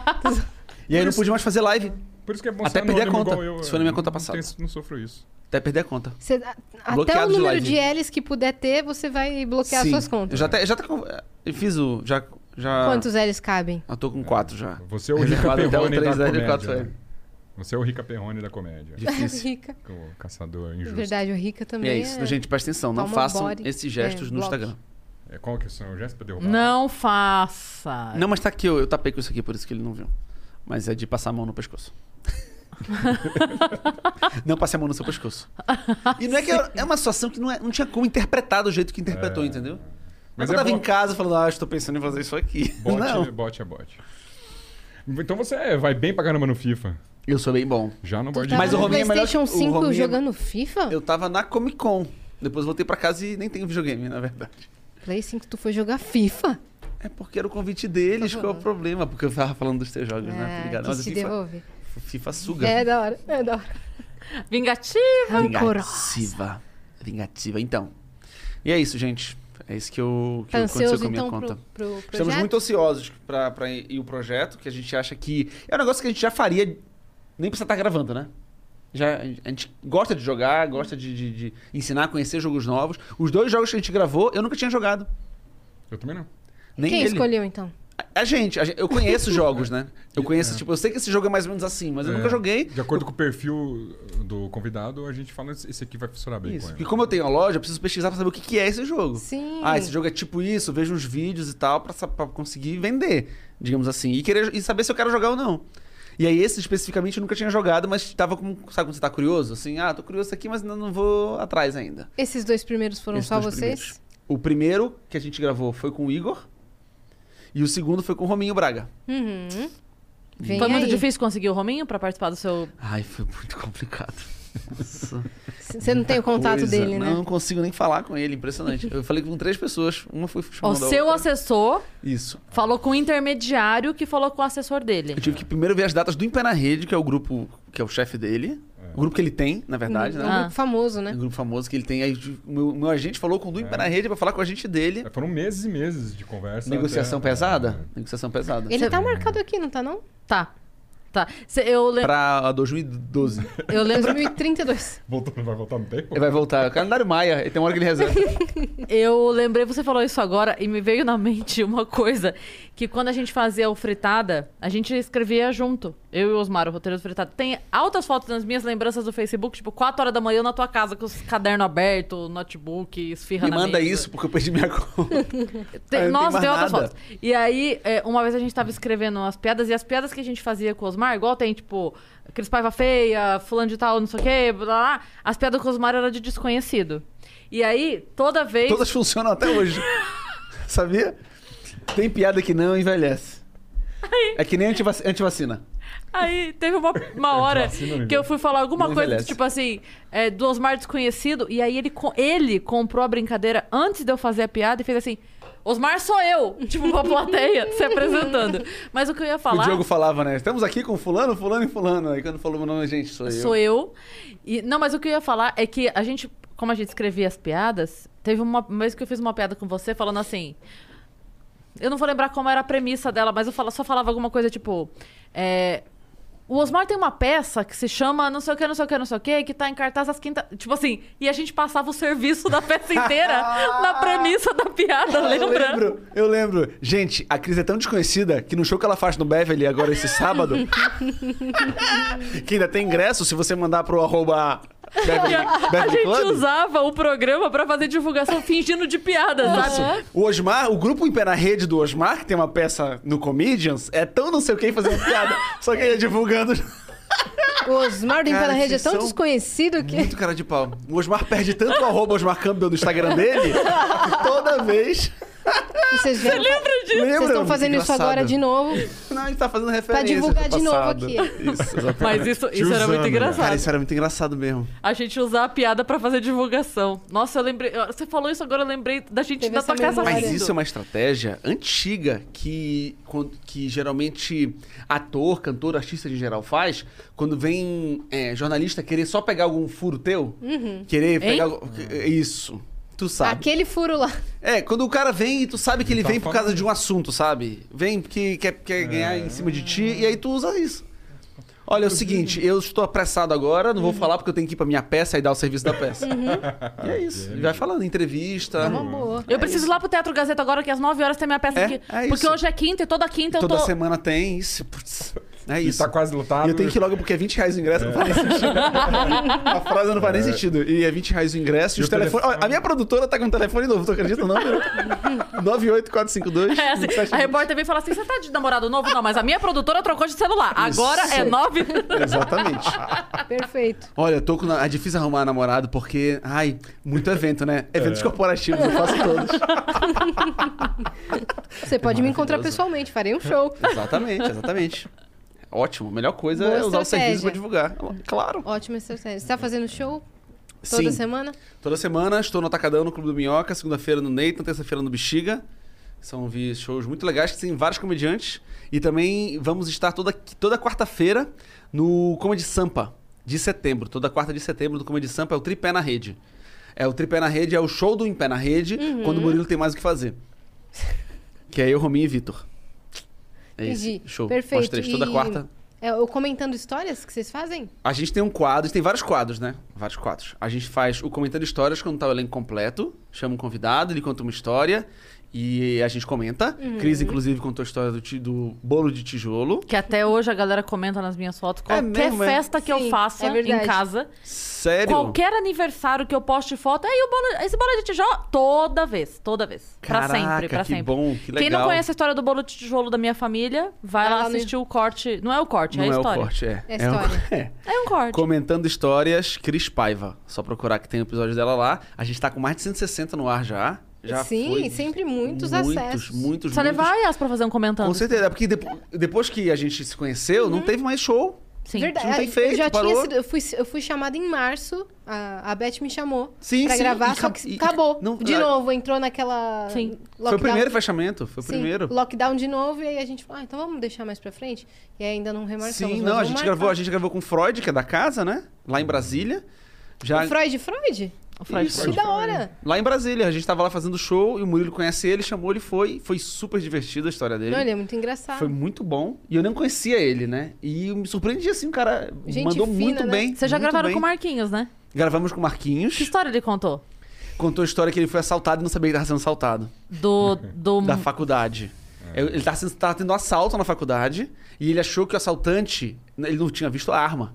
S7: E aí eu não pude mais fazer live.
S6: Por isso que é bom
S7: Até
S6: ser
S7: perder a
S6: anônimo
S7: conta.
S6: igual Eu,
S7: Isso foi na minha conta
S6: não
S7: passada.
S6: tenho- não sofro isso.
S7: Até perder a conta.
S3: Você- até o
S7: Bloqueado de
S3: número
S7: live.
S3: de L's que puder ter, você vai bloquear
S7: Sim.
S3: suas contas.
S7: Eu já até, Ah. já até con- eu fiz o. Já, já,
S3: Quantos L's cabem?
S7: Eu tô com quatro já.
S6: Você é o Rica
S7: Reservado até o
S6: Perrone da
S7: 3, daí ele
S6: comédia.
S7: quatro,
S6: né? Você é o Rica Perrone da comédia.
S7: Difícil.
S3: É, Rica.
S6: O caçador
S3: Na
S6: injusto.
S3: verdade, o Rica também.
S7: E é isso, gente, presta atenção. Não
S3: Toma um
S7: façam
S3: body.
S7: esses
S3: É,
S7: gestos no
S3: bloco.
S7: Instagram.
S6: É, qual que são? Jéssica derrubar?
S2: Não faça.
S7: Não, mas tá aqui, eu, eu tapei com isso aqui, por isso que ele não viu. Mas é de passar a mão no pescoço. não passe a mão no seu pescoço. E não é que eu- é uma situação que não, é- não tinha como interpretar do jeito que interpretou,
S6: É.
S7: entendeu?
S6: Mas
S7: Mas eu
S6: é
S7: tava
S6: bo-
S7: em casa falando, ah, estou pensando em fazer isso aqui.
S6: Bot,
S7: não.
S6: bot é bot. Então você é- vai bem pra caramba no FIFA.
S7: Eu sou bem bom.
S6: Já no board
S3: Tá
S7: Mas o
S3: no
S7: Rominho é melhor que-
S3: PlayStation
S7: o
S3: 5
S7: Rominho é-
S3: jogando FIFA?
S7: Eu tava na Comic Con. Depois voltei pra casa e nem tenho videogame, na verdade.
S3: Play 5, tu foi jogar FIFA?
S7: É porque era o convite deles,
S3: Tá
S7: qual é o problema? Porque eu tava falando dos teus jogos, né? Tá
S3: Ah,
S7: ligado?
S3: que
S7: Mas o
S3: se
S7: FIFA,
S3: devolve.
S7: FIFA suga.
S3: É da hora, é da hora.
S2: Vingativa.
S7: Vingativa. Vingativa. Então. E é isso, gente. É isso que, eu, que
S3: Tá
S7: aconteceu
S3: ansioso,
S7: com a minha
S3: então,
S7: conta.
S3: pro, pro projeto?
S7: Estamos muito ansiosos pra, pra ir ir o projeto, que a gente acha que... É um negócio que a gente já faria, nem precisa estar gravando, né? Já, a gente gosta de jogar, gosta de, de- de ensinar, conhecer jogos novos. Os dois jogos que a gente gravou, eu nunca tinha jogado.
S6: Eu também não.
S7: Nem
S3: Quem
S7: ele.
S3: escolheu, então?
S7: A gente, a gente- eu conheço jogos, né? Eu conheço, tipo, eu sei que esse jogo é mais ou menos assim, mas eu
S6: É,
S7: nunca joguei.
S6: De acordo com o perfil do convidado, a gente fala esse aqui vai funcionar bem
S7: Isso.
S6: com
S7: Porque
S6: ele.
S7: como eu tenho a loja, eu preciso pesquisar pra saber o que, que é esse jogo.
S3: Sim.
S7: Ah, esse jogo é tipo isso, vejo uns vídeos e tal pra, sa- pra conseguir vender, digamos assim. E, querer, e saber se eu quero jogar ou não. E aí esse especificamente eu nunca tinha jogado, mas tava com... Sabe quando você tá curioso? Assim, ah, tô curioso aqui, mas ainda não vou atrás ainda.
S3: Esses dois primeiros foram
S7: Esses
S3: só
S7: dois
S3: vocês?
S7: O primeiro que a gente gravou foi com o Igor. E o segundo foi com o Rominho Braga.
S3: Uhum. Vem
S2: Foi muito
S3: aí.
S2: difícil conseguir o Rominho pra participar do seu.
S7: Ai, foi muito complicado. Nossa.
S3: C- Você não tem o contato
S7: coisa.
S3: dele,
S7: é, não,
S3: né?
S7: Não consigo nem falar com ele, impressionante. Eu falei com três pessoas, uma foi
S2: O
S7: chamando a
S2: seu
S7: outra.
S2: assessor
S7: Isso.
S2: falou com o intermediário que falou com o assessor dele.
S7: Eu tive que primeiro ver as datas do Em Pé na Rede, que é o grupo que é o chefe dele.
S6: É.
S7: O grupo que ele tem, na verdade,
S3: É
S7: né?
S2: Ah.
S3: um grupo famoso, né?
S7: Um grupo famoso que ele tem. Aí tipo, o meu, meu agente falou com o do Em Pé na Rede pra falar com a gente dele.
S6: É, Foram meses e meses de conversa.
S7: Negociação
S6: até-
S7: pesada? Negociação pesada.
S3: Ele tá marcado aqui, não tá, não?
S2: Tá. Tá. Cê- eu, lem-
S7: Pra 2012.
S2: eu lembro.
S3: 2032.
S6: Voltou, vai voltar no tempo?
S7: ele vai voltar. O calendário Maia, ele tem uma hora que ele reserva.
S2: Eu lembrei, você falou isso agora e me veio na mente uma coisa: que quando a gente fazia o fritada, a gente escrevia junto. Eu e o Osmar, o roteiro do fritada. Tem altas fotos nas minhas lembranças do Facebook, tipo, 4 horas da manhã eu na tua casa, com os caderno aberto, notebook, esfirra
S7: Me
S2: na
S7: manda
S2: mesa.
S7: isso, porque eu perdi minha conta.
S2: Tem-
S7: Ah, eu não
S2: nossa,
S7: tenho
S2: tem outras
S7: mais nada.
S2: fotos. E aí, é, uma vez a gente tava escrevendo umas piadas, e as piadas que a gente fazia com o Osmar, igual tem, tipo, Cris Paiva Feia, fulano de tal, não sei o quê, blá, blá, blá, as piadas com o Osmar eram de desconhecido. E aí, toda vez...
S7: Todas funcionam até hoje. Sabia? Tem piada que não envelhece. É que nem antiva- antivacina.
S2: Aí teve uma, uma hora
S6: Antivacina, né?
S2: que eu fui falar alguma
S7: assim Não
S2: coisa,
S7: envelhece.
S2: tipo assim, é, do Osmar desconhecido, e aí ele, co- ele comprou a brincadeira antes de eu fazer a piada e fez assim: Osmar sou eu! Tipo, uma plateia se apresentando. Mas o que eu ia falar.
S7: O Diogo falava, né? Estamos aqui com fulano, fulano e fulano. Aí quando falou meu nome, gente, sou eu.
S2: Sou eu. E, não, mas o que eu ia falar é que a gente, como a gente escrevia as piadas, teve uma vez que eu fiz uma piada com você falando assim. Eu não vou lembrar como era a premissa dela, mas eu fala- só falava alguma coisa tipo. é, o Osmar tem uma peça que se chama não sei o que, não sei o que, não sei o que, que tá em cartaz às quinta. Tipo assim, e a gente passava o serviço da peça inteira na premissa da piada,
S7: Eu
S2: lembra?
S7: lembro, eu lembro. Gente, a Cris é tão desconhecida que no show que ela faz no Beverly agora esse sábado, que ainda tem ingresso, se você mandar pro arroba Beverly,
S2: A
S7: Beverly
S2: gente
S7: Club,
S2: usava o programa pra fazer divulgação fingindo de piada, sabe? né?
S7: O Osmar, o grupo em pé na rede do Osmar, que tem uma peça no Comedians, é tão não sei o que fazendo piada, só que ele é divulgando.
S3: O Osmar do Impé na
S7: Cara,
S3: Rede é
S7: vocês
S3: tão
S7: são
S3: desconhecido que...
S7: Muito cara de pau. O Osmar perde tanto o arroba Osmar Campbell no Instagram dele, que toda vez.
S3: E Vocês vieram... Vocês
S7: Lembra?
S3: estão fazendo isso
S7: Engraçado.
S3: agora de novo.
S7: Não, a gente tá fazendo referência.
S3: divulgar
S7: do
S3: de novo
S7: passado.
S3: aqui.
S7: Isso, exatamente.
S2: Mas isso, isso era
S6: usando,
S2: muito
S6: né?
S2: engraçado.
S7: Cara, isso era muito engraçado mesmo.
S2: A gente usar a piada pra fazer divulgação. Nossa, eu lembrei. eu- Você falou isso agora, eu lembrei da gente
S3: Teve
S2: na
S3: essa
S2: tua casa
S3: memória.
S7: Mas
S2: rindo.
S7: isso é uma estratégia antiga que, quando- que geralmente ator, cantor, artista em geral faz quando vem é, jornalista querer só pegar algum furo teu. Querer pegar. algo- Isso. tu sabe.
S3: Uhum. Aquele furo lá.
S7: É, quando o cara vem e tu sabe que ele
S6: Tá
S7: vem por
S6: falando.
S7: causa de um assunto, sabe? Vem porque quer, quer ganhar em cima de ti e aí tu usa isso. Olha, é o seguinte, eu estou apressado agora, não vou
S2: Uhum.
S7: falar porque eu tenho que ir pra minha peça e dar o serviço da peça. E
S6: Uhum.
S7: é isso. E vai falando, entrevista.
S2: Tá
S3: Uma boa.
S2: Eu preciso ir lá pro Teatro Gazeta agora, que às 9 horas tem minha peça
S7: É,
S2: aqui.
S7: é
S2: porque
S7: isso.
S2: hoje é quinta e toda quinta
S7: Toda
S2: eu tô.
S7: semana tem isso. Putz, é
S6: E
S7: isso.
S6: tá quase lotado.
S7: E eu tenho que ir logo porque é 20 reais o ingresso, não faz nem sentido. A frase não faz nem sentido. E é 20 reais o ingresso e,
S6: E
S7: os
S6: o
S7: telefones.
S6: telefone-
S7: Olha, a minha produtora tá com um telefone novo, tu acredita? Não, meu? 98452.
S2: É, assim, a repórter vem e fala assim: você tá de namorado novo? Não, mas a minha produtora trocou de celular. Agora é nove.
S7: Exatamente.
S3: Perfeito.
S7: Olha, eu tô com. É difícil arrumar namorado porque. Ai, muito evento, né? Eventos corporativos, eu faço todos.
S3: Você pode me encontrar pessoalmente, farei um show.
S7: É Exatamente, exatamente. Ótimo. Melhor coisa
S3: Boa
S7: é usar o
S3: estratégia.
S7: serviço pra divulgar. Claro.
S3: Ótima estratégia. Você tá fazendo show toda
S7: Sim.
S3: semana?
S7: Toda semana estou no Atacadão, no Clube do Minhoca, segunda-feira no Nathan, terça-feira no Bexiga. São vi- shows muito legais que tem vários comediantes. E também vamos estar toda, toda quarta-feira no Comedy Sampa, de setembro. Toda quarta de setembro no Comedy Sampa é o Tripé na Rede. É o Tripé na Rede, é o show do Em Pé na Rede,
S3: Uhum.
S7: quando o Murilo tem mais o que fazer. Que é eu, Rominho e Vitor. É isso.
S3: Entendi.
S7: Show.
S3: Perfeito.
S7: Nós três, toda
S3: E-
S7: quarta.
S3: É, eu comentando histórias que vocês fazem?
S7: A gente tem um quadro, tem vários quadros, né? Vários quadros. A gente faz o comentando histórias quando tá o elenco completo, chama um convidado, ele conta uma história e a gente comenta.
S2: Uhum.
S7: Cris, inclusive, contou a história do, ti- do bolo de tijolo.
S2: Que até hoje a galera comenta nas minhas fotos.
S7: É
S2: Qualquer
S7: mesmo, é?
S2: festa que
S3: Sim,
S2: eu faça
S3: é verdade.
S2: em casa,
S7: Sério?
S2: qualquer aniversário que eu poste foto, aí o bolo, esse bolo de tijolo, toda vez, toda vez.
S7: Caraca,
S2: pra sempre, pra
S7: que
S2: sempre.
S7: bom, que legal.
S2: Quem não conhece a história do bolo de tijolo da minha família, vai
S3: Vai
S2: lá
S3: lá no-
S2: assistir o corte. Não é o corte,
S7: Não
S2: é a
S7: é o
S2: história.
S7: corte, é.
S3: É a
S7: É o-
S3: história.
S7: é.
S2: É um corte.
S7: Comentando histórias, Cris Paiva. Só procurar que tem o episódio dela lá. A gente tá com mais de 160 no ar já. Já
S3: Sim,
S7: foi
S3: sempre muitos acessos.
S7: Muitos, muitos,
S2: Só
S7: muitos.
S2: levar a Yas pra fazer um comentando.
S7: Com certeza, é porque depo- depois que a gente se conheceu, não teve mais show.
S2: Uhum. Sim.
S3: Verdade.
S7: Não tem
S3: eu
S7: feito,
S3: já
S7: parou.
S3: tinha sido, eu fui, eu fui chamada em março, a, a Beth me chamou
S7: Sim,
S3: pra
S7: sim,
S3: gravar,
S7: e
S3: só
S7: cab-
S3: que
S7: e-
S3: acabou.
S7: não-
S3: de
S7: ah,
S3: novo, entrou naquela
S2: Sim.
S3: lockdown.
S7: Foi o primeiro fechamento, foi o primeiro.
S3: Lockdown de novo, e aí a gente falou, ah, então vamos deixar mais pra frente. E aí ainda não remarcamos.
S7: Sim,
S3: mas tá.
S7: não, a
S3: vamos
S7: gente,
S3: marcar.
S7: gravou, a gente gravou com o Freud, que é da casa, né? Lá em Brasília. Já...
S3: O Freud, Freud?
S2: O Freud
S7: Isso.
S3: Que da hora.
S7: Lá em Brasília, a gente tava lá fazendo show e o Murilo conhece ele, chamou ele, foi. Foi super divertido a história dele.
S3: Não, ele é muito engraçado.
S7: Foi muito bom. E eu não conhecia ele, né? E eu me surpreendi, assim, o cara
S3: Gente
S7: mandou
S3: fina,
S7: muito
S3: né?
S7: bem.
S2: Vocês já
S7: muito
S2: gravaram
S7: bem.
S2: com o Marquinhos, né?
S7: Gravamos com o
S2: Que
S7: Marquinhos.
S2: história ele contou?
S7: Contou a história que ele foi assaltado e não sabia que tava sendo assaltado.
S2: Do. do...
S7: da faculdade. É, Ele tava, sendo- tava tendo assalto na faculdade e ele achou que o assaltante, ele não tinha visto a arma.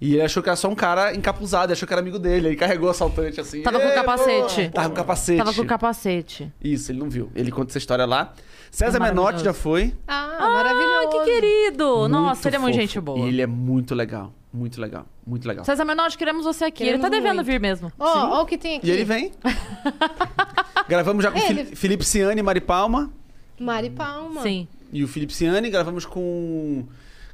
S7: E ele achou que era só um cara encapuzado, ele achou que era amigo dele, aí carregou o assaltante assim.
S2: Tava com
S7: "Ê,
S2: capacete."
S7: boa! Tava com capacete.
S2: Tava com o capacete.
S7: Isso, ele não viu. Ele conta essa história lá. César
S2: É
S7: Menotti
S2: maravilhoso.
S7: já foi.
S3: Ah,
S2: Ah,
S3: maravilhoso.
S2: que querido! Nossa, ele é muito
S7: fofo.
S2: gente boa.
S7: E ele é muito legal, muito legal, muito legal.
S2: César Menotti, queremos você aqui.
S3: Queremos
S2: ele tá devendo
S3: muito.
S2: vir mesmo.
S3: Ó, ó o que tem aqui.
S7: E ele vem. gravamos já com
S3: É,
S7: Fili-
S3: ele-
S7: Felipe Ciani e Mari Palma.
S3: Mari Palma.
S2: Sim.
S7: e o Felipe Ciani, gravamos com.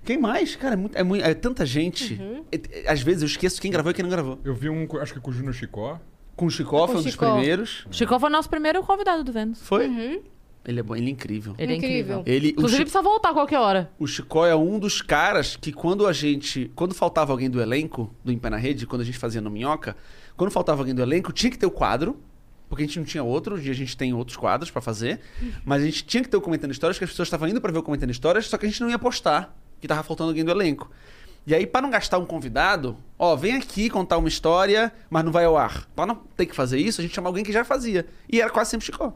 S7: Quem mais? Cara, é, muito, é, muito- é tanta gente.
S3: Uhum.
S7: É- é- às vezes eu esqueço quem gravou e quem não gravou.
S6: Eu vi um, co- acho que com o Juno Chicó.
S7: Com o Chicó,
S3: É Com
S7: foi um
S3: o
S7: dos
S3: Chicó.
S7: primeiros.
S2: Chico foi nosso primeiro convidado do Vênus.
S7: Foi? Ele é bom, ele é incrível.
S2: Ele é
S3: Uhum. Incrível.
S2: incrível.
S7: Ele, o,
S2: Inclusive,
S7: Chi-
S2: precisa voltar a qualquer hora.
S7: o Chicó é um dos caras que quando a gente. Quando faltava alguém do elenco, do Em Pé na Rede, quando a gente fazia no Minhoca, quando faltava alguém do elenco, tinha que ter o quadro. Porque a gente não tinha outro, hoje em dia a gente tem outros quadros pra fazer. Mas a gente tinha que ter o Comentando Histórias, que as pessoas estavam indo pra ver o Comentando Histórias, só que a gente não ia postar, que tava faltando alguém do elenco. E aí, pra não gastar um convidado, ó, vem aqui contar uma história, mas não vai ao ar. Pra não ter que fazer isso, a gente chama alguém que já fazia. E era quase sempre o Chicó.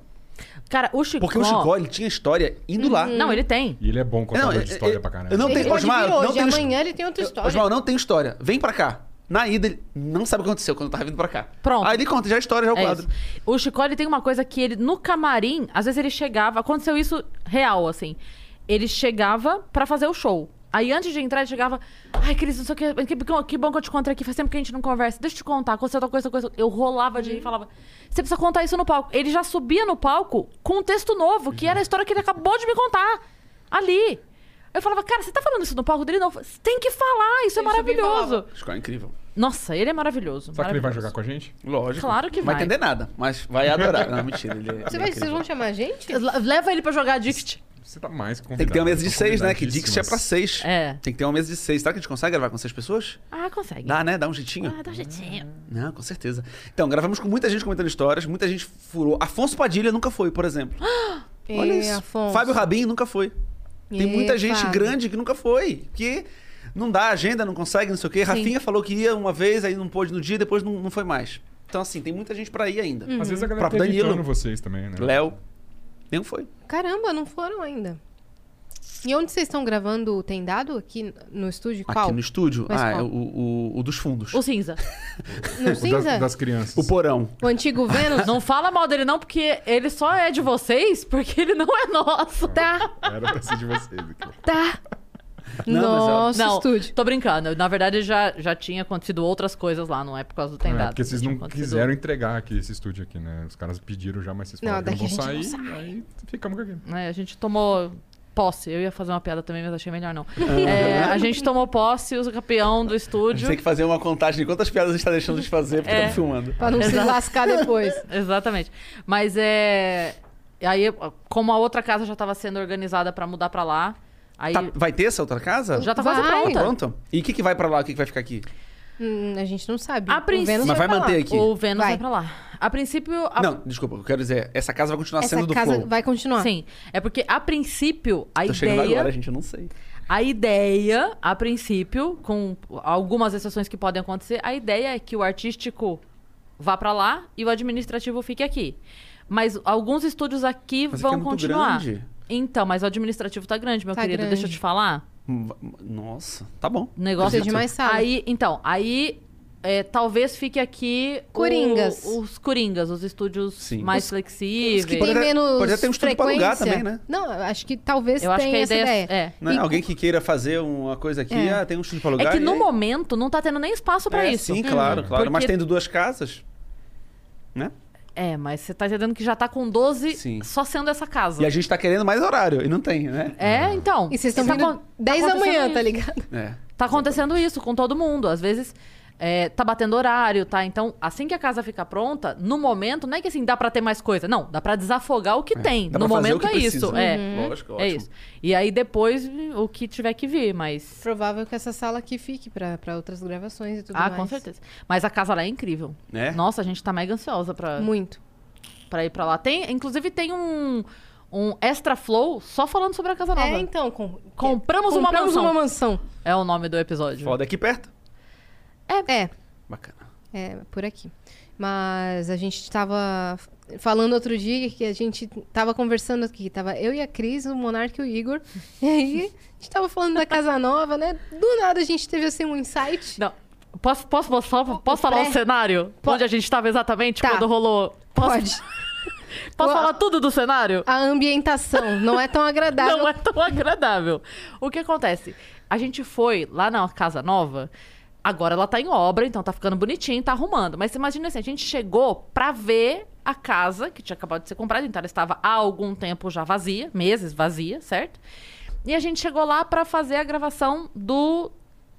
S2: Cara, o Chico.
S7: Porque o Chicó, ele tinha história indo lá.
S2: Não, ele tem.
S6: E ele é bom contador
S7: Não, é-
S6: de história
S7: é-
S6: pra caramba.
S7: eu não
S3: Ele
S7: tenho-
S3: pode
S7: Osmar,
S3: vir
S7: não
S3: hoje,
S7: tenho-
S3: amanhã ele tem outra história.
S7: Osmar, não tem história. Vem pra cá. Na ida, ele não sabe o que aconteceu quando eu tava vindo pra cá.
S2: Pronto.
S7: Aí ele conta já a história, já o
S2: É
S7: quadro.
S2: isso. O Chico, ele tem uma coisa que ele, no camarim, às vezes ele chegava. Aconteceu isso real, assim. Ele chegava pra fazer o show. Aí antes de entrar, ele chegava. Ai, Cris, não sei o que. Que, que- que bom que eu te encontrei aqui. Faz tempo que a gente não conversa. Deixa eu te contar. Aconteceu tal coisa, tal coisa. Eu rolava de rir e falava. Você precisa contar isso no palco. Ele já subia no palco com um texto novo, que era a história que ele acabou de me contar. Ali. Eu falava, cara, você tá falando isso no palco dele? Não. Você Tem que falar, isso é
S3: Ele subia e
S2: maravilhoso.
S7: Chicó é incrível.
S2: Nossa, ele é maravilhoso.
S6: Será que ele vai
S2: maravilhoso.
S6: jogar com a gente?
S7: Lógico.
S2: Claro que
S7: Não vai
S2: vai.
S7: entender nada, mas vai adorar. Não, mentira. Ele é,
S3: Você
S7: ele é
S3: vai,
S7: incrível.
S3: vocês vão chamar a gente?
S2: Leva ele pra jogar Addict.
S6: você tá mais que
S7: Tem que ter uma
S6: convidado,
S7: mesa de
S6: são
S7: seis, né? Que Dixit é pra
S6: convidadíssimas.
S7: seis.
S2: É.
S7: Tem que ter uma mesa de seis. Será que a gente consegue gravar com seis pessoas?
S2: Ah, consegue.
S7: Dá, né? Dá um jeitinho.
S2: Ah, dá um jeitinho.
S7: Não, com certeza. Então, gravamos com muita gente comentando histórias, muita gente furou. Afonso Padilha nunca foi, por exemplo. Olha
S3: Ê,
S7: isso.
S3: Afonso.
S7: Fábio Rabin nunca foi. Tem
S3: Ê,
S7: muita gente
S3: Fábio.
S7: grande que nunca foi. Porque não dá agenda, não consegue, não sei o quê. Rafinha falou que ia uma vez, aí não pôde no dia, depois não, não foi mais. Então, assim, tem muita gente pra ir ainda.
S3: Uhum.
S6: Às vezes a galera
S7: Próprio
S6: tá
S7: Danilo.
S6: evitando vocês também, né?
S7: Léo, nenhum foi.
S3: Caramba, não foram ainda. E onde vocês estão gravando? Tem dado aqui no estúdio? Qual?
S7: Aqui no estúdio.
S3: Mas
S7: ah, é
S3: qual?
S7: o, o, o dos fundos.
S2: O cinza.
S3: No
S6: O das,
S3: cinza?
S6: das crianças.
S7: O porão.
S3: O antigo Vênus?
S2: Não fala mal dele, não, porque ele só é de vocês, porque ele não é nosso.
S3: Tá,
S6: Era pra ser de vocês. aqui.
S3: tá.
S7: Não, mas ó-
S3: Nosso
S2: não,
S3: estúdio.
S2: tô brincando. Na verdade, já, já tinha acontecido outras coisas lá, não é por causa do
S6: É,
S2: tendado.
S6: porque vocês
S2: Já
S6: não
S2: tinha acontecido-
S6: quiseram entregar aqui esse estúdio aqui, né? Os caras pediram já, mas vocês
S3: Não,
S6: falaram que não
S3: daqui
S6: vão
S3: a
S6: sair.
S3: gente
S6: Aí ficamos com aquilo.
S2: É, a gente tomou posse. Eu ia fazer uma piada também, mas achei melhor não. É, a gente tomou posse, o campeão do
S7: A gente
S2: estúdio.
S7: tem que fazer uma contagem de quantas piadas a gente tá deixando de fazer porque
S2: É.
S7: estamos filmando.
S3: Pra não se
S2: Exato.
S3: lascar depois.
S2: Exatamente. Mas é. e Aí, como a outra casa já tava sendo organizada pra mudar pra lá, aí.
S7: Tá- vai ter essa outra casa?
S2: Já tá quase
S3: Vai.
S2: pronta.
S7: Pronto? E o que, que vai pra lá? O que, que vai ficar aqui?
S3: Hum, a gente não sabe.
S2: A
S3: O
S2: princípio.
S3: Vênus
S7: Mas vai
S2: pra lá.
S7: manter aqui?
S2: O Vênus vai.
S3: Vai.
S2: pra lá. A princípio. a-
S7: Não, desculpa, eu quero dizer, é, essa casa vai continuar
S3: Essa
S7: sendo do
S3: casa
S7: Flow.
S3: vai continuar.
S2: Sim. É porque, a princípio, a
S7: Tô chegando agora,
S2: ideia.
S7: gente, eu não sei.
S2: A ideia, a princípio, com algumas exceções que podem acontecer, a ideia é que o artístico vá pra lá e o administrativo fique aqui. Mas alguns estúdios aqui
S7: Mas aqui
S2: vão
S7: é muito
S2: continuar.
S7: grande.
S2: Então, mas o administrativo tá grande, meu
S3: Tá
S2: querido.
S3: grande.
S2: Deixa eu te falar.
S7: Hum, va- Nossa, tá bom.
S2: O negócio é
S3: Precisa de mais sala.
S2: Aí, então, aí é, talvez fique aqui o-
S3: Coringas.
S2: os coringas, os estúdios
S7: Sim.
S2: mais
S7: Os-
S2: flexíveis.
S3: Os que
S7: Pode
S3: tem
S7: até-
S3: menos.
S7: pode até ter um estúdio pra alugar
S3: frequência.
S7: também, né?
S3: Não, eu acho que talvez
S2: Eu
S3: tenha
S2: acho que a
S3: essa
S2: ideia,
S3: ideia.
S2: é.
S7: Né?
S3: E-
S7: Alguém que queira fazer uma coisa aqui,
S3: É.
S7: ah, tem um estúdio pra
S2: É
S7: alugar.
S2: que no
S7: e aí-
S2: momento não tá tendo nem espaço pra
S7: É,
S2: isso. Hum.
S7: Sim, claro, claro. Mas
S2: Porque-
S7: tendo duas casas, né?
S2: É, mas você tá entendendo que já tá com 12
S7: Sim.
S2: só sendo essa casa.
S7: E a gente tá querendo mais horário e não tem, né?
S2: É, então.
S3: E vocês estão
S2: tá
S3: vindo
S2: acon- tá
S3: 10 da manhã,
S2: acontecendo
S3: tá
S2: isso.
S3: ligado?
S7: É.
S2: Tá acontecendo isso com todo mundo. Às vezes é, tá batendo horário, tá? Então, assim que a casa ficar pronta, no momento, não é que assim dá pra ter mais coisa. Não, dá pra desafogar o que tem.
S7: É, Dá
S2: no
S7: pra fazer
S2: momento
S7: o que
S2: é isso.
S7: precisa. né?
S2: É.
S3: Uhum.
S7: Lógico,
S2: É
S7: ótimo.
S2: isso. E aí depois o que tiver que vir, mas.
S3: Provável que essa sala aqui fique pra, pra outras gravações e tudo
S2: ah,
S3: mais.
S2: com certeza. Mas a casa lá é incrível.
S7: É?
S2: Nossa, a gente tá mega ansiosa pra,
S3: Muito.
S2: pra ir pra lá. Tem, inclusive, tem um, um extra flow só falando sobre a casa nova.
S3: É, então. Com...
S2: Compramos uma
S3: Compramos
S2: mansão.
S3: uma mansão.
S2: É o nome do episódio.
S7: Foda aqui perto.
S3: É,
S7: Bacana.
S3: é, por aqui. Mas a gente tava f- falando outro dia que a gente tava conversando aqui. Tava eu e a Cris, o Monarca e o Igor. E aí, a gente tava falando da Casa Nova, né? Do nada a gente teve assim um insight.
S2: Não. Posso, posso, posso, posso, posso falar
S3: pré-
S2: o cenário?
S3: Po-
S2: Onde a gente estava exatamente
S3: Tá.
S2: quando rolou. Posso,
S3: Pode.
S2: posso
S3: Pô,
S2: falar tudo do cenário?
S3: A ambientação não é tão agradável.
S2: Não é tão agradável. O que acontece? A gente foi lá na casa nova. Agora ela tá em obra, então tá ficando bonitinho, tá arrumando. Mas você imagina assim, a gente chegou pra ver a casa que tinha acabado de ser comprada, então ela estava há algum tempo já vazia, meses vazia, certo? E a gente chegou lá pra fazer a gravação do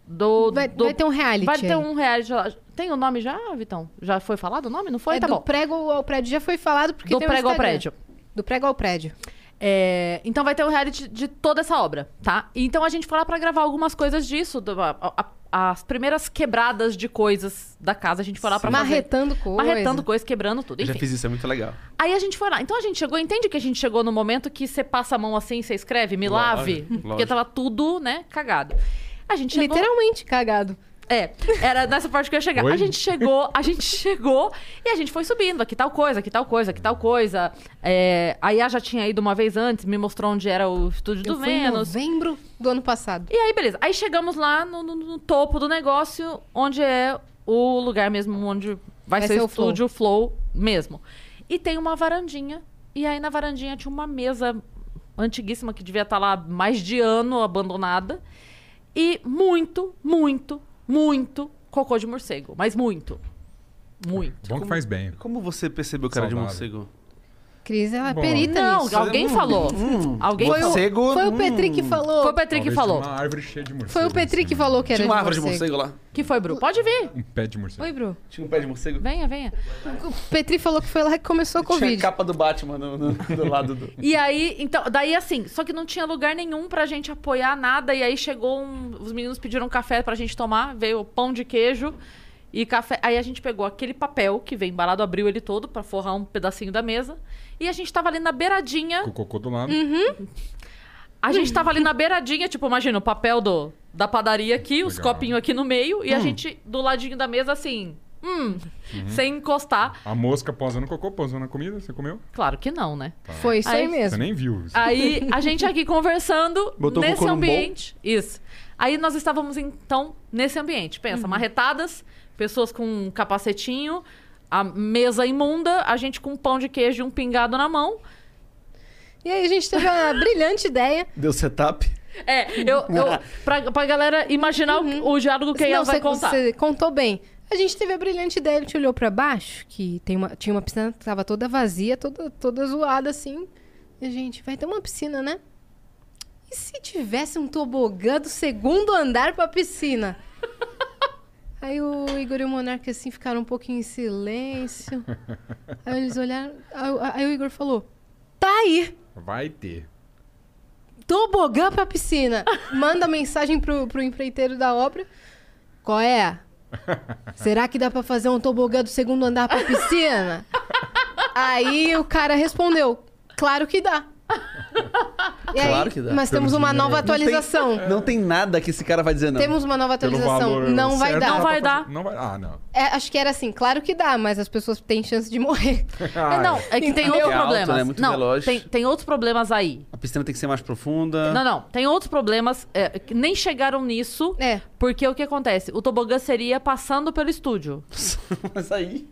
S2: do
S3: Vai-
S2: do-
S3: vai ter um reality
S2: Vai ter
S3: aí.
S2: um reality. lá. Tem o nome já, Vitão? Já foi falado o nome? Não foi?
S3: é
S2: tá
S3: do
S2: bom.
S3: prego ao prédio. Já foi falado porque
S2: Do
S3: tem o
S2: prego ao
S3: Instagram.
S2: prédio.
S3: Do prego ao prédio.
S2: É, então vai ter um reality de toda essa obra, tá? Então a gente foi lá pra gravar algumas coisas disso, do- a- a- as primeiras quebradas de coisas da casa, a gente foi lá pra
S3: Marretando
S2: fazer.
S3: coisa.
S2: Marretando coisas, quebrando tudo,
S7: Eu já
S2: enfim.
S7: fiz isso, é muito legal.
S2: Aí a gente foi lá. Então a gente chegou, entende que a gente chegou no momento que você passa a mão assim, você escreve, me lave,
S7: Lógico,
S2: porque
S7: lógico.
S2: tava tudo, né, cagado. A gente chegou...
S3: Literalmente cagado.
S2: É, era nessa parte que eu ia chegar.
S6: Oi?
S2: A gente chegou, a gente chegou e a gente foi subindo. Aqui tal coisa, aqui tal coisa, aqui tal coisa. É, a Iá já tinha ido uma vez antes, me mostrou onde era o estúdio
S3: Eu
S2: do
S3: fui em
S2: Vênus.
S3: novembro do ano passado.
S2: E aí, beleza. Aí chegamos lá no, no- no topo do negócio, onde é o lugar mesmo onde vai, ser, o estúdio, o flow mesmo. E tem uma varandinha. E aí na varandinha tinha uma mesa antiguíssima que devia estar lá mais de ano abandonada. E muito, muito, muito cocô de morcego. Mas muito. Muito.
S6: Bom que faz bem.
S7: Como você percebeu que era de
S6: Saudável.
S7: morcego?
S3: Cris, ela é
S6: Bom.
S3: perita
S2: Não,
S3: nisso.
S2: alguém falou. Alguém
S3: Foi o,
S2: falou.
S7: Hum. Morcego, hum.
S3: foi o Petri que falou.
S2: Foi o Petri que
S6: Talvez
S2: falou.
S6: tenha Uma árvore cheia de morcego.
S3: Foi o Petri
S6: em
S3: que
S6: cima.
S3: falou que era
S7: Tinha
S3: de
S7: uma árvore de
S3: morcego.
S7: morcego lá.
S2: Que foi, Bru? Pode vir.
S6: Um pé de morcego.
S2: Oi, Bru.
S7: Tinha um pé de morcego.
S2: Venha, venha.
S3: O Petri falou que foi lá que começou o
S7: Tinha a
S3: Covid.
S7: capa do Batman no- no- do lado do.
S2: E aí, então, daí assim, só que não tinha lugar nenhum pra gente apoiar nada. E aí chegou um. Os meninos pediram café pra gente tomar, veio pão de queijo e café. Aí a gente pegou aquele papel que vem embalado, abriu ele todo pra forrar um pedacinho da mesa. E a gente tava ali na beiradinha.
S6: Com o cocô do
S3: Hum.
S6: lado.
S3: Uhum.
S2: A gente tava ali na beiradinha, tipo, imagina, o papel do, da padaria aqui, os
S6: Legal.
S2: copinhos aqui no meio,
S3: Hum.
S2: e a gente do ladinho da mesa assim. Hum,
S6: Uhum.
S2: sem encostar.
S6: A mosca posando cocô, posando na comida, você comeu?
S2: Claro que não, né?
S6: Tá.
S3: Foi isso aí
S2: Aí-
S6: Você
S3: mesmo.
S6: nem viu. isso.
S2: Aí a gente aqui conversando
S7: Botou o
S2: nesse
S7: cocô num
S2: ambiente. Isso. Aí nós estávamos então nesse ambiente. Pensa,
S3: Uhum.
S2: marretadas, pessoas com um capacetinho, a mesa imunda, a gente com um pão de queijo e um pingado na mão.
S3: E aí a gente teve a brilhante ideia.
S7: Deu setup.
S2: É, eu. eu pra, pra galera imaginar o- o, diálogo que
S3: Uhum. Não,
S2: ela vai
S3: você,
S2: contar.
S3: você contou bem. A gente teve a brilhante ideia, ele te olhou pra baixo, que tem uma, tinha uma piscina que tava toda vazia, toda, toda zoada assim. E a gente, vai ter uma piscina, né? E se tivesse um tobogã do segundo andar pra piscina? Aí o Igor e o Monarca assim ficaram um pouquinho em silêncio. Aí eles olharam, aí, o- aí o Igor falou: "Tá aí,
S6: Vai ter.
S3: tobogã pra piscina. Manda mensagem pro, pro empreiteiro da obra. Qual é? Será que dá pra fazer um tobogã do segundo andar pra piscina? Aí o cara respondeu: Claro que dá. E aí,
S7: Claro que dá.
S3: Mas temos
S6: Pelo
S3: uma
S6: dinheiro.
S3: nova
S7: né? Não tem-
S3: atualização.
S7: Não tem nada que esse cara vai dizer, não.
S3: Temos uma nova
S6: Pelo
S3: atualização.
S6: valor
S3: Não vai
S6: certo,
S3: dar.
S2: Não vai
S6: pra
S2: dar.
S6: fazer- Não vai... Ah, não.
S3: É, acho que era assim, claro que dá, mas as pessoas têm chance de morrer.
S2: É, não, é que tem
S3: Entendeu?
S2: outros
S7: É alto,
S2: problemas.
S7: né? Muito
S2: não,
S7: veloz.
S2: tem, tem outros problemas aí.
S7: A piscina tem que ser mais profunda.
S2: Não, não, tem outros problemas é, que nem chegaram nisso.
S3: É.
S2: Porque o que acontece? O tobogã seria passando pelo estúdio.
S7: Mas aí.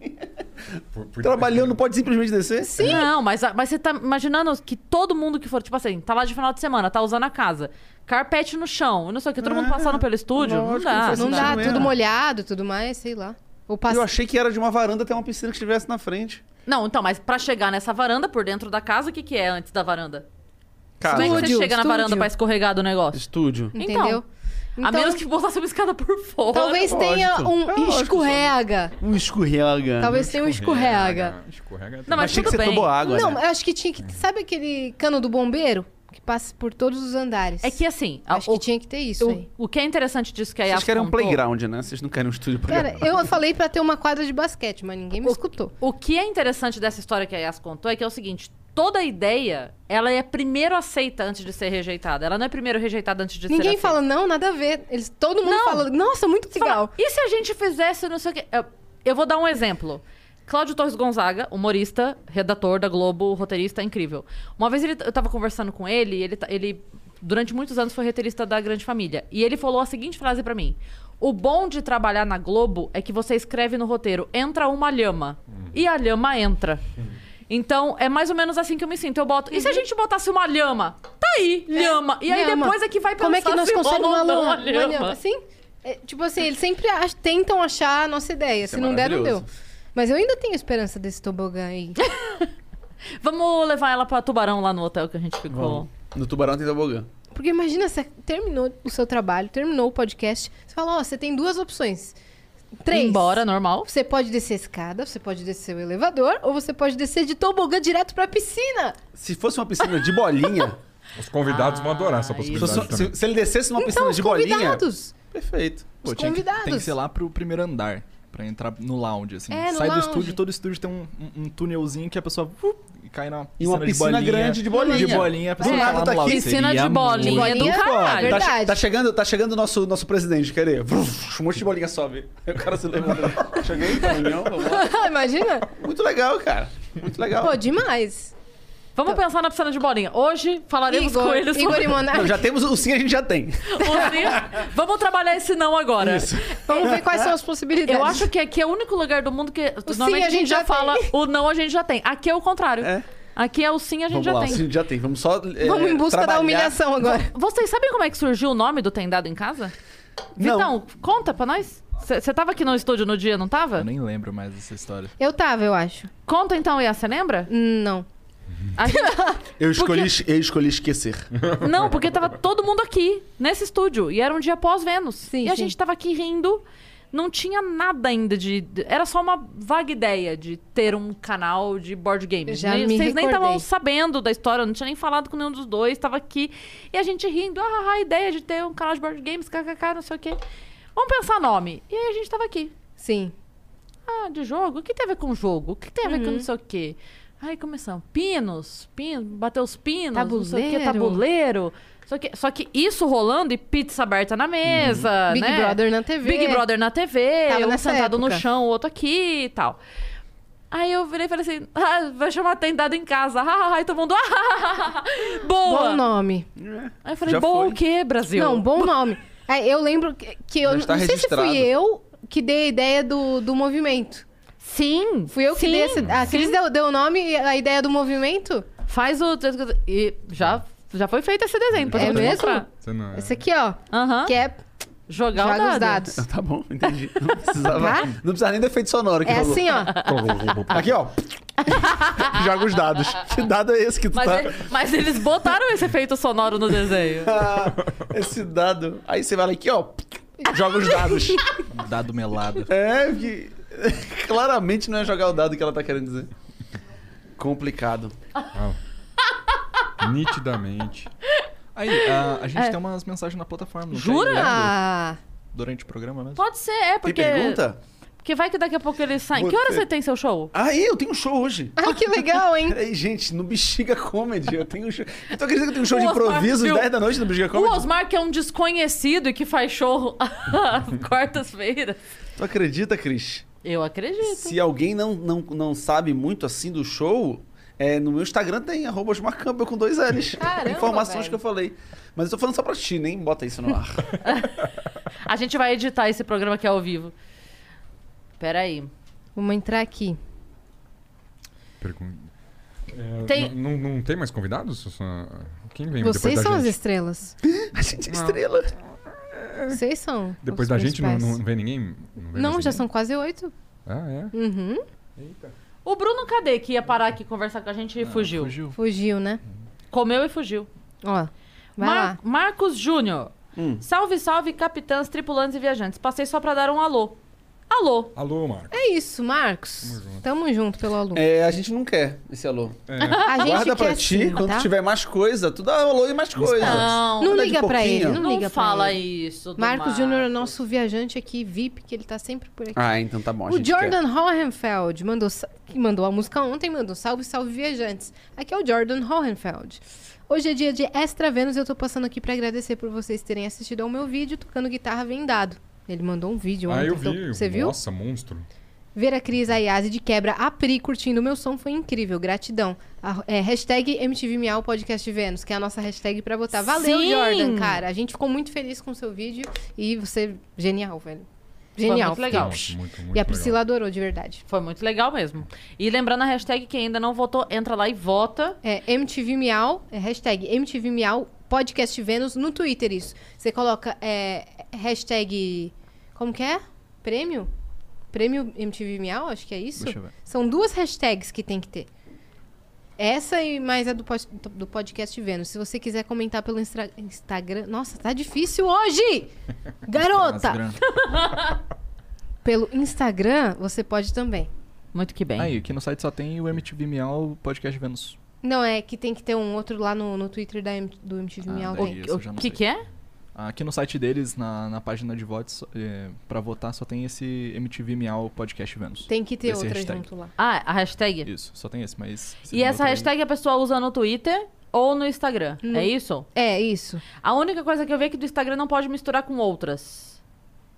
S6: Por- por-
S7: Trabalhando, pode simplesmente descer?
S2: Sim. Não, mas, mas você tá imaginando que todo mundo que for, tipo assim, tá lá de final de semana, tá usando a casa, carpete no chão, não sei o que, todo mundo passando pelo estúdio, não
S7: É, lógico, não
S2: dá.
S7: faz
S3: Não
S7: sentido.
S3: dá,
S7: mesmo.
S3: tudo molhado, tudo mais, sei lá. Ou passa...
S7: Eu achei que era de uma varanda até uma piscina que estivesse na frente.
S2: Não, então, mas pra chegar nessa varanda, por dentro da casa, o que que é antes da varanda?
S7: Cara,
S2: Como é que você
S3: Estúdio,
S2: chega na varanda
S3: estúdio.
S2: pra escorregar do negócio?
S7: estúdio.
S3: Entendeu?
S2: Então,
S3: Então,
S2: A menos que botasse uma escada por fora.
S3: Talvez
S7: Lógico.
S3: tenha um
S7: É lógico,
S3: escorrega.
S7: Um escorrega.
S3: Talvez tenha um escorrega.
S6: Escorrega.
S2: Não, mas
S7: Achei que
S2: tudo
S7: você
S2: bem.
S7: tomou água.
S3: Não, é-
S7: né?
S3: eu acho que tinha que. Sabe aquele cano do bombeiro? Que passa por todos os andares.
S2: É que assim, a-
S3: Acho
S2: o,
S3: que tinha que ter isso aí.
S2: o, o que é interessante disso que a
S7: Vocês
S2: Yas
S7: querem um
S2: contou-
S7: playground, né? Vocês não querem um estúdio pra
S3: Cara,
S7: gravar.
S3: eu falei pra ter uma quadra de basquete, mas ninguém me escutou.
S2: O que é interessante dessa história que a Yas contou é que é o seguinte: toda ideia, ela é primeiro aceita antes de ser rejeitada. Ela não é primeiro rejeitada antes de ser
S3: Ninguém
S2: aceita.
S3: fala, não, nada a ver. Eles, todo mundo
S2: Não.
S3: fala, nossa, muito
S2: Você fala,
S3: legal.
S2: E se a gente fizesse não sei o quê? Eu, eu vou dar um exemplo. Cláudio Torres Gonzaga, humorista, redator da Globo, roteirista incrível. Uma vez ele, eu tava conversando com ele, ele, ta- ele durante muitos anos foi roteirista da Grande Família. E ele falou a seguinte frase pra mim: O bom de trabalhar na Globo é que você escreve no roteiro, entra uma lhama.
S3: Uhum.
S2: E a lhama entra. Então, é mais ou menos assim que eu me sinto. Eu boto. E se a gente botasse uma lhama? Tá aí, lhama. e aí
S3: Uhum. É. Lhama.
S2: depois é que vai pensar
S3: Como é que nós
S2: se
S3: conseguimos uma
S2: rola ou não
S3: lama?
S2: a
S3: Uma lhama, Assim? É, tipo assim, eles sempre ach- tentam achar a nossa ideia.
S7: Isso
S3: Se
S7: é
S3: não der, não deu.
S7: maravilhoso.
S3: Mas eu ainda tenho esperança desse tobogã aí.
S2: Vamos levar ela pra Tubarão lá no hotel que a gente ficou.
S7: No Tubarão tem tobogã.
S3: Porque imagina, você terminou o seu trabalho, terminou o podcast, você fala, ó, você tem duas opções. Três.
S2: Ir Embora, normal.
S3: Você pode descer a escada, você pode descer o elevador, ou você pode descer de tobogã direto pra piscina.
S7: Se fosse uma piscina de bolinha...
S6: Os convidados vão adorar essa
S2: Ah,
S7: se,
S6: possibilidade
S7: fosse-
S6: também.
S7: se- se ele descesse numa
S3: Então,
S7: piscina
S3: os
S7: de bolinha...
S3: convidados.
S7: Perfeito.
S3: Os
S4: Pô, tinha que-
S3: convidados.
S4: Tem que ser lá pro primeiro andar. Pra entrar no lounge, assim.
S3: É, no
S4: Sai
S3: lounge.
S4: do estúdio, todo estúdio tem um, um, um túnelzinho que a pessoa uh, e cai na
S7: E uma
S4: piscina,
S7: piscina
S4: de bolinha.
S7: grande de bolinha.
S4: De bolinha,
S2: É,
S4: a pessoa
S7: Do
S4: tá
S7: lado
S4: lá no
S7: daqui.
S4: lounge.
S2: Piscina
S4: Seria
S2: de bolinha,
S4: muito-
S3: bolinha
S2: do
S3: é foda.
S2: caralho.
S7: Tá,
S3: Verdade.
S7: che- tá chegando o tá chegando o nosso, nosso presidente, quer ver? Vruf, Um monte de bolinha sobe. Aí o cara se levanta. Cheguei, caminhão, vamos lá.
S3: Ah, imagina.
S7: Muito legal, cara. Muito legal.
S3: Pô, demais. Então-
S2: Vamos pensar na piscina de bolinha. Hoje falaremos
S3: Igor,
S2: com ele
S3: Igor
S2: sobre
S3: e
S7: Não,
S3: Monark,
S7: já temos o sim, a gente já tem.
S2: o sim. Vamos trabalhar esse não agora.
S3: vamos ver quais são as possibilidades.
S2: Eu acho que aqui é o único lugar do mundo que normalmente
S3: sim
S2: a gente já,
S3: tem.
S2: fala o não a gente já tem. Aqui é o contrário.
S7: É.
S2: Aqui é o sim a gente
S7: Vamos
S2: já
S7: lá, o sim a
S2: tem.
S7: gente já tem. Vamos só. é,
S3: Vamos em busca da
S7: trabalhar.
S3: humilhação agora.
S2: Vocês sabem como é que surgiu o nome do Tem Dado em Casa?
S7: Não.
S2: Vitão, conta pra nós. Você tava aqui no estúdio no dia, não tava?
S4: Eu nem lembro mais dessa história.
S3: Eu tava, eu acho.
S2: Conta então, Iá, você lembra?
S3: Não.
S2: A gente
S7: Eu escolhi, eu escolhi esquecer.
S2: Não,
S3: É
S2: porque tava todo mundo aqui, nesse estúdio. E era um dia pós-Vênus.
S3: Sim,
S2: e
S3: sim.
S2: a gente tava aqui rindo. Não tinha nada ainda de. de- Era só uma vaga ideia de ter um canal de board games.
S3: Já
S2: Nem-
S3: me
S2: Vocês nem
S3: recordei.
S2: estavam sabendo da história, eu não tinha nem falado com nenhum dos dois, tava aqui. E a gente rindo, ah, a ideia de ter um canal de board games, kkk, não sei o quê. Vamos pensar nome. E aí a gente tava aqui.
S3: Sim.
S2: Ah, de jogo? O que tem a ver com jogo? O que tem a ver
S3: Uhum.
S2: com não sei o quê? Aí começamos. Pinos, pinos, bateu os pinos, não sei o quê,
S3: Tabuleiro.
S2: tabuleiro. Só que, só que isso rolando e pizza aberta na mesa,
S3: Uhum. Big
S2: né?
S3: Brother na TV.
S2: Big Brother na TV,
S3: Tava
S2: um
S3: nessa
S2: sentado no
S3: época.
S2: chão, o outro aqui e tal. Aí eu virei e falei assim, ah, vai chamar atendado em casa. Ah, aí todo mundo, ah, boa.
S3: Bom nome.
S2: Aí eu falei,
S7: Já
S2: boa
S7: foi.
S2: o quê, Brasil?
S3: Não, bom nome. É, eu lembro que, que eu
S7: Já
S3: não
S7: está
S3: sei se
S7: registrado.
S3: fui eu que dei a ideia do, do movimento.
S2: Sim.
S3: Fui eu que
S2: sim.
S3: dei essa. A Cris deu, deu o nome e a ideia do movimento?
S2: Faz o... E já, já foi feito esse desenho. depois
S3: É
S2: eu vou te
S3: mesmo?
S2: mostrar.
S6: Você não é.
S3: Esse aqui, ó.
S2: Aham.
S3: Que é
S2: Jogar
S3: joga
S2: o
S3: os
S2: dado.
S3: dados.
S7: Tá bom, entendi. Não precisava,
S3: Tá?
S7: não precisava nem de efeito sonoro. Que
S3: É
S7: rolou.
S3: assim, ó.
S7: Aqui, ó. Joga os dados. Que dado é esse que tu
S2: Mas,
S7: tá...
S2: ele- mas eles botaram esse efeito sonoro no desenho.
S7: Ah, esse dado. Aí você vai lá aqui, ó. Joga os dados.
S4: Dado melado.
S7: É, porque claramente não é jogar o dado que ela tá querendo dizer. Complicado.
S6: Nitidamente.
S4: Aí, ah, a, a gente tem umas mensagens na plataforma. não tem?
S2: É. Jura?
S4: Lembra?
S3: Ah,
S4: Durante o programa mesmo.
S2: Pode ser, é
S7: Tem
S2: porque.
S7: pergunta?
S2: Porque vai que daqui a pouco eles saem. Que horas
S7: Você-
S2: você tem seu show?
S7: Ah, eu tenho um show hoje.
S3: Ai, Ah, que legal, hein?
S7: Peraí, gente, no Bexiga Comedy. Eu tenho um show. Eu tô acreditando que eu tenho um show de
S2: O Osmar
S7: improviso às
S2: viu?
S7: 10 da noite no Bexiga
S2: O
S7: Comedy.
S2: Osmar, que é um desconhecido e que faz show quartas-feiras.
S7: Tu acredita, Cris?
S2: Eu acredito.
S7: Se alguém não, não, não sabe muito assim do show, é, no meu Instagram tem arroba Osmar Campbell com dois L's.
S3: Caramba,
S7: Informações
S3: velho.
S7: que eu falei. Mas eu tô falando só pra ti, nem bota isso no ar.
S2: A gente vai editar esse programa que é ao vivo. Peraí.
S3: Vamos entrar aqui.
S6: Pergunta. É,
S2: Tem-
S6: Não, não- não tem mais convidados? Só- Quem vem
S3: Vocês
S6: depois da
S3: são as
S6: gente?
S3: estrelas.
S7: A gente é estrela.
S3: Vocês são.
S6: Depois
S3: os
S6: da gente não,
S3: principais.
S6: não vem ninguém? vem
S3: Não,
S6: mais
S3: já
S6: ninguém?
S3: são quase oito.
S6: Ah, é?
S3: Uhum.
S2: O Bruno cadê que ia parar aqui conversar com a gente e fugiu?
S4: Fugiu.
S3: Fugiu, né?
S2: Comeu e fugiu.
S3: Ó. Vai
S2: Mar-
S3: lá.
S2: Marcos Júnior. Salve, salve, capitãs, tripulantes e viajantes. Passei só pra dar um alô. Alô.
S6: Alô, Marco.
S3: É isso, Marcos. Tamo junto, pelo aluno.
S7: É, a gente não quer esse alô.
S6: É.
S3: A gente
S7: Guarda
S3: quer
S7: pra ti,
S3: sim,
S7: quando
S3: tá?
S7: tiver mais coisa, tu dá alô e mais coisa.
S2: Não,
S3: Não
S7: Manda de
S3: liga pra
S7: pouquinho.
S3: ele, não,
S2: não,
S3: liga
S2: fala
S3: pra ele.
S2: isso. do
S3: Marcos Júnior é
S2: Marcos.
S3: nosso viajante aqui, VIP, que ele tá sempre por aqui.
S6: é,
S7: Ah, então tá bom. a
S3: o
S7: gente
S3: Jordan Hohenfeld mandou, sa- que mandou a música ontem, mandou salve, salve viajantes. Aqui é o Jordan Hohenfeld. Hoje é dia de Extra Vênus e eu tô passando aqui pra agradecer por vocês terem assistido ao meu vídeo tocando guitarra vendado. Ele mandou um vídeo ontem.
S6: Ah, eu
S3: então-
S6: vi.
S3: Você viu?
S6: Nossa, monstro.
S3: Ver a Cris Ayase de quebra a Pri curtindo o meu som foi incrível, gratidão. A, é, hashtag MTV Miau Podcast Vênus, que é a nossa hashtag pra botar. Valeu,
S2: Sim!
S3: Jordan, cara. A gente ficou muito feliz com o seu vídeo e você, genial, velho. Genial.
S2: muito legal.
S6: Muito, muito, muito
S3: E a
S6: legal.
S3: Priscila adorou, de verdade.
S2: Foi muito legal mesmo. E lembrando a hashtag, quem ainda não votou, entra lá e vota.
S3: É MTV Miau, é hashtag MTV Miau Podcast Vênus no Twitter, isso. Você coloca é, hashtag. Como que é? Prêmio? Prêmio MTV Miau, acho que é isso?
S4: Deixa eu ver.
S3: São duas hashtags que tem que ter. Essa e mais a do, pod- do podcast Vênus. Se você quiser comentar pelo instra- Instagram. Nossa, tá difícil hoje! Garota!
S4: Instagram.
S3: pelo Instagram, você pode também.
S2: Muito que bem.
S4: Aí, aqui no site só tem o MTV Miau Podcast Vênus.
S3: Não, é que tem que ter um outro lá no, no Twitter da M- do MTV
S4: Ah,
S3: Miau.
S4: daí
S3: tem.
S4: isso eu já
S2: o
S4: não
S2: que
S4: sei.
S2: que é?
S4: Aqui no site deles, na, na página de votos, só- é, pra votar só tem esse MTV Miau Podcast Vênus.
S3: Tem que ter
S4: Esse
S3: outra
S4: hashtag.
S3: junto lá.
S2: Ah, a hashtag.
S4: Isso, só tem esse, mas... se
S2: E
S4: não
S2: essa
S4: também-
S2: hashtag a pessoa usa no Twitter ou no Instagram. É isso?
S3: É, isso.
S2: A única coisa que eu vi é que do Instagram não pode misturar com outras.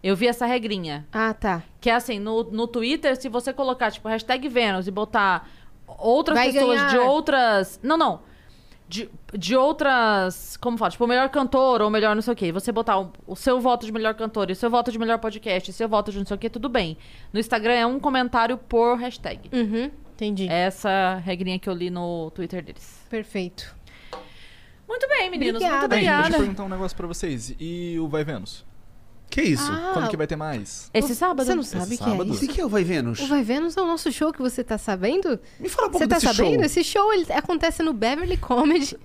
S2: Eu vi essa regrinha.
S3: Ah, tá.
S2: Que é assim, no, no Twitter, se você colocar, tipo, hashtag Vênus e botar outras
S3: Vai
S2: pessoas
S3: ganhar.
S2: de outras. Não, não. De, de outras. Como fala? Tipo, o melhor cantor ou o melhor não sei o quê. Você botar o, o seu voto de melhor cantor, e o seu voto de melhor podcast, e o seu voto de não sei o quê, tudo bem. No Instagram é um comentário por hashtag.
S3: Uhum, entendi.
S2: É Essa regrinha que eu li no Twitter deles.
S3: Perfeito.
S2: Muito bem, é meninos.
S3: Obrigada.
S2: Muito
S4: Aí,
S2: obrigada.
S4: Deixa eu perguntar um negócio pra vocês. E o Vai Vênus?
S7: quer. Que isso?
S4: Quando que vai ter mais?
S2: Esse sábado.
S3: Ah. Você não sabe o que é
S4: sábado?
S7: O
S3: isso?
S7: que, que é o Vai Vênus?
S3: O Vai Vênus é o nosso show que você tá sabendo?
S7: Me fala um pouco
S3: Você tá
S7: desse
S3: sabendo?
S7: show.
S3: Esse show ele acontece no Beverly Comedy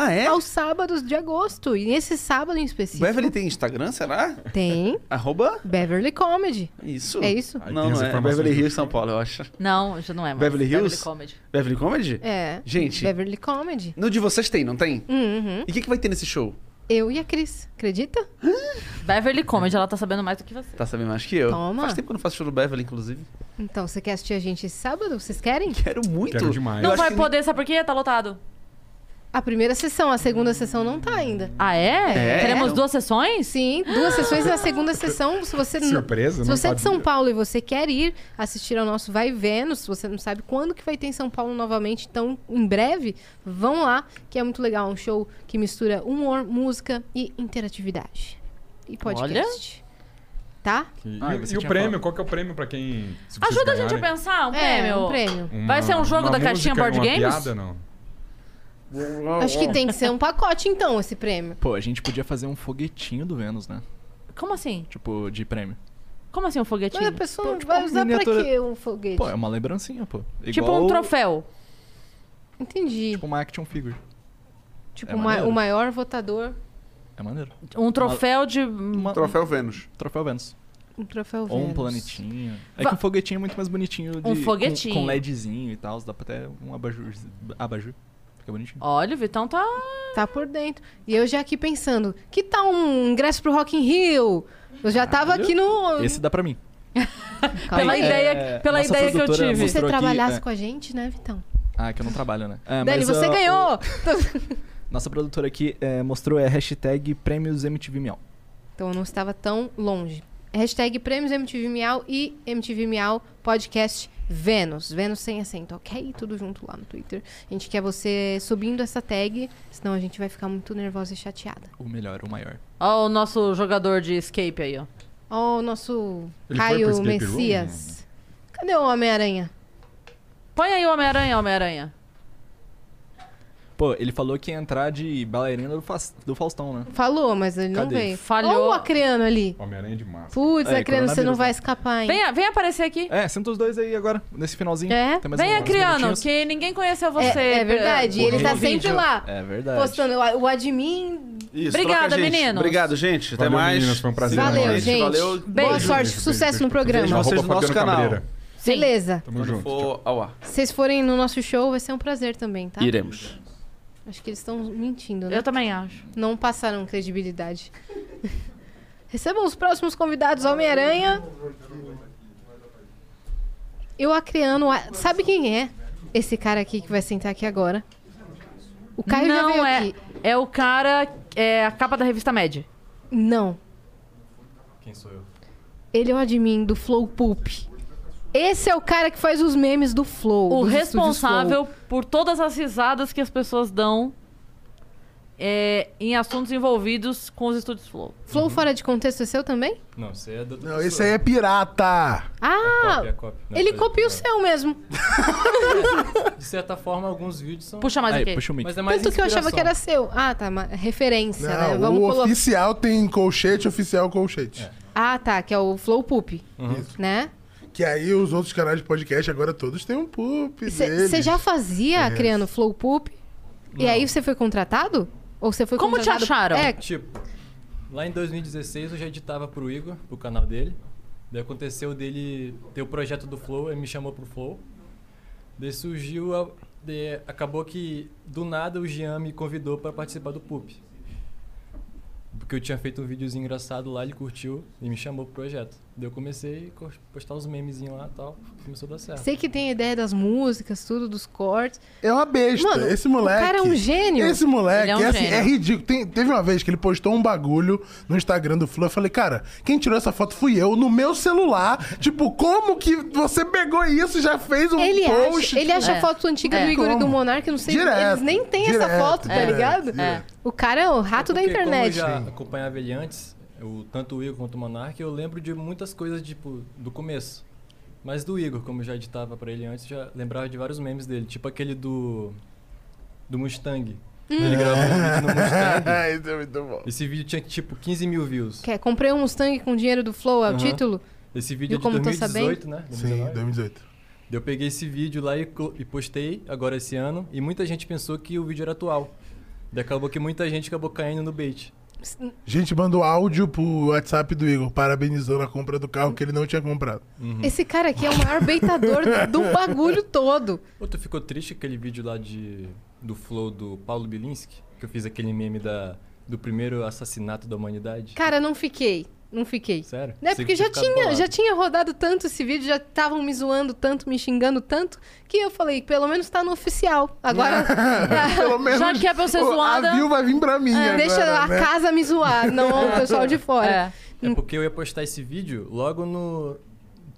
S7: Ah, é?
S3: aos sábados de agosto. E esse sábado em específico
S7: Beverly tem Instagram, será?
S3: tem
S7: Arroba?
S3: Beverly Comedy.
S7: Isso.
S3: É isso?
S6: Aí
S7: Não,
S6: Ah, tem as
S7: não é.
S6: informações
S7: Beverly
S6: do
S7: Hills,
S6: show.
S7: São Paulo, eu acho.
S2: Não, já não é mais.
S7: Beverly Hills?
S2: Beverly Comedy.
S7: Beverly Comedy?
S3: É.
S7: Gente.
S3: Beverly Comedy.
S7: No de vocês tem, não tem?
S3: Uhum.
S7: E o que, que vai ter nesse show?
S3: Eu e a Cris, acredita?
S2: Beverly Comedy, ela tá sabendo mais do que você.
S7: Tá sabendo mais que eu?
S3: Toma.
S7: Faz tempo que eu não faço show no Beverly, inclusive.
S3: Então, você quer assistir a gente esse sábado? Vocês querem?
S7: Quero muito.
S6: Quero demais.
S7: Eu
S2: não
S7: acho
S2: vai
S7: que-
S2: poder, sabe por quê? Tá lotado.
S3: A primeira sessão, a segunda sessão não tá ainda.
S2: Ah, é?
S7: É.
S2: Teremos
S7: Então-
S2: duas sessões?
S3: Sim, duas sessões na segunda sessão. Se você não-
S6: Surpresa,
S3: Se
S6: não
S3: você é de
S6: sabia.
S3: São Paulo e você quer ir assistir ao nosso Vai Vênus, você não sabe quando que vai ter em São Paulo novamente, então em breve, vão lá, que é muito legal. É um show que mistura humor, música e interatividade. E podcast. Tá?
S6: Que- E,
S4: Ah,
S6: o-
S4: você
S6: e o
S4: tinha
S6: prêmio?
S4: falado.
S6: Qual que é o prêmio pra quem. se vocês
S2: Ajuda a gente a
S6: ganharem?
S2: pensar, um
S3: É,
S2: prêmio.
S3: um prêmio.
S6: Uma-
S2: Vai ser um jogo
S6: uma
S2: da caixinha
S6: música,
S2: board
S6: uma
S2: games?
S6: Piada, não.
S3: Acho que tem que ser um pacote, então, esse prêmio.
S4: Pô, a gente podia fazer um foguetinho do Vênus, né?
S2: Como assim?
S4: Tipo, de prêmio.
S2: Como assim um foguetinho?
S3: Mas a pessoa
S4: Tipo,
S3: vai usar pra
S4: miniatura-
S3: quê um foguete?
S4: Pô, é uma lembrancinha, pô. Igual,
S2: Tipo um troféu.
S3: Entendi.
S4: Tipo uma action figure.
S3: Tipo,
S4: é
S3: o ma-
S4: maneiro.
S3: o maior votador,
S4: É maneiro.
S2: Um troféu de.
S4: Uma-
S7: Um Troféu Vênus.
S4: Um Troféu Vênus.
S3: um troféu
S4: Ou um
S3: Vênus.
S4: planetinho. É
S2: Va-
S4: que um foguetinho é muito mais bonitinho. De,
S2: Um foguetinho.
S4: Com, com LEDzinho e tal. Dá pra até um abajur. abajur. Fica bonitinho.
S2: Olha, o Vitão tá.
S3: Tá por dentro. E eu já aqui pensando, que tal um ingresso pro Rock in Rio? Eu já tava aqui no...
S4: Esse dá pra mim. é,
S3: Calma
S2: Pela
S3: aí.
S2: ideia, pela
S4: nossa
S2: ideia que eu
S4: produtora
S2: tive.
S4: mostrou-
S3: você
S4: aqui,
S3: trabalhasse
S4: é.
S3: com a gente, né, Vitão?
S4: Ah, que eu não trabalho, né? É,
S3: Dani,
S4: mas,
S3: você
S4: ah,
S3: ganhou!
S4: o- nossa produtora aqui é, mostrou é hashtag prêmios MTV Miau.
S3: Então eu não estava tão longe. Hashtag Prêmios MTV Miau e MTV Miau Podcast Vênus. Vênus sem acento, ok? Tudo junto lá no Twitter. A gente quer você subindo essa tag, senão a gente vai ficar muito nervosa e chateada.
S4: O melhor, o maior.
S2: Ó, o nosso jogador de escape aí, ó.
S3: Ó, o nosso
S6: Ele foi pro
S3: Caio
S6: escape room?
S3: Messias. Cadê o Homem-Aranha?
S2: Põe aí o Homem-Aranha, Homem-Aranha.
S4: Pô, ele falou que ia entrar de bailarina do, Fas- do Faustão, né?
S3: Falou, mas ele não
S4: Cadê?
S3: veio.
S2: Falhou.
S3: Ó, o Acreano ali.
S6: Homem-Aranha de massa.
S3: Putz,
S4: Aí,
S3: Acreano, você não
S4: coronavírus,
S3: vai
S4: né?
S3: escapar, hein?
S2: Vem, a- vem aparecer aqui.
S4: É, senta os dois aí agora, nesse finalzinho.
S3: É?
S4: Tem mais um
S2: Vem,
S4: alguns
S2: Acriano,
S4: minutinhos.
S2: que ninguém conheceu
S3: É-
S2: você.
S3: é, verdade,
S4: Pô,
S3: ele tá
S4: no
S3: sempre
S4: vídeo.
S3: lá.
S4: É verdade.
S3: Postando o admin
S7: Isso,
S2: Obrigada,
S7: troca, gente.
S2: meninos.
S7: Obrigado, gente. Até
S6: Valeu,
S7: mais.
S6: meninas, foi um prazer.
S3: Valeu,
S6: Valeu,
S3: gente.
S7: Valeu.
S2: Beijo.
S3: Boa sorte,
S6: Beijo,
S3: sucesso
S6: beijo,
S3: no
S6: beijo.
S3: programa.
S7: Beijo a vocês no
S6: Arroba
S7: nosso
S6: Fabiano
S7: canal.
S6: Cabreira.
S2: Sim.
S3: Beleza.
S6: Tamo
S7: Quando
S6: junto.
S7: for ao ar.
S3: Se vocês forem no nosso show, vai ser um prazer também, tá?
S7: Iremos.
S3: Acho que eles estão mentindo, né?
S2: Eu também acho.
S3: Não passaram credibilidade. Recebam os próximos convidados, Homem-Aranha. Eu acreano. a- Sabe quem é? Esse cara aqui que vai sentar aqui agora. O Caio já
S2: não
S3: veio
S2: é.
S3: aqui.
S2: É o cara. É a capa da revista Med.
S3: Não.
S4: Quem sou eu?
S3: Ele é o admin do Flow Pulp. Esse é o cara que faz os memes do Flow.
S2: O
S3: dos estúdios
S2: responsável por todas as risadas que as pessoas dão é, em assuntos envolvidos com os estúdios Flow.
S3: Flow. Flow fora de contexto é seu também?
S9: Não, você é do outro.
S8: Não, esse aí é pirata.
S4: É
S3: Ah!
S9: Copia, copia.
S4: né?
S9: Não,
S3: Ele
S9: foi-
S3: copia o seu mesmo.
S9: É, De certa forma, alguns vídeos são.
S2: Puxa mais
S4: Aí,
S2: aqui.
S4: puxa o mic.
S9: Mas é mais
S3: Tanto que eu achava
S9: inspiração.
S3: que era seu. Ah, tá. Mas referência, né?
S8: Não,
S3: Vamos
S8: o
S3: colocar.
S8: oficial tem colchete, oficial colchete.
S3: Ah, tá. Que é o Flow Poop.
S9: Uhum.
S3: Né?
S8: Que aí os outros canais de podcast agora todos têm um poop deles.
S3: Você já fazia
S8: É.
S3: criando Flow Poop? E aí você foi contratado? Ou você foi
S2: Como te
S3: contratado-
S2: acharam?
S3: É,
S9: Tipo, lá em 2016 eu já editava pro Igor, pro canal dele. Daí aconteceu dele ter o projeto do Flow, ele me chamou pro Flow. Daí surgiu. A, de- acabou que do nada o Jean me convidou pra participar do PUP. Porque eu tinha feito um videozinho engraçado lá, ele curtiu e me chamou pro projeto. Daí eu comecei a postar uns memezinhos lá e tal. Começou a dar certo.
S3: sei que tem ideia das músicas, tudo, dos cortes.
S8: É uma besta.
S3: Mano,
S8: esse moleque.
S3: o cara é um gênio.
S8: Esse moleque
S2: Ele é
S8: é,
S2: um
S8: assim,
S2: gênio.
S8: é ridículo. Tem- teve uma vez que ele postou um bagulho no Instagram do Flow. Eu falei, cara, quem tirou essa foto fui eu, no meu celular. Tipo, como que você pegou isso e já fez um
S3: Ele
S8: post?
S3: acha, ele acha
S2: É.
S3: a foto antiga
S2: É.
S3: do Igor e do
S8: Como?
S3: Monark, eu não sei.
S8: Direto,
S3: eles nem têm essa
S8: direto,
S3: foto, tá
S8: direto,
S3: ligado?
S8: direto.
S3: O cara é o rato da
S9: Porque Como eu
S3: internet.
S9: já acompanhava ele antes, eu, tanto o Igor quanto o Monark, eu lembro de muitas coisas tipo, do começo. Mas do Igor, como eu já editava pra ele antes, já lembrava de vários memes dele. Tipo aquele do. do Mustang.
S3: Hum.
S8: Ele gravou um vídeo no Mustang.
S10: Isso é muito bom.
S9: Esse vídeo tinha tipo 15 mil views.
S3: Quer, comprei um Mustang com dinheiro do Flow, é o
S9: Aham.
S3: título?
S9: Esse vídeo
S3: Viu
S9: é de
S3: como tá tô
S9: 2018, né?
S8: Sim, 2018.
S9: Daí Eu peguei esse vídeo lá e, co- e postei agora esse ano e muita gente pensou que o vídeo era atual. Daí acabou que muita gente acabou caindo no bait.
S8: Gente, mandou áudio pro WhatsApp do Igor, parabenizando a compra do carro que ele não tinha comprado.
S3: Esse cara aqui é o maior beitador do bagulho todo.
S9: Ou tu ficou triste com aquele vídeo lá de do flow do Paulo Bilinski, que eu fiz aquele meme da do primeiro assassinato da humanidade?
S3: Cara, não fiquei. Não fiquei.
S9: Sério?
S3: Né?
S9: Sei
S3: Porque
S9: que
S3: já
S9: ficado
S3: tinha, já
S9: bolado.
S3: tinha rodado tanto esse vídeo, já estavam me zoando tanto, me xingando tanto, que eu falei, pelo menos tá no oficial. Agora.
S8: Pelo menos
S2: Já que é pra eu ser
S8: o-
S2: zoada-
S8: A view vai vir pra mim agora,
S3: É, Deixa a
S8: né?
S3: casa me zoar, não o pessoal de fora.
S2: É.
S9: É porque eu ia postar esse vídeo logo no.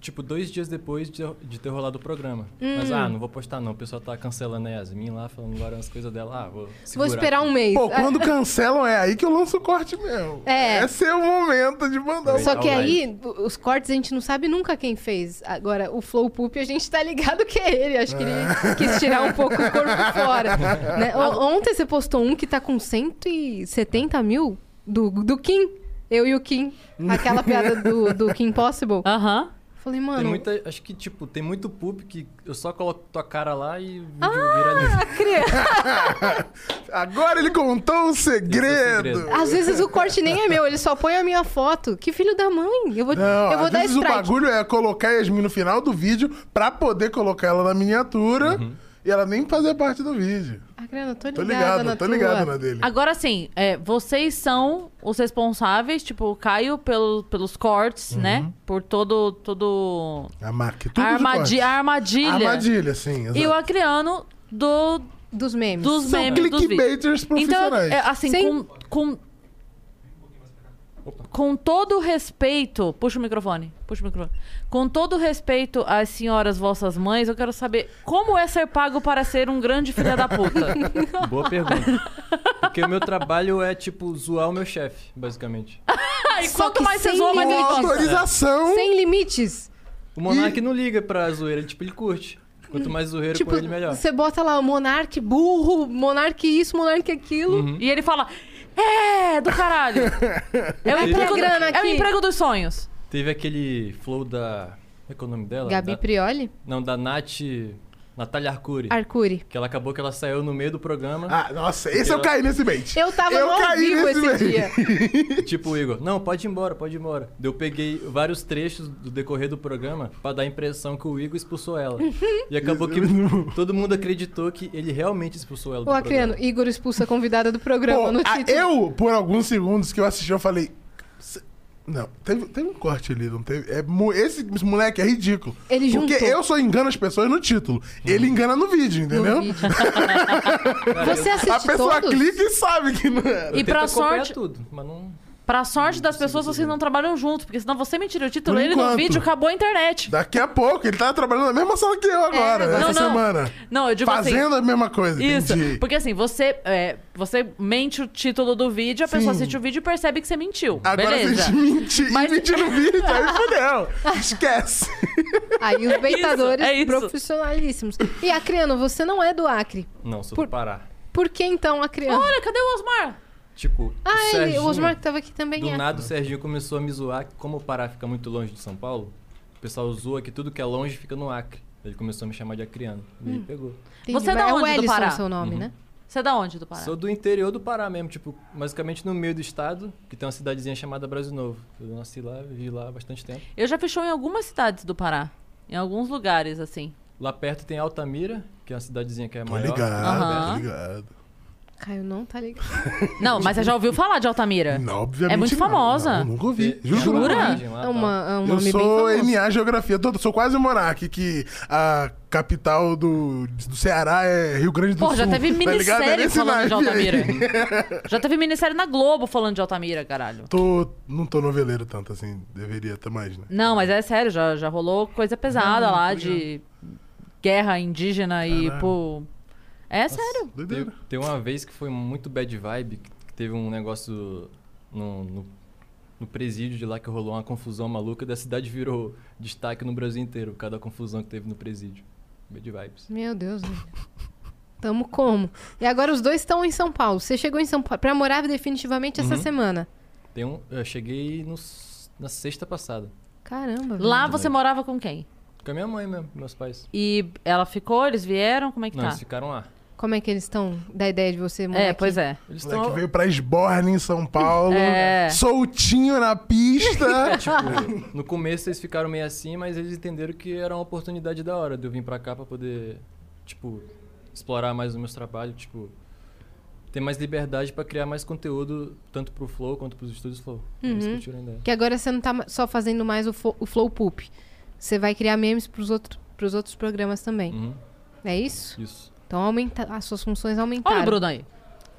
S9: Tipo, dois dias depois de, de ter rolado o programa.
S3: Hum.
S9: Mas, ah, não vou postar não. O pessoal tá cancelando a Yasmin lá, falando agora as coisas dela. Ah, vou
S3: Vou
S9: segurar
S3: esperar
S9: aqui.
S3: um mês.
S8: Pô, quando cancelam é aí que eu lanço o corte mesmo.
S3: É.
S8: Esse é o momento de mandar o
S9: Sim.
S3: Só que
S9: Alright.
S3: aí, os cortes a gente não sabe nunca quem fez. Agora, o Flow Poop a gente tá ligado que é ele. Acho que ele quis tirar um pouco o corpo fora. né? O- Ontem você postou um que tá com 170 mil do, do Kim. Eu e o Kim. Aquela piada do, do Kim Possible.
S2: Aham.
S3: Falei,
S9: Tem
S3: mano,
S9: muita, acho que, tipo, tem muito poop que eu só coloco tua cara lá e o vídeo
S3: ah,
S9: viraliza.
S8: Agora ele contou um segredo.
S9: segredo.
S3: às vezes o corte nem é meu, ele só põe a minha foto. Que filho da mãe. Eu vou,
S8: Não,
S3: eu vou
S8: às
S3: dar
S8: vezes o
S3: strike.
S8: bagulho é colocar a Yasmin no final do vídeo pra poder colocar ela na miniatura e ela nem fazer parte do vídeo.
S3: Ah, Grana, tô
S8: Tô
S3: ligada na
S8: ligado, tô
S3: tua.
S8: ligado na dele.
S2: Agora sim, é, vocês são os responsáveis, tipo, o Caio pelo, pelos cortes, né? Por todo. todo...
S8: Uhum. A Mac, tudo
S2: A
S8: de
S2: armadi
S8: corte.
S2: a armadilha.
S8: Armadilha, sim,
S2: E o
S8: exato.
S2: Acriano do,
S3: Dos memes.
S2: dos
S8: São
S2: memes. dos vídeos.
S8: clickbaiters
S2: Então,
S8: profissionais.
S2: é, assim,
S3: Sim.
S2: com, com. Com todo o respeito. Puxa o microfone. Puxa o microfone. Com todo o respeito às senhoras vossas mães, eu quero saber como é ser pago para ser um grande filho da puta.
S9: Boa pergunta. Porque o meu trabalho é, tipo, zoar o meu chefe, basicamente.
S2: Aí
S3: Só
S2: quanto
S3: que
S2: mais você
S3: sem
S2: zoa, mais
S8: Com
S2: ele gosta.
S8: autorização.
S3: Sem limites.
S9: O Monark não liga pra zoeira, ele, tipo, ele curte. Quanto mais zoeiro
S3: Tipo,
S9: com ele, melhor.
S3: você bota lá o monarque burro, monarque isso, monarque aquilo.
S8: Uhum.
S2: E ele fala: É, do caralho. É o,
S3: Vai
S2: emprego,
S3: ter Tá grana
S2: do- é o
S3: aqui.
S2: emprego dos sonhos.
S9: Teve aquele flow da... Como é que é o nome dela?
S3: Gabi
S9: Da-
S3: Prioli,
S9: Não, da Nath... Natália Arcuri.
S3: Arcuri.
S9: Que ela acabou que ela saiu no meio do programa.
S8: Ah, nossa, esse eu caí nesse bait.
S3: Eu tava no ao
S8: caí
S3: vivo esse
S8: nesse bait.
S3: dia.
S9: Tipo, o Igor, não, pode ir embora, pode ir embora. Daí Eu peguei vários trechos do decorrer do programa pra dar a impressão que o Igor expulsou ela. E acabou que todo mundo acreditou que ele realmente expulsou ela do
S3: O Acriano,
S9: programa.
S3: Igor expulsa a convidada do programa
S8: Pô,
S3: no
S8: a-
S3: título.
S8: eu, por alguns segundos que eu assisti, eu falei. "Se- Não, teve, teve um corte ali, não teve. É, mo- esse moleque é ridículo.
S3: Ele
S8: Porque
S3: juntou.
S8: eu só engano as pessoas no título. Ele engana no vídeo, entendeu?
S3: No vídeo. Você assiste
S8: A pessoa
S3: todos?
S8: clica e sabe que não era.
S2: E
S9: Tento
S2: pra
S9: acompanhar
S2: sorte,
S9: tudo, mas não...
S2: pra sorte das pessoas, vocês não trabalham junto, porque senão você mentira o título,
S8: Por
S2: ele no
S8: enquanto.
S2: vídeo, acabou a internet.
S8: Daqui a pouco, ele tava trabalhando na mesma sala que eu agora,
S2: É, não,
S8: essa
S2: não.
S8: semana.
S2: Não, eu digo assim.
S8: Fazendo a mesma coisa,
S2: Isso,
S8: entendi.
S2: porque assim, você, é, você mente o título do vídeo, a pessoa assiste o vídeo e percebe que você mentiu.
S8: Agora
S2: Beleza.
S8: se a gente mentir
S2: Mas-
S8: e mentir no vídeo, aí fudeu. Esquece.
S3: Aí os beitadores
S2: é isso.
S3: profissionalíssimos. E Acriano, você não é do Acre.
S9: Não, sou
S3: Por-
S9: do Pará.
S3: Por que então, Acriano?
S2: Olha, cadê o Osmar?
S9: Tipo,
S3: ah,
S9: o
S3: ele,
S9: Serginho,
S3: o Osmar que tava aqui também
S9: do
S3: é.
S9: nada o Serginho começou a me zoar que como o Pará fica muito longe de São Paulo, o pessoal zoa que tudo que é longe fica no Acre. Ele começou a me chamar de acriano. E
S3: Hum.
S9: aí pegou.
S3: Entendi,
S2: Você é
S3: mas
S2: da
S3: é
S2: onde
S3: o
S2: do
S3: Ellison
S2: Pará?
S3: seu nome, né?
S2: Você é da onde do Pará?
S9: Sou do interior do Pará mesmo, tipo, basicamente no meio do estado, que tem uma cidadezinha chamada Brasil Novo. Eu nasci lá, vivi lá há bastante tempo.
S2: Eu já fechou em algumas cidades do Pará. Em alguns lugares, assim.
S9: Lá perto tem Altamira, que é uma cidadezinha que é
S8: Tô
S9: maior.
S8: Tá ligado,
S2: Aham.
S8: tô ligado.
S3: Caio não tá ligado.
S2: Não, mas você já ouviu falar de Altamira?
S8: Não, obviamente
S2: É muito
S8: não.
S2: famosa.
S8: Não, nunca ouvi.
S9: Tem-
S8: Juro que eu não
S9: tem
S2: Jura?
S9: uma
S8: ouvi.
S9: origem lá,
S3: É
S9: tá?
S3: uma, é um
S8: Eu
S3: nome bem
S8: sou
S3: famoso.
S8: NA Geografia toda, sou quase um monarque, que a capital do, do Ceará é Rio Grande do
S2: Pô,
S8: Sul.
S2: já teve
S8: tá ligado? É
S2: minissérie
S8: nesse
S2: falando de
S8: naipe aí.
S2: Altamira. já teve minissérie na Globo falando de Altamira, caralho.
S8: Tô, não tô noveleiro tanto assim, deveria ter mais, né?
S2: Não, mas é sério, já, já rolou coisa pesada lá de guerra indígena e, pô. É sério.
S9: Tem,
S8: Doideira.
S9: tem uma vez que foi muito bad vibe, que teve um negócio no, no, no presídio de lá que rolou uma confusão maluca e a cidade virou destaque no Brasil inteiro, por causa da confusão que teve no presídio. Bad vibes.
S3: Meu Deus. Tamo como? E agora os dois estão em São Paulo. Você chegou em São Paulo pra morar definitivamente
S9: Uhum.
S3: essa semana.
S9: Tem um, eu cheguei no s- na sexta passada.
S3: Caramba. velho.
S2: Lá você morava com quem?
S9: Com a minha mãe mesmo, meus pais.
S2: E ela ficou, eles vieram, como é que
S9: Não,
S2: tá?
S9: eles ficaram lá.
S3: Como é que eles estão da ideia de você morar
S2: É,
S3: aqui?
S2: pois é.
S9: Eles
S8: O moleque
S9: estão.
S8: veio pra Esborne, em São Paulo, né?
S2: É.
S8: soltinho na pista.
S9: Tipo, no começo eles ficaram meio assim, mas eles entenderam que era uma oportunidade da hora de eu vir pra cá pra poder, tipo, explorar mais os meus trabalhos, tipo, ter mais liberdade pra criar mais conteúdo, tanto pro Flow quanto pros estúdios Flow. É Eles curtiram a ideia.
S3: Uhum. Que agora você não tá ma- só fazendo mais o, fo- o Flow Poop. Você vai criar memes pros, outro, pros outros programas também.
S9: Uhum,
S3: É isso?
S9: isso.
S3: Então aumenta, as suas funções aumentaram.
S2: Olha o Bruno aí.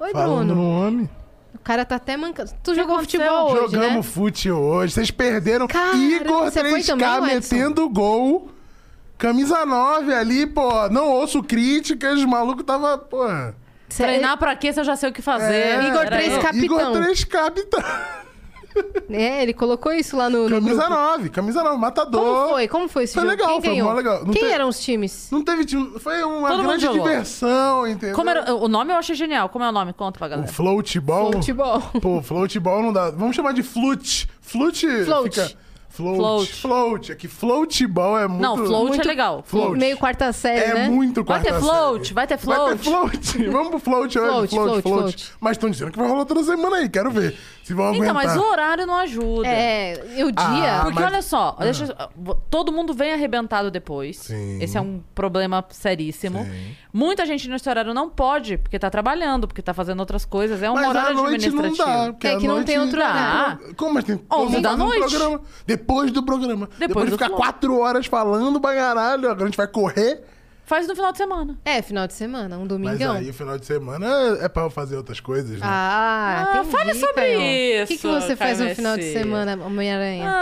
S3: Oi,
S8: Falando
S3: Bruno.
S8: no homem.
S3: O cara tá até mancando. Tu jogou
S2: aconteceu?
S3: futebol hoje,
S8: Jogamos
S3: né?
S8: fute hoje. Vocês perderam.
S3: Cara,
S8: Igor
S3: você foi
S8: 3K
S3: também, Edson?
S8: metendo gol. Camisa 9 ali, pô. Não ouço críticas. O maluco tava, pô.
S3: Cê- é
S2: Treinar pra quê se eu já sei o que fazer?
S8: É.
S3: Igor
S2: Era
S3: três
S2: eu.
S3: ca- Capitão.
S8: Igor 3K, então.
S3: É, ele colocou isso lá no. no
S8: Camisa
S3: grupo.
S8: 9, camisa 9, matador.
S3: Como foi? Como foi esse
S8: Foi
S3: jogo?
S8: é legal,
S3: Quem
S8: foi
S3: ganhou?
S8: mó legal. Não
S3: Quem um
S8: tem-
S3: eram os times?
S8: Não teve time. Foi uma
S2: Todo mundo
S8: grande
S2: jogou.
S8: diversão, entendeu?
S2: Como era, o nome eu achei genial. Como é o nome? Conta pra
S8: O
S2: galera.
S8: floatball.
S3: Futebol.
S8: Pô, floatball não dá. Vamos chamar de flute. Flute
S3: Float.
S8: fica... Float.
S2: Float.
S8: Float. É que floatball é muito...
S2: Não, float
S3: muito-
S2: é legal.
S8: Float.
S3: Meio quarta série,
S8: É
S3: né?
S8: muito
S2: Vai
S8: quarta
S2: ter
S8: série.
S2: float, vai ter
S8: Vai
S2: float.
S8: ter float. Vamos pro float. olha,
S3: Float,
S8: float,
S3: float,
S8: float,
S3: float.
S8: Mas estão dizendo que vai rolar toda semana aí. Quero ver se vão
S2: Então,
S8: aguentar.
S2: mas o horário não ajuda.
S3: É, eu dia.
S8: Ah,
S2: Porque
S8: mas-
S2: olha só, deixa eu- todo mundo vem arrebentado depois.
S8: Sim.
S2: Esse é um problema seríssimo. Muita gente nesse horário não pode, porque tá trabalhando, porque tá fazendo outras coisas. É um
S8: Mas à
S2: horário
S8: noite não
S2: administrativo.
S8: dá. porque
S3: É
S8: à
S3: que não
S8: noite-
S3: tem outro
S2: horário.
S8: Como? Mas tem
S2: 11 da
S8: fazendo um
S2: noite.
S8: Programa. Depois do programa.
S2: do
S8: Depois, de ficar
S2: float.
S8: quatro horas falando pra caralho. Agora a gente vai correr.
S2: Faz no final de semana.
S3: É, final de semana, um
S8: Mas
S3: domingão.
S8: aí o final de semana é- é pra eu fazer outras coisas, né?
S3: Ah,
S2: Ah,
S3: entendi,
S2: fale sobre
S3: Caio. O que,
S2: isso,
S3: que você faz no
S2: Caio
S3: final de
S2: Messias. Ah.
S3: semana, Homem-Aranha?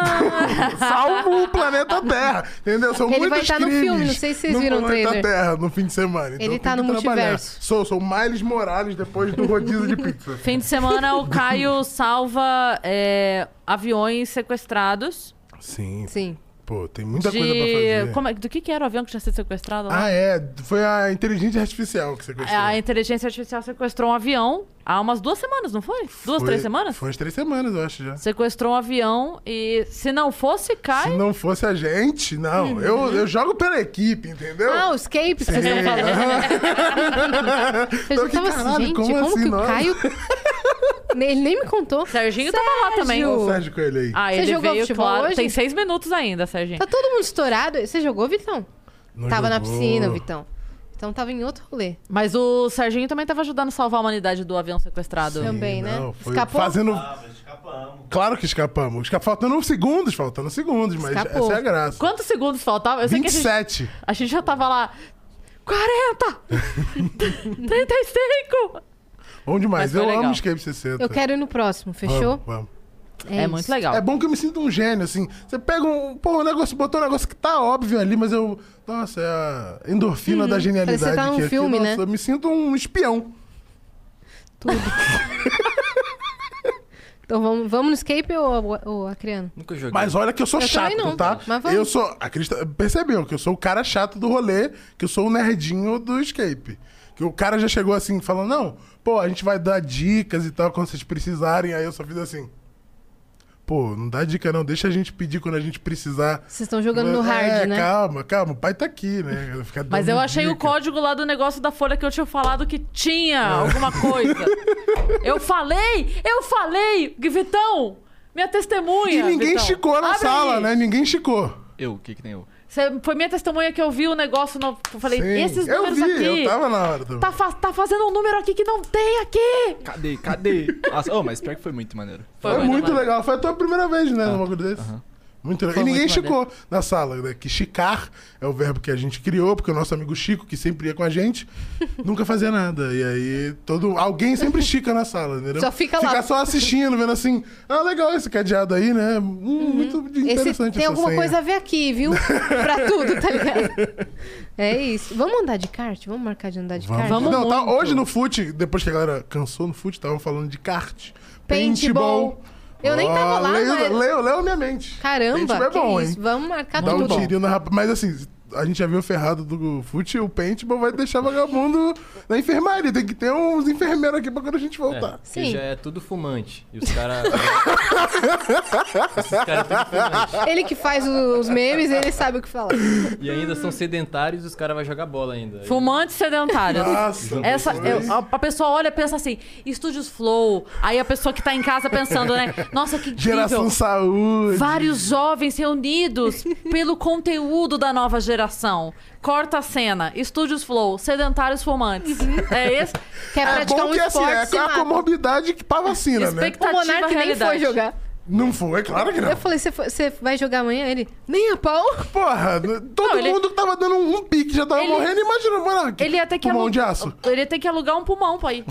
S8: Salvo o planeta Terra. Entendeu? São
S3: Ele
S8: muitos
S3: vai tá no
S8: crimes
S3: filme, não sei se vocês
S8: no
S3: viram o
S8: planeta
S3: trailer.
S8: Terra no fim de semana. Então
S3: Ele
S8: eu
S3: tá
S8: tenho
S3: no
S8: que trabalhar.
S3: multiverso.
S8: Sou, sou Miles Morales depois do rodízio de pizza.
S2: Fim de semana, o Caio salva é, aviões sequestrados.
S8: Sim,
S3: Sim.
S8: pô, tem muita coisa pra
S2: De...
S8: fazer.
S2: Como é- do que, que era o avião que É, tinha sido sequestrado lá?
S8: Ah, é. Foi a inteligência artificial que você gostou.
S2: A inteligência artificial sequestrou um avião há umas duas semanas, não foi? Duas,
S8: Foi-
S2: três semanas?
S8: Foi umas três semanas, eu acho já.
S2: Sequestrou um avião e se não fosse
S8: Se
S2: Caio.
S8: não fosse a gente, não.
S2: Uhum.
S8: Eu, eu jogo pela equipe, entendeu?
S3: Ah, os capes que vocês
S8: Sim.
S3: estão falando.
S2: né?
S3: Eu já
S8: Então, que
S3: tava assim,
S8: caralho,
S3: gente, como,
S8: como assim,
S3: que o
S8: nós?
S3: Caio... Ele nem me contou.
S2: Serginho tava lá também.
S8: Olha o Sérgio Coelho aí.
S2: Ah,
S3: Você
S2: ele
S3: jogou
S2: veio,
S3: futebol
S2: claro.
S3: hoje?
S2: Tem seis minutos ainda, Serginho.
S3: Tá todo mundo estourado. Você jogou, Vitão?
S8: Não
S3: tava na
S8: jogou.
S3: piscina, Vitão. Então tava em outro rolê
S2: Mas o Serginho também tava ajudando a salvar a humanidade do avião sequestrado.
S3: também, né?
S8: Não, foi
S3: Escapou? Ah,
S8: fazendo. Claro que escapamos. Esca- Faltando segundos, faltando segundos, mas
S3: Escapou.
S8: essa é a graça.
S2: Quantos segundos faltava? Eu sei que a gente,
S8: 27.
S2: a gente já tava lá. 40! 35!
S8: Onde
S2: Mas
S8: mais?
S2: foi
S8: Eu
S2: legal.
S8: amo Escape 60.
S3: Eu quero ir no próximo,
S8: Vamos,
S3: fechou?
S8: vamos.
S2: É, muito
S3: isso.
S2: legal.
S8: É bom que eu me sinto um gênio, assim. Você pega um. Pô, um negócio, botou um negócio que tá óbvio ali, mas eu. Nossa, é a endorfina da genialidade.
S3: Parece que você tá num
S8: que aqui,
S3: filme,
S8: nossa,
S3: né?
S8: Eu me sinto um espião.
S3: Então vamos, vamos no escape ou, ou a criança?
S9: Nunca joguei.
S8: Mas olha que eu sou
S3: Eu também
S8: chato,
S3: não,
S8: tá?
S3: mas vamos.
S8: Eu sou. A Crista percebeu que eu sou o cara chato do rolê, que eu sou o nerdinho do escape. Que o cara já chegou assim, falando, não, pô, a gente vai dar dicas e tal quando vocês precisarem. Aí eu só fiz assim. Pô, não dá dica não, deixa a gente pedir quando a gente precisar.
S3: Vocês estão jogando no
S8: É,
S3: hard, né?
S8: calma, calma, o pai tá aqui, né? Ficar
S2: Mas
S8: dando
S2: eu achei o
S8: dica.
S2: código lá do negócio da Folha que eu tinha falado que tinha
S8: É.
S2: alguma coisa. eu falei! Eu falei! Vitão! Minha testemunha!
S8: E ninguém
S2: Vitão.
S8: chicou na
S2: Abre
S8: sala,
S2: aí.
S8: né? Ninguém chicou.
S4: Eu, o que que tem eu?
S2: Cê- foi minha testemunha que eu vi o negócio. No, eu falei,
S8: Sim.
S2: esses
S8: eu
S2: números
S8: vi,
S2: aqui.
S8: eu tava na hora também.
S2: tá, fa- tá fazendo um número aqui que não tem aqui!
S4: Cadê? Cadê? Nossa, oh, mas pior que foi muito maneiro.
S8: Foi, muito legal. Foi a tua primeira vez, né? num bagulho desse. Muito legal.
S2: Ah, Foi
S8: E ninguém
S2: muito
S8: chicou na sala, né? Que chicar é o verbo que a gente criou, porque o nosso amigo Chico, que sempre ia com a gente, nunca fazia nada. E aí, todo... alguém sempre chica na sala, entendeu?
S3: Só fica lá.
S8: só assistindo, vendo assim, ah, legal esse cadeado aí, né? Hum, Muito
S3: Uhum. Esse,
S8: interessante
S3: tem
S8: essa
S3: alguma
S8: senha.
S3: coisa a ver aqui, viu? pra tudo, tá ligado? É isso. Vamos andar de kart? Vamos marcar de andar de kart?
S2: Vamos
S8: não, tá,
S2: muito.
S8: hoje no fute, depois que a galera cansou no fute, tava falando de kart.
S3: Paintball. Eu nem tava
S8: Ó,
S3: lá,
S8: leu,
S3: mas-
S8: leu, leu a minha mente.
S3: Caramba,
S8: Paintball é
S3: que
S8: bom,
S3: isso.
S8: hein?
S3: Vamos marcar
S8: Dá um
S3: tudo.
S8: tirinho na rapaz. Mas assim, a gente já viu o ferrado do fute, o paintball vai deixar vagabundo na enfermaria. Tem que ter uns enfermeiros aqui pra quando a gente
S9: É,
S8: voltar.
S9: que
S3: Sim.
S9: já é tudo fumante. E os caras. Esses caras tudo fumante.
S3: Ele que faz os memes, ele sabe o que falar.
S9: E ainda são sedentários e os caras vão jogar bola ainda.
S2: Fumantes sedentários.
S8: Nossa.
S2: Essa, eu- a, a pessoa olha e pensa assim, estúdios flow. Aí a pessoa que tá em casa pensando, né? Nossa, que incrível.
S8: Geração saúde.
S2: Vários jovens reunidos pelo conteúdo da nova geração. Corta a cena. Estúdios Flow, sedentários fumantes.
S3: Uhum.
S2: É esse?
S3: Quer
S8: É
S3: praticar
S8: bom
S3: um
S8: que assim,
S3: esporte,
S8: é
S3: se
S8: com a
S3: mata.
S8: comorbidade que pra vacina, né?
S2: Expectativa
S3: O Monark nem
S2: realidade.
S3: foi jogar.
S8: Não foi, é claro que não.
S3: Eu falei, "Você foi- você vai jogar amanhã? Ele, nem a pau.
S8: Porra, n- todo
S2: Não, ele-
S8: mundo que tava dando um um pique já tava
S2: Ele-
S8: morrendo, imagina, mano.
S2: Ele ia ter que
S8: Pulmão
S2: alu-
S8: de aço.
S2: Ele ia ter que alugar um pulmão pra ir.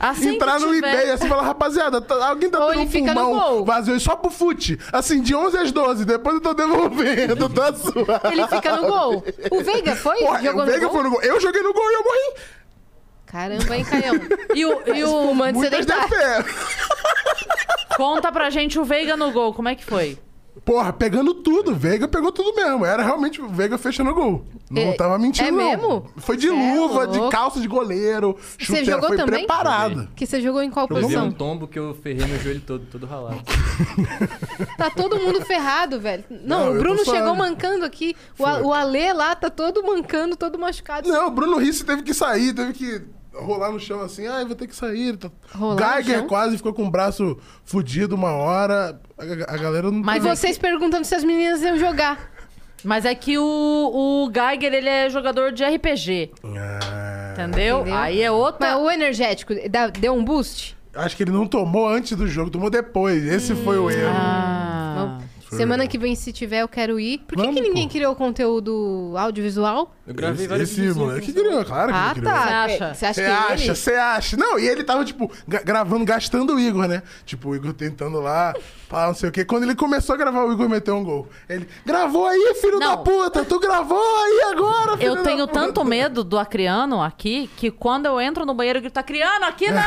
S2: Assim
S8: Entrar
S2: que
S8: no
S2: tiver-
S8: eBay assim e falar, rapaziada, tá- alguém tá
S3: Ou
S8: dando
S3: ele
S8: um
S3: fica no
S8: pulmão
S3: gol.
S8: vazio aí só pro fute. Assim, de 11 às 12, depois eu tô devolvendo, tá suave.
S3: Ele fica no gol. O Veiga foi?
S8: Porra,
S3: Jogou
S8: o Veiga
S3: no gol?
S8: foi no gol. Eu joguei no gol e eu morri.
S3: Caramba, hein, Caião?
S2: E o, e o-
S3: Fumante
S8: Muitas
S3: sedentário.
S8: defesas.
S2: Conta pra gente o Veiga no gol, como é que foi?
S8: Porra, pegando tudo. O Veiga pegou tudo mesmo. Era realmente o Veiga fechando o gol. Não
S3: É-
S8: tava mentindo,
S3: é
S8: não.
S3: mesmo?
S8: Foi de
S3: Cê é
S8: luva, de
S3: louco.
S8: calça de goleiro. Chutera,
S3: jogou
S8: foi
S3: também?
S8: preparado.
S3: Que você jogou em qual
S9: Eu dei
S3: posição?
S9: um tombo que eu ferrei meu joelho todo, todo ralado.
S3: Tá todo mundo ferrado, velho. Não,
S8: Não, eu
S3: o Bruno
S8: tô suave.
S3: chegou mancando aqui. O, A- o Ale lá tá todo mancando, todo machucado.
S8: Não, o Bruno Risse tá- teve que sair, teve que rolar no chão assim, ai, vou ter que sair. Tá-
S3: Rolar no
S8: Geiger
S3: chão?
S8: quase ficou com o braço fudido uma hora. A, a- a galera não.
S3: E
S2: Mas é
S3: vocês perguntando se as meninas iam jogar.
S2: Mas é que o, o Geiger, ele é jogador de RPG,
S8: Ah,
S2: entendeu? Aí é outra...
S3: Mas o energético dá- deu um boost?
S8: acho que ele não tomou antes do jogo, tomou depois. Esse
S3: Hum.
S8: foi o erro.
S2: Ah.
S8: Foi.
S3: Semana que vem, se tiver, eu quero ir. Por que,
S8: Vamos,
S3: que ninguém
S8: pô.
S3: criou conteúdo audiovisual?
S9: Eu
S8: Esse,
S9: gravei vários
S8: esse
S9: videozinhos
S8: moleque
S9: com-
S8: criou, claro que
S3: Ah,
S8: ele criou.
S3: tá.
S2: Você acha?
S3: Você acha
S8: Você
S3: que
S8: acha,
S3: ele?
S8: você acha. Não, e ele tava, tipo, ga- gravando, gastando o Igor, né? Tipo, o Igor tentando lá, pá, não sei o quê. Quando ele começou a gravar, o Igor meteu um gol. Ele, gravou aí, filho
S2: Não.
S8: da puta! Tu gravou aí agora, filho
S2: Eu
S8: da
S2: tenho
S8: puta."
S2: tanto medo do acriano aqui que quando eu entro no banheiro eu grito acriano aqui não!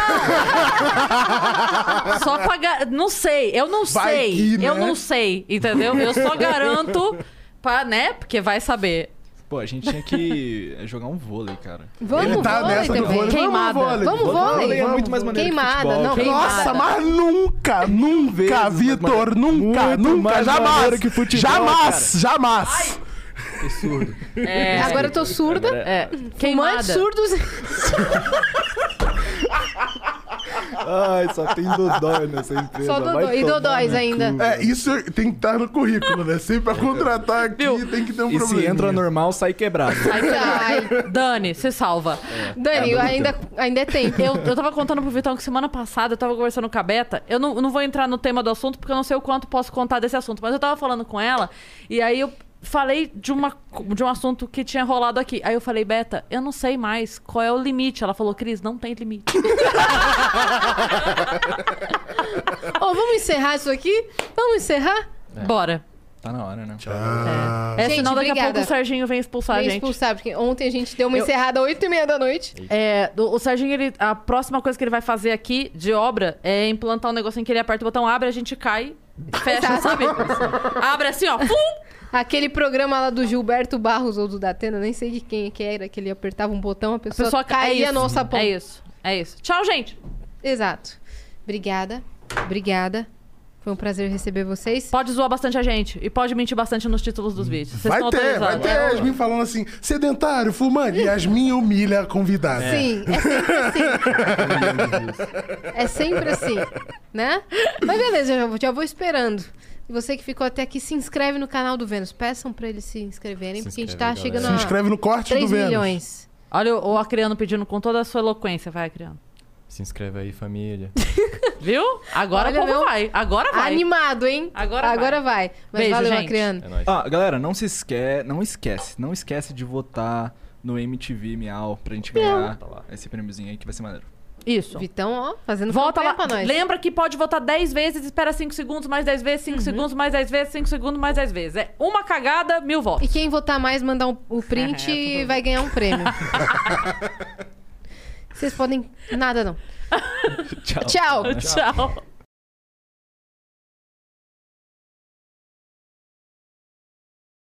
S2: só pra ga- Não sei, eu não
S8: Vai
S2: sei.
S8: que, né?
S2: Eu não sei, entendeu? Eu só garanto pra, né? Porque vai saber.
S4: Pô, a gente tinha que jogar um vôlei, cara.
S3: Vamos
S8: Ele tá
S3: vôlei
S8: nessa do
S3: também.
S8: vôlei.
S2: Queimada.
S8: Vamos, vôlei.
S3: Vamos vôlei.
S4: é muito mais maneiro que
S3: Queimada,
S4: futebol,
S3: não.
S4: cara.
S2: Queimada.
S8: Nossa, mas nunca, nunca,
S4: Vezes,
S8: Vitor,
S4: mas- é
S8: nunca,
S4: Muito
S8: nunca,
S4: mais
S8: jamais,
S4: maneiro que futebol,
S8: jamais, jamais.
S2: É,
S3: Agora eu tô surda.
S2: é, queimada.
S3: Fumantes surdos.
S4: Ai, só tem Dodói nessa empresa.
S3: Só
S4: vai
S3: Dodói. E
S4: tomar
S3: Dodóis
S4: no
S3: ainda.
S4: cu.
S8: É, isso tem que estar no currículo, né? Sempre pra contratar aqui tem que ter um
S4: E
S8: problema.
S4: se entra normal, sai quebrado.
S2: Aí você-
S3: Ai.
S2: Dani, se salva.
S3: Dani, ainda, ainda é tempo.
S2: Eu, eu tava contando pro Vitão que semana passada eu tava conversando com a Beta. Eu não, eu não vou entrar no tema do assunto porque eu não sei o quanto posso contar desse assunto, mas eu tava falando com ela e aí eu falei de, uma, co- de um assunto que tinha rolado aqui. Aí eu falei, Beta, eu não sei mais qual é o limite. Ela falou, Cris, não tem limite.
S3: Ó, vamos encerrar isso aqui? Vamos encerrar?
S2: Bora.
S4: Tá na hora, né?
S8: Ah,
S2: É,
S3: Gente,
S2: senão daqui
S3: obrigada.
S2: a pouco o Serginho vem expulsar
S3: Vem
S2: a gente.
S3: expulsar, porque ontem a gente deu uma encerrada às 8h30 da noite.
S2: É, o, o Serginho, ele, a próxima coisa que ele vai fazer aqui de obra é implantar um negocinho que ele aperta o botão, abre, a gente cai, fecha, sabe? abre assim, ó. Pum!
S3: Aquele programa lá do Gilberto Barros ou do Datena, nem sei de quem que era, que ele apertava um botão, a
S2: A
S3: pessoa,
S2: pessoa cai.
S3: caía no sapão.
S2: É isso. É isso. Tchau, gente.
S3: Exato. Obrigada. Obrigada. Foi um prazer receber vocês.
S2: Pode zoar bastante a gente. E pode mentir bastante nos títulos dos vídeos. Vocês
S8: vai
S2: estão
S8: ter, vai
S2: autorizados.
S8: ter Yasmin falando assim, sedentário, fumante, Yasmin humilha a convidada.
S3: Sim, é sempre assim. é sempre assim, né? Mas beleza, eu já vou, já vou esperando. E Você que ficou até aqui, se inscreve no canal do Vênus. Peçam pra eles se inscreverem,
S9: Se inscreve,
S3: porque a gente tá
S9: galera.
S3: chegando
S8: Se inscreve no
S3: a
S8: corte
S3: 3
S8: do Vênus.
S3: milhões.
S2: Olha o, o Acriano pedindo com toda a sua eloquência. Vai, Acriano.
S9: Se inscreve aí, família.
S2: Viu? Agora
S3: Olha,
S2: como
S3: meu-
S2: vai. Agora vai.
S3: Animado, hein?
S2: Agora
S3: vai. Mas
S2: Beijo,
S3: valeu,
S2: gente.
S3: Acriano.
S9: É nóis.
S4: Ah, galera, não se esquece, não esquece, não esquece de votar no MTV Miau pra gente ganhar esse prêmiozinho aí que vai ser maneiro.
S2: Isso.
S3: Vitão, ó, fazendo
S2: Volta
S3: campanha
S2: lá.
S3: pra nós.
S2: Lembra que pode votar 10 vezes, espera 5 segundos, mais 10 vezes,
S3: Uhum.
S2: 5 segundos, mais 10 vezes, 5 segundos, mais 10 vezes. É uma cagada, mil votos. É,
S3: E quem votar mais, mandar um- o print e vai ganhar um prêmio. Vocês podem... Nada, não. Tchau.
S2: Tchau.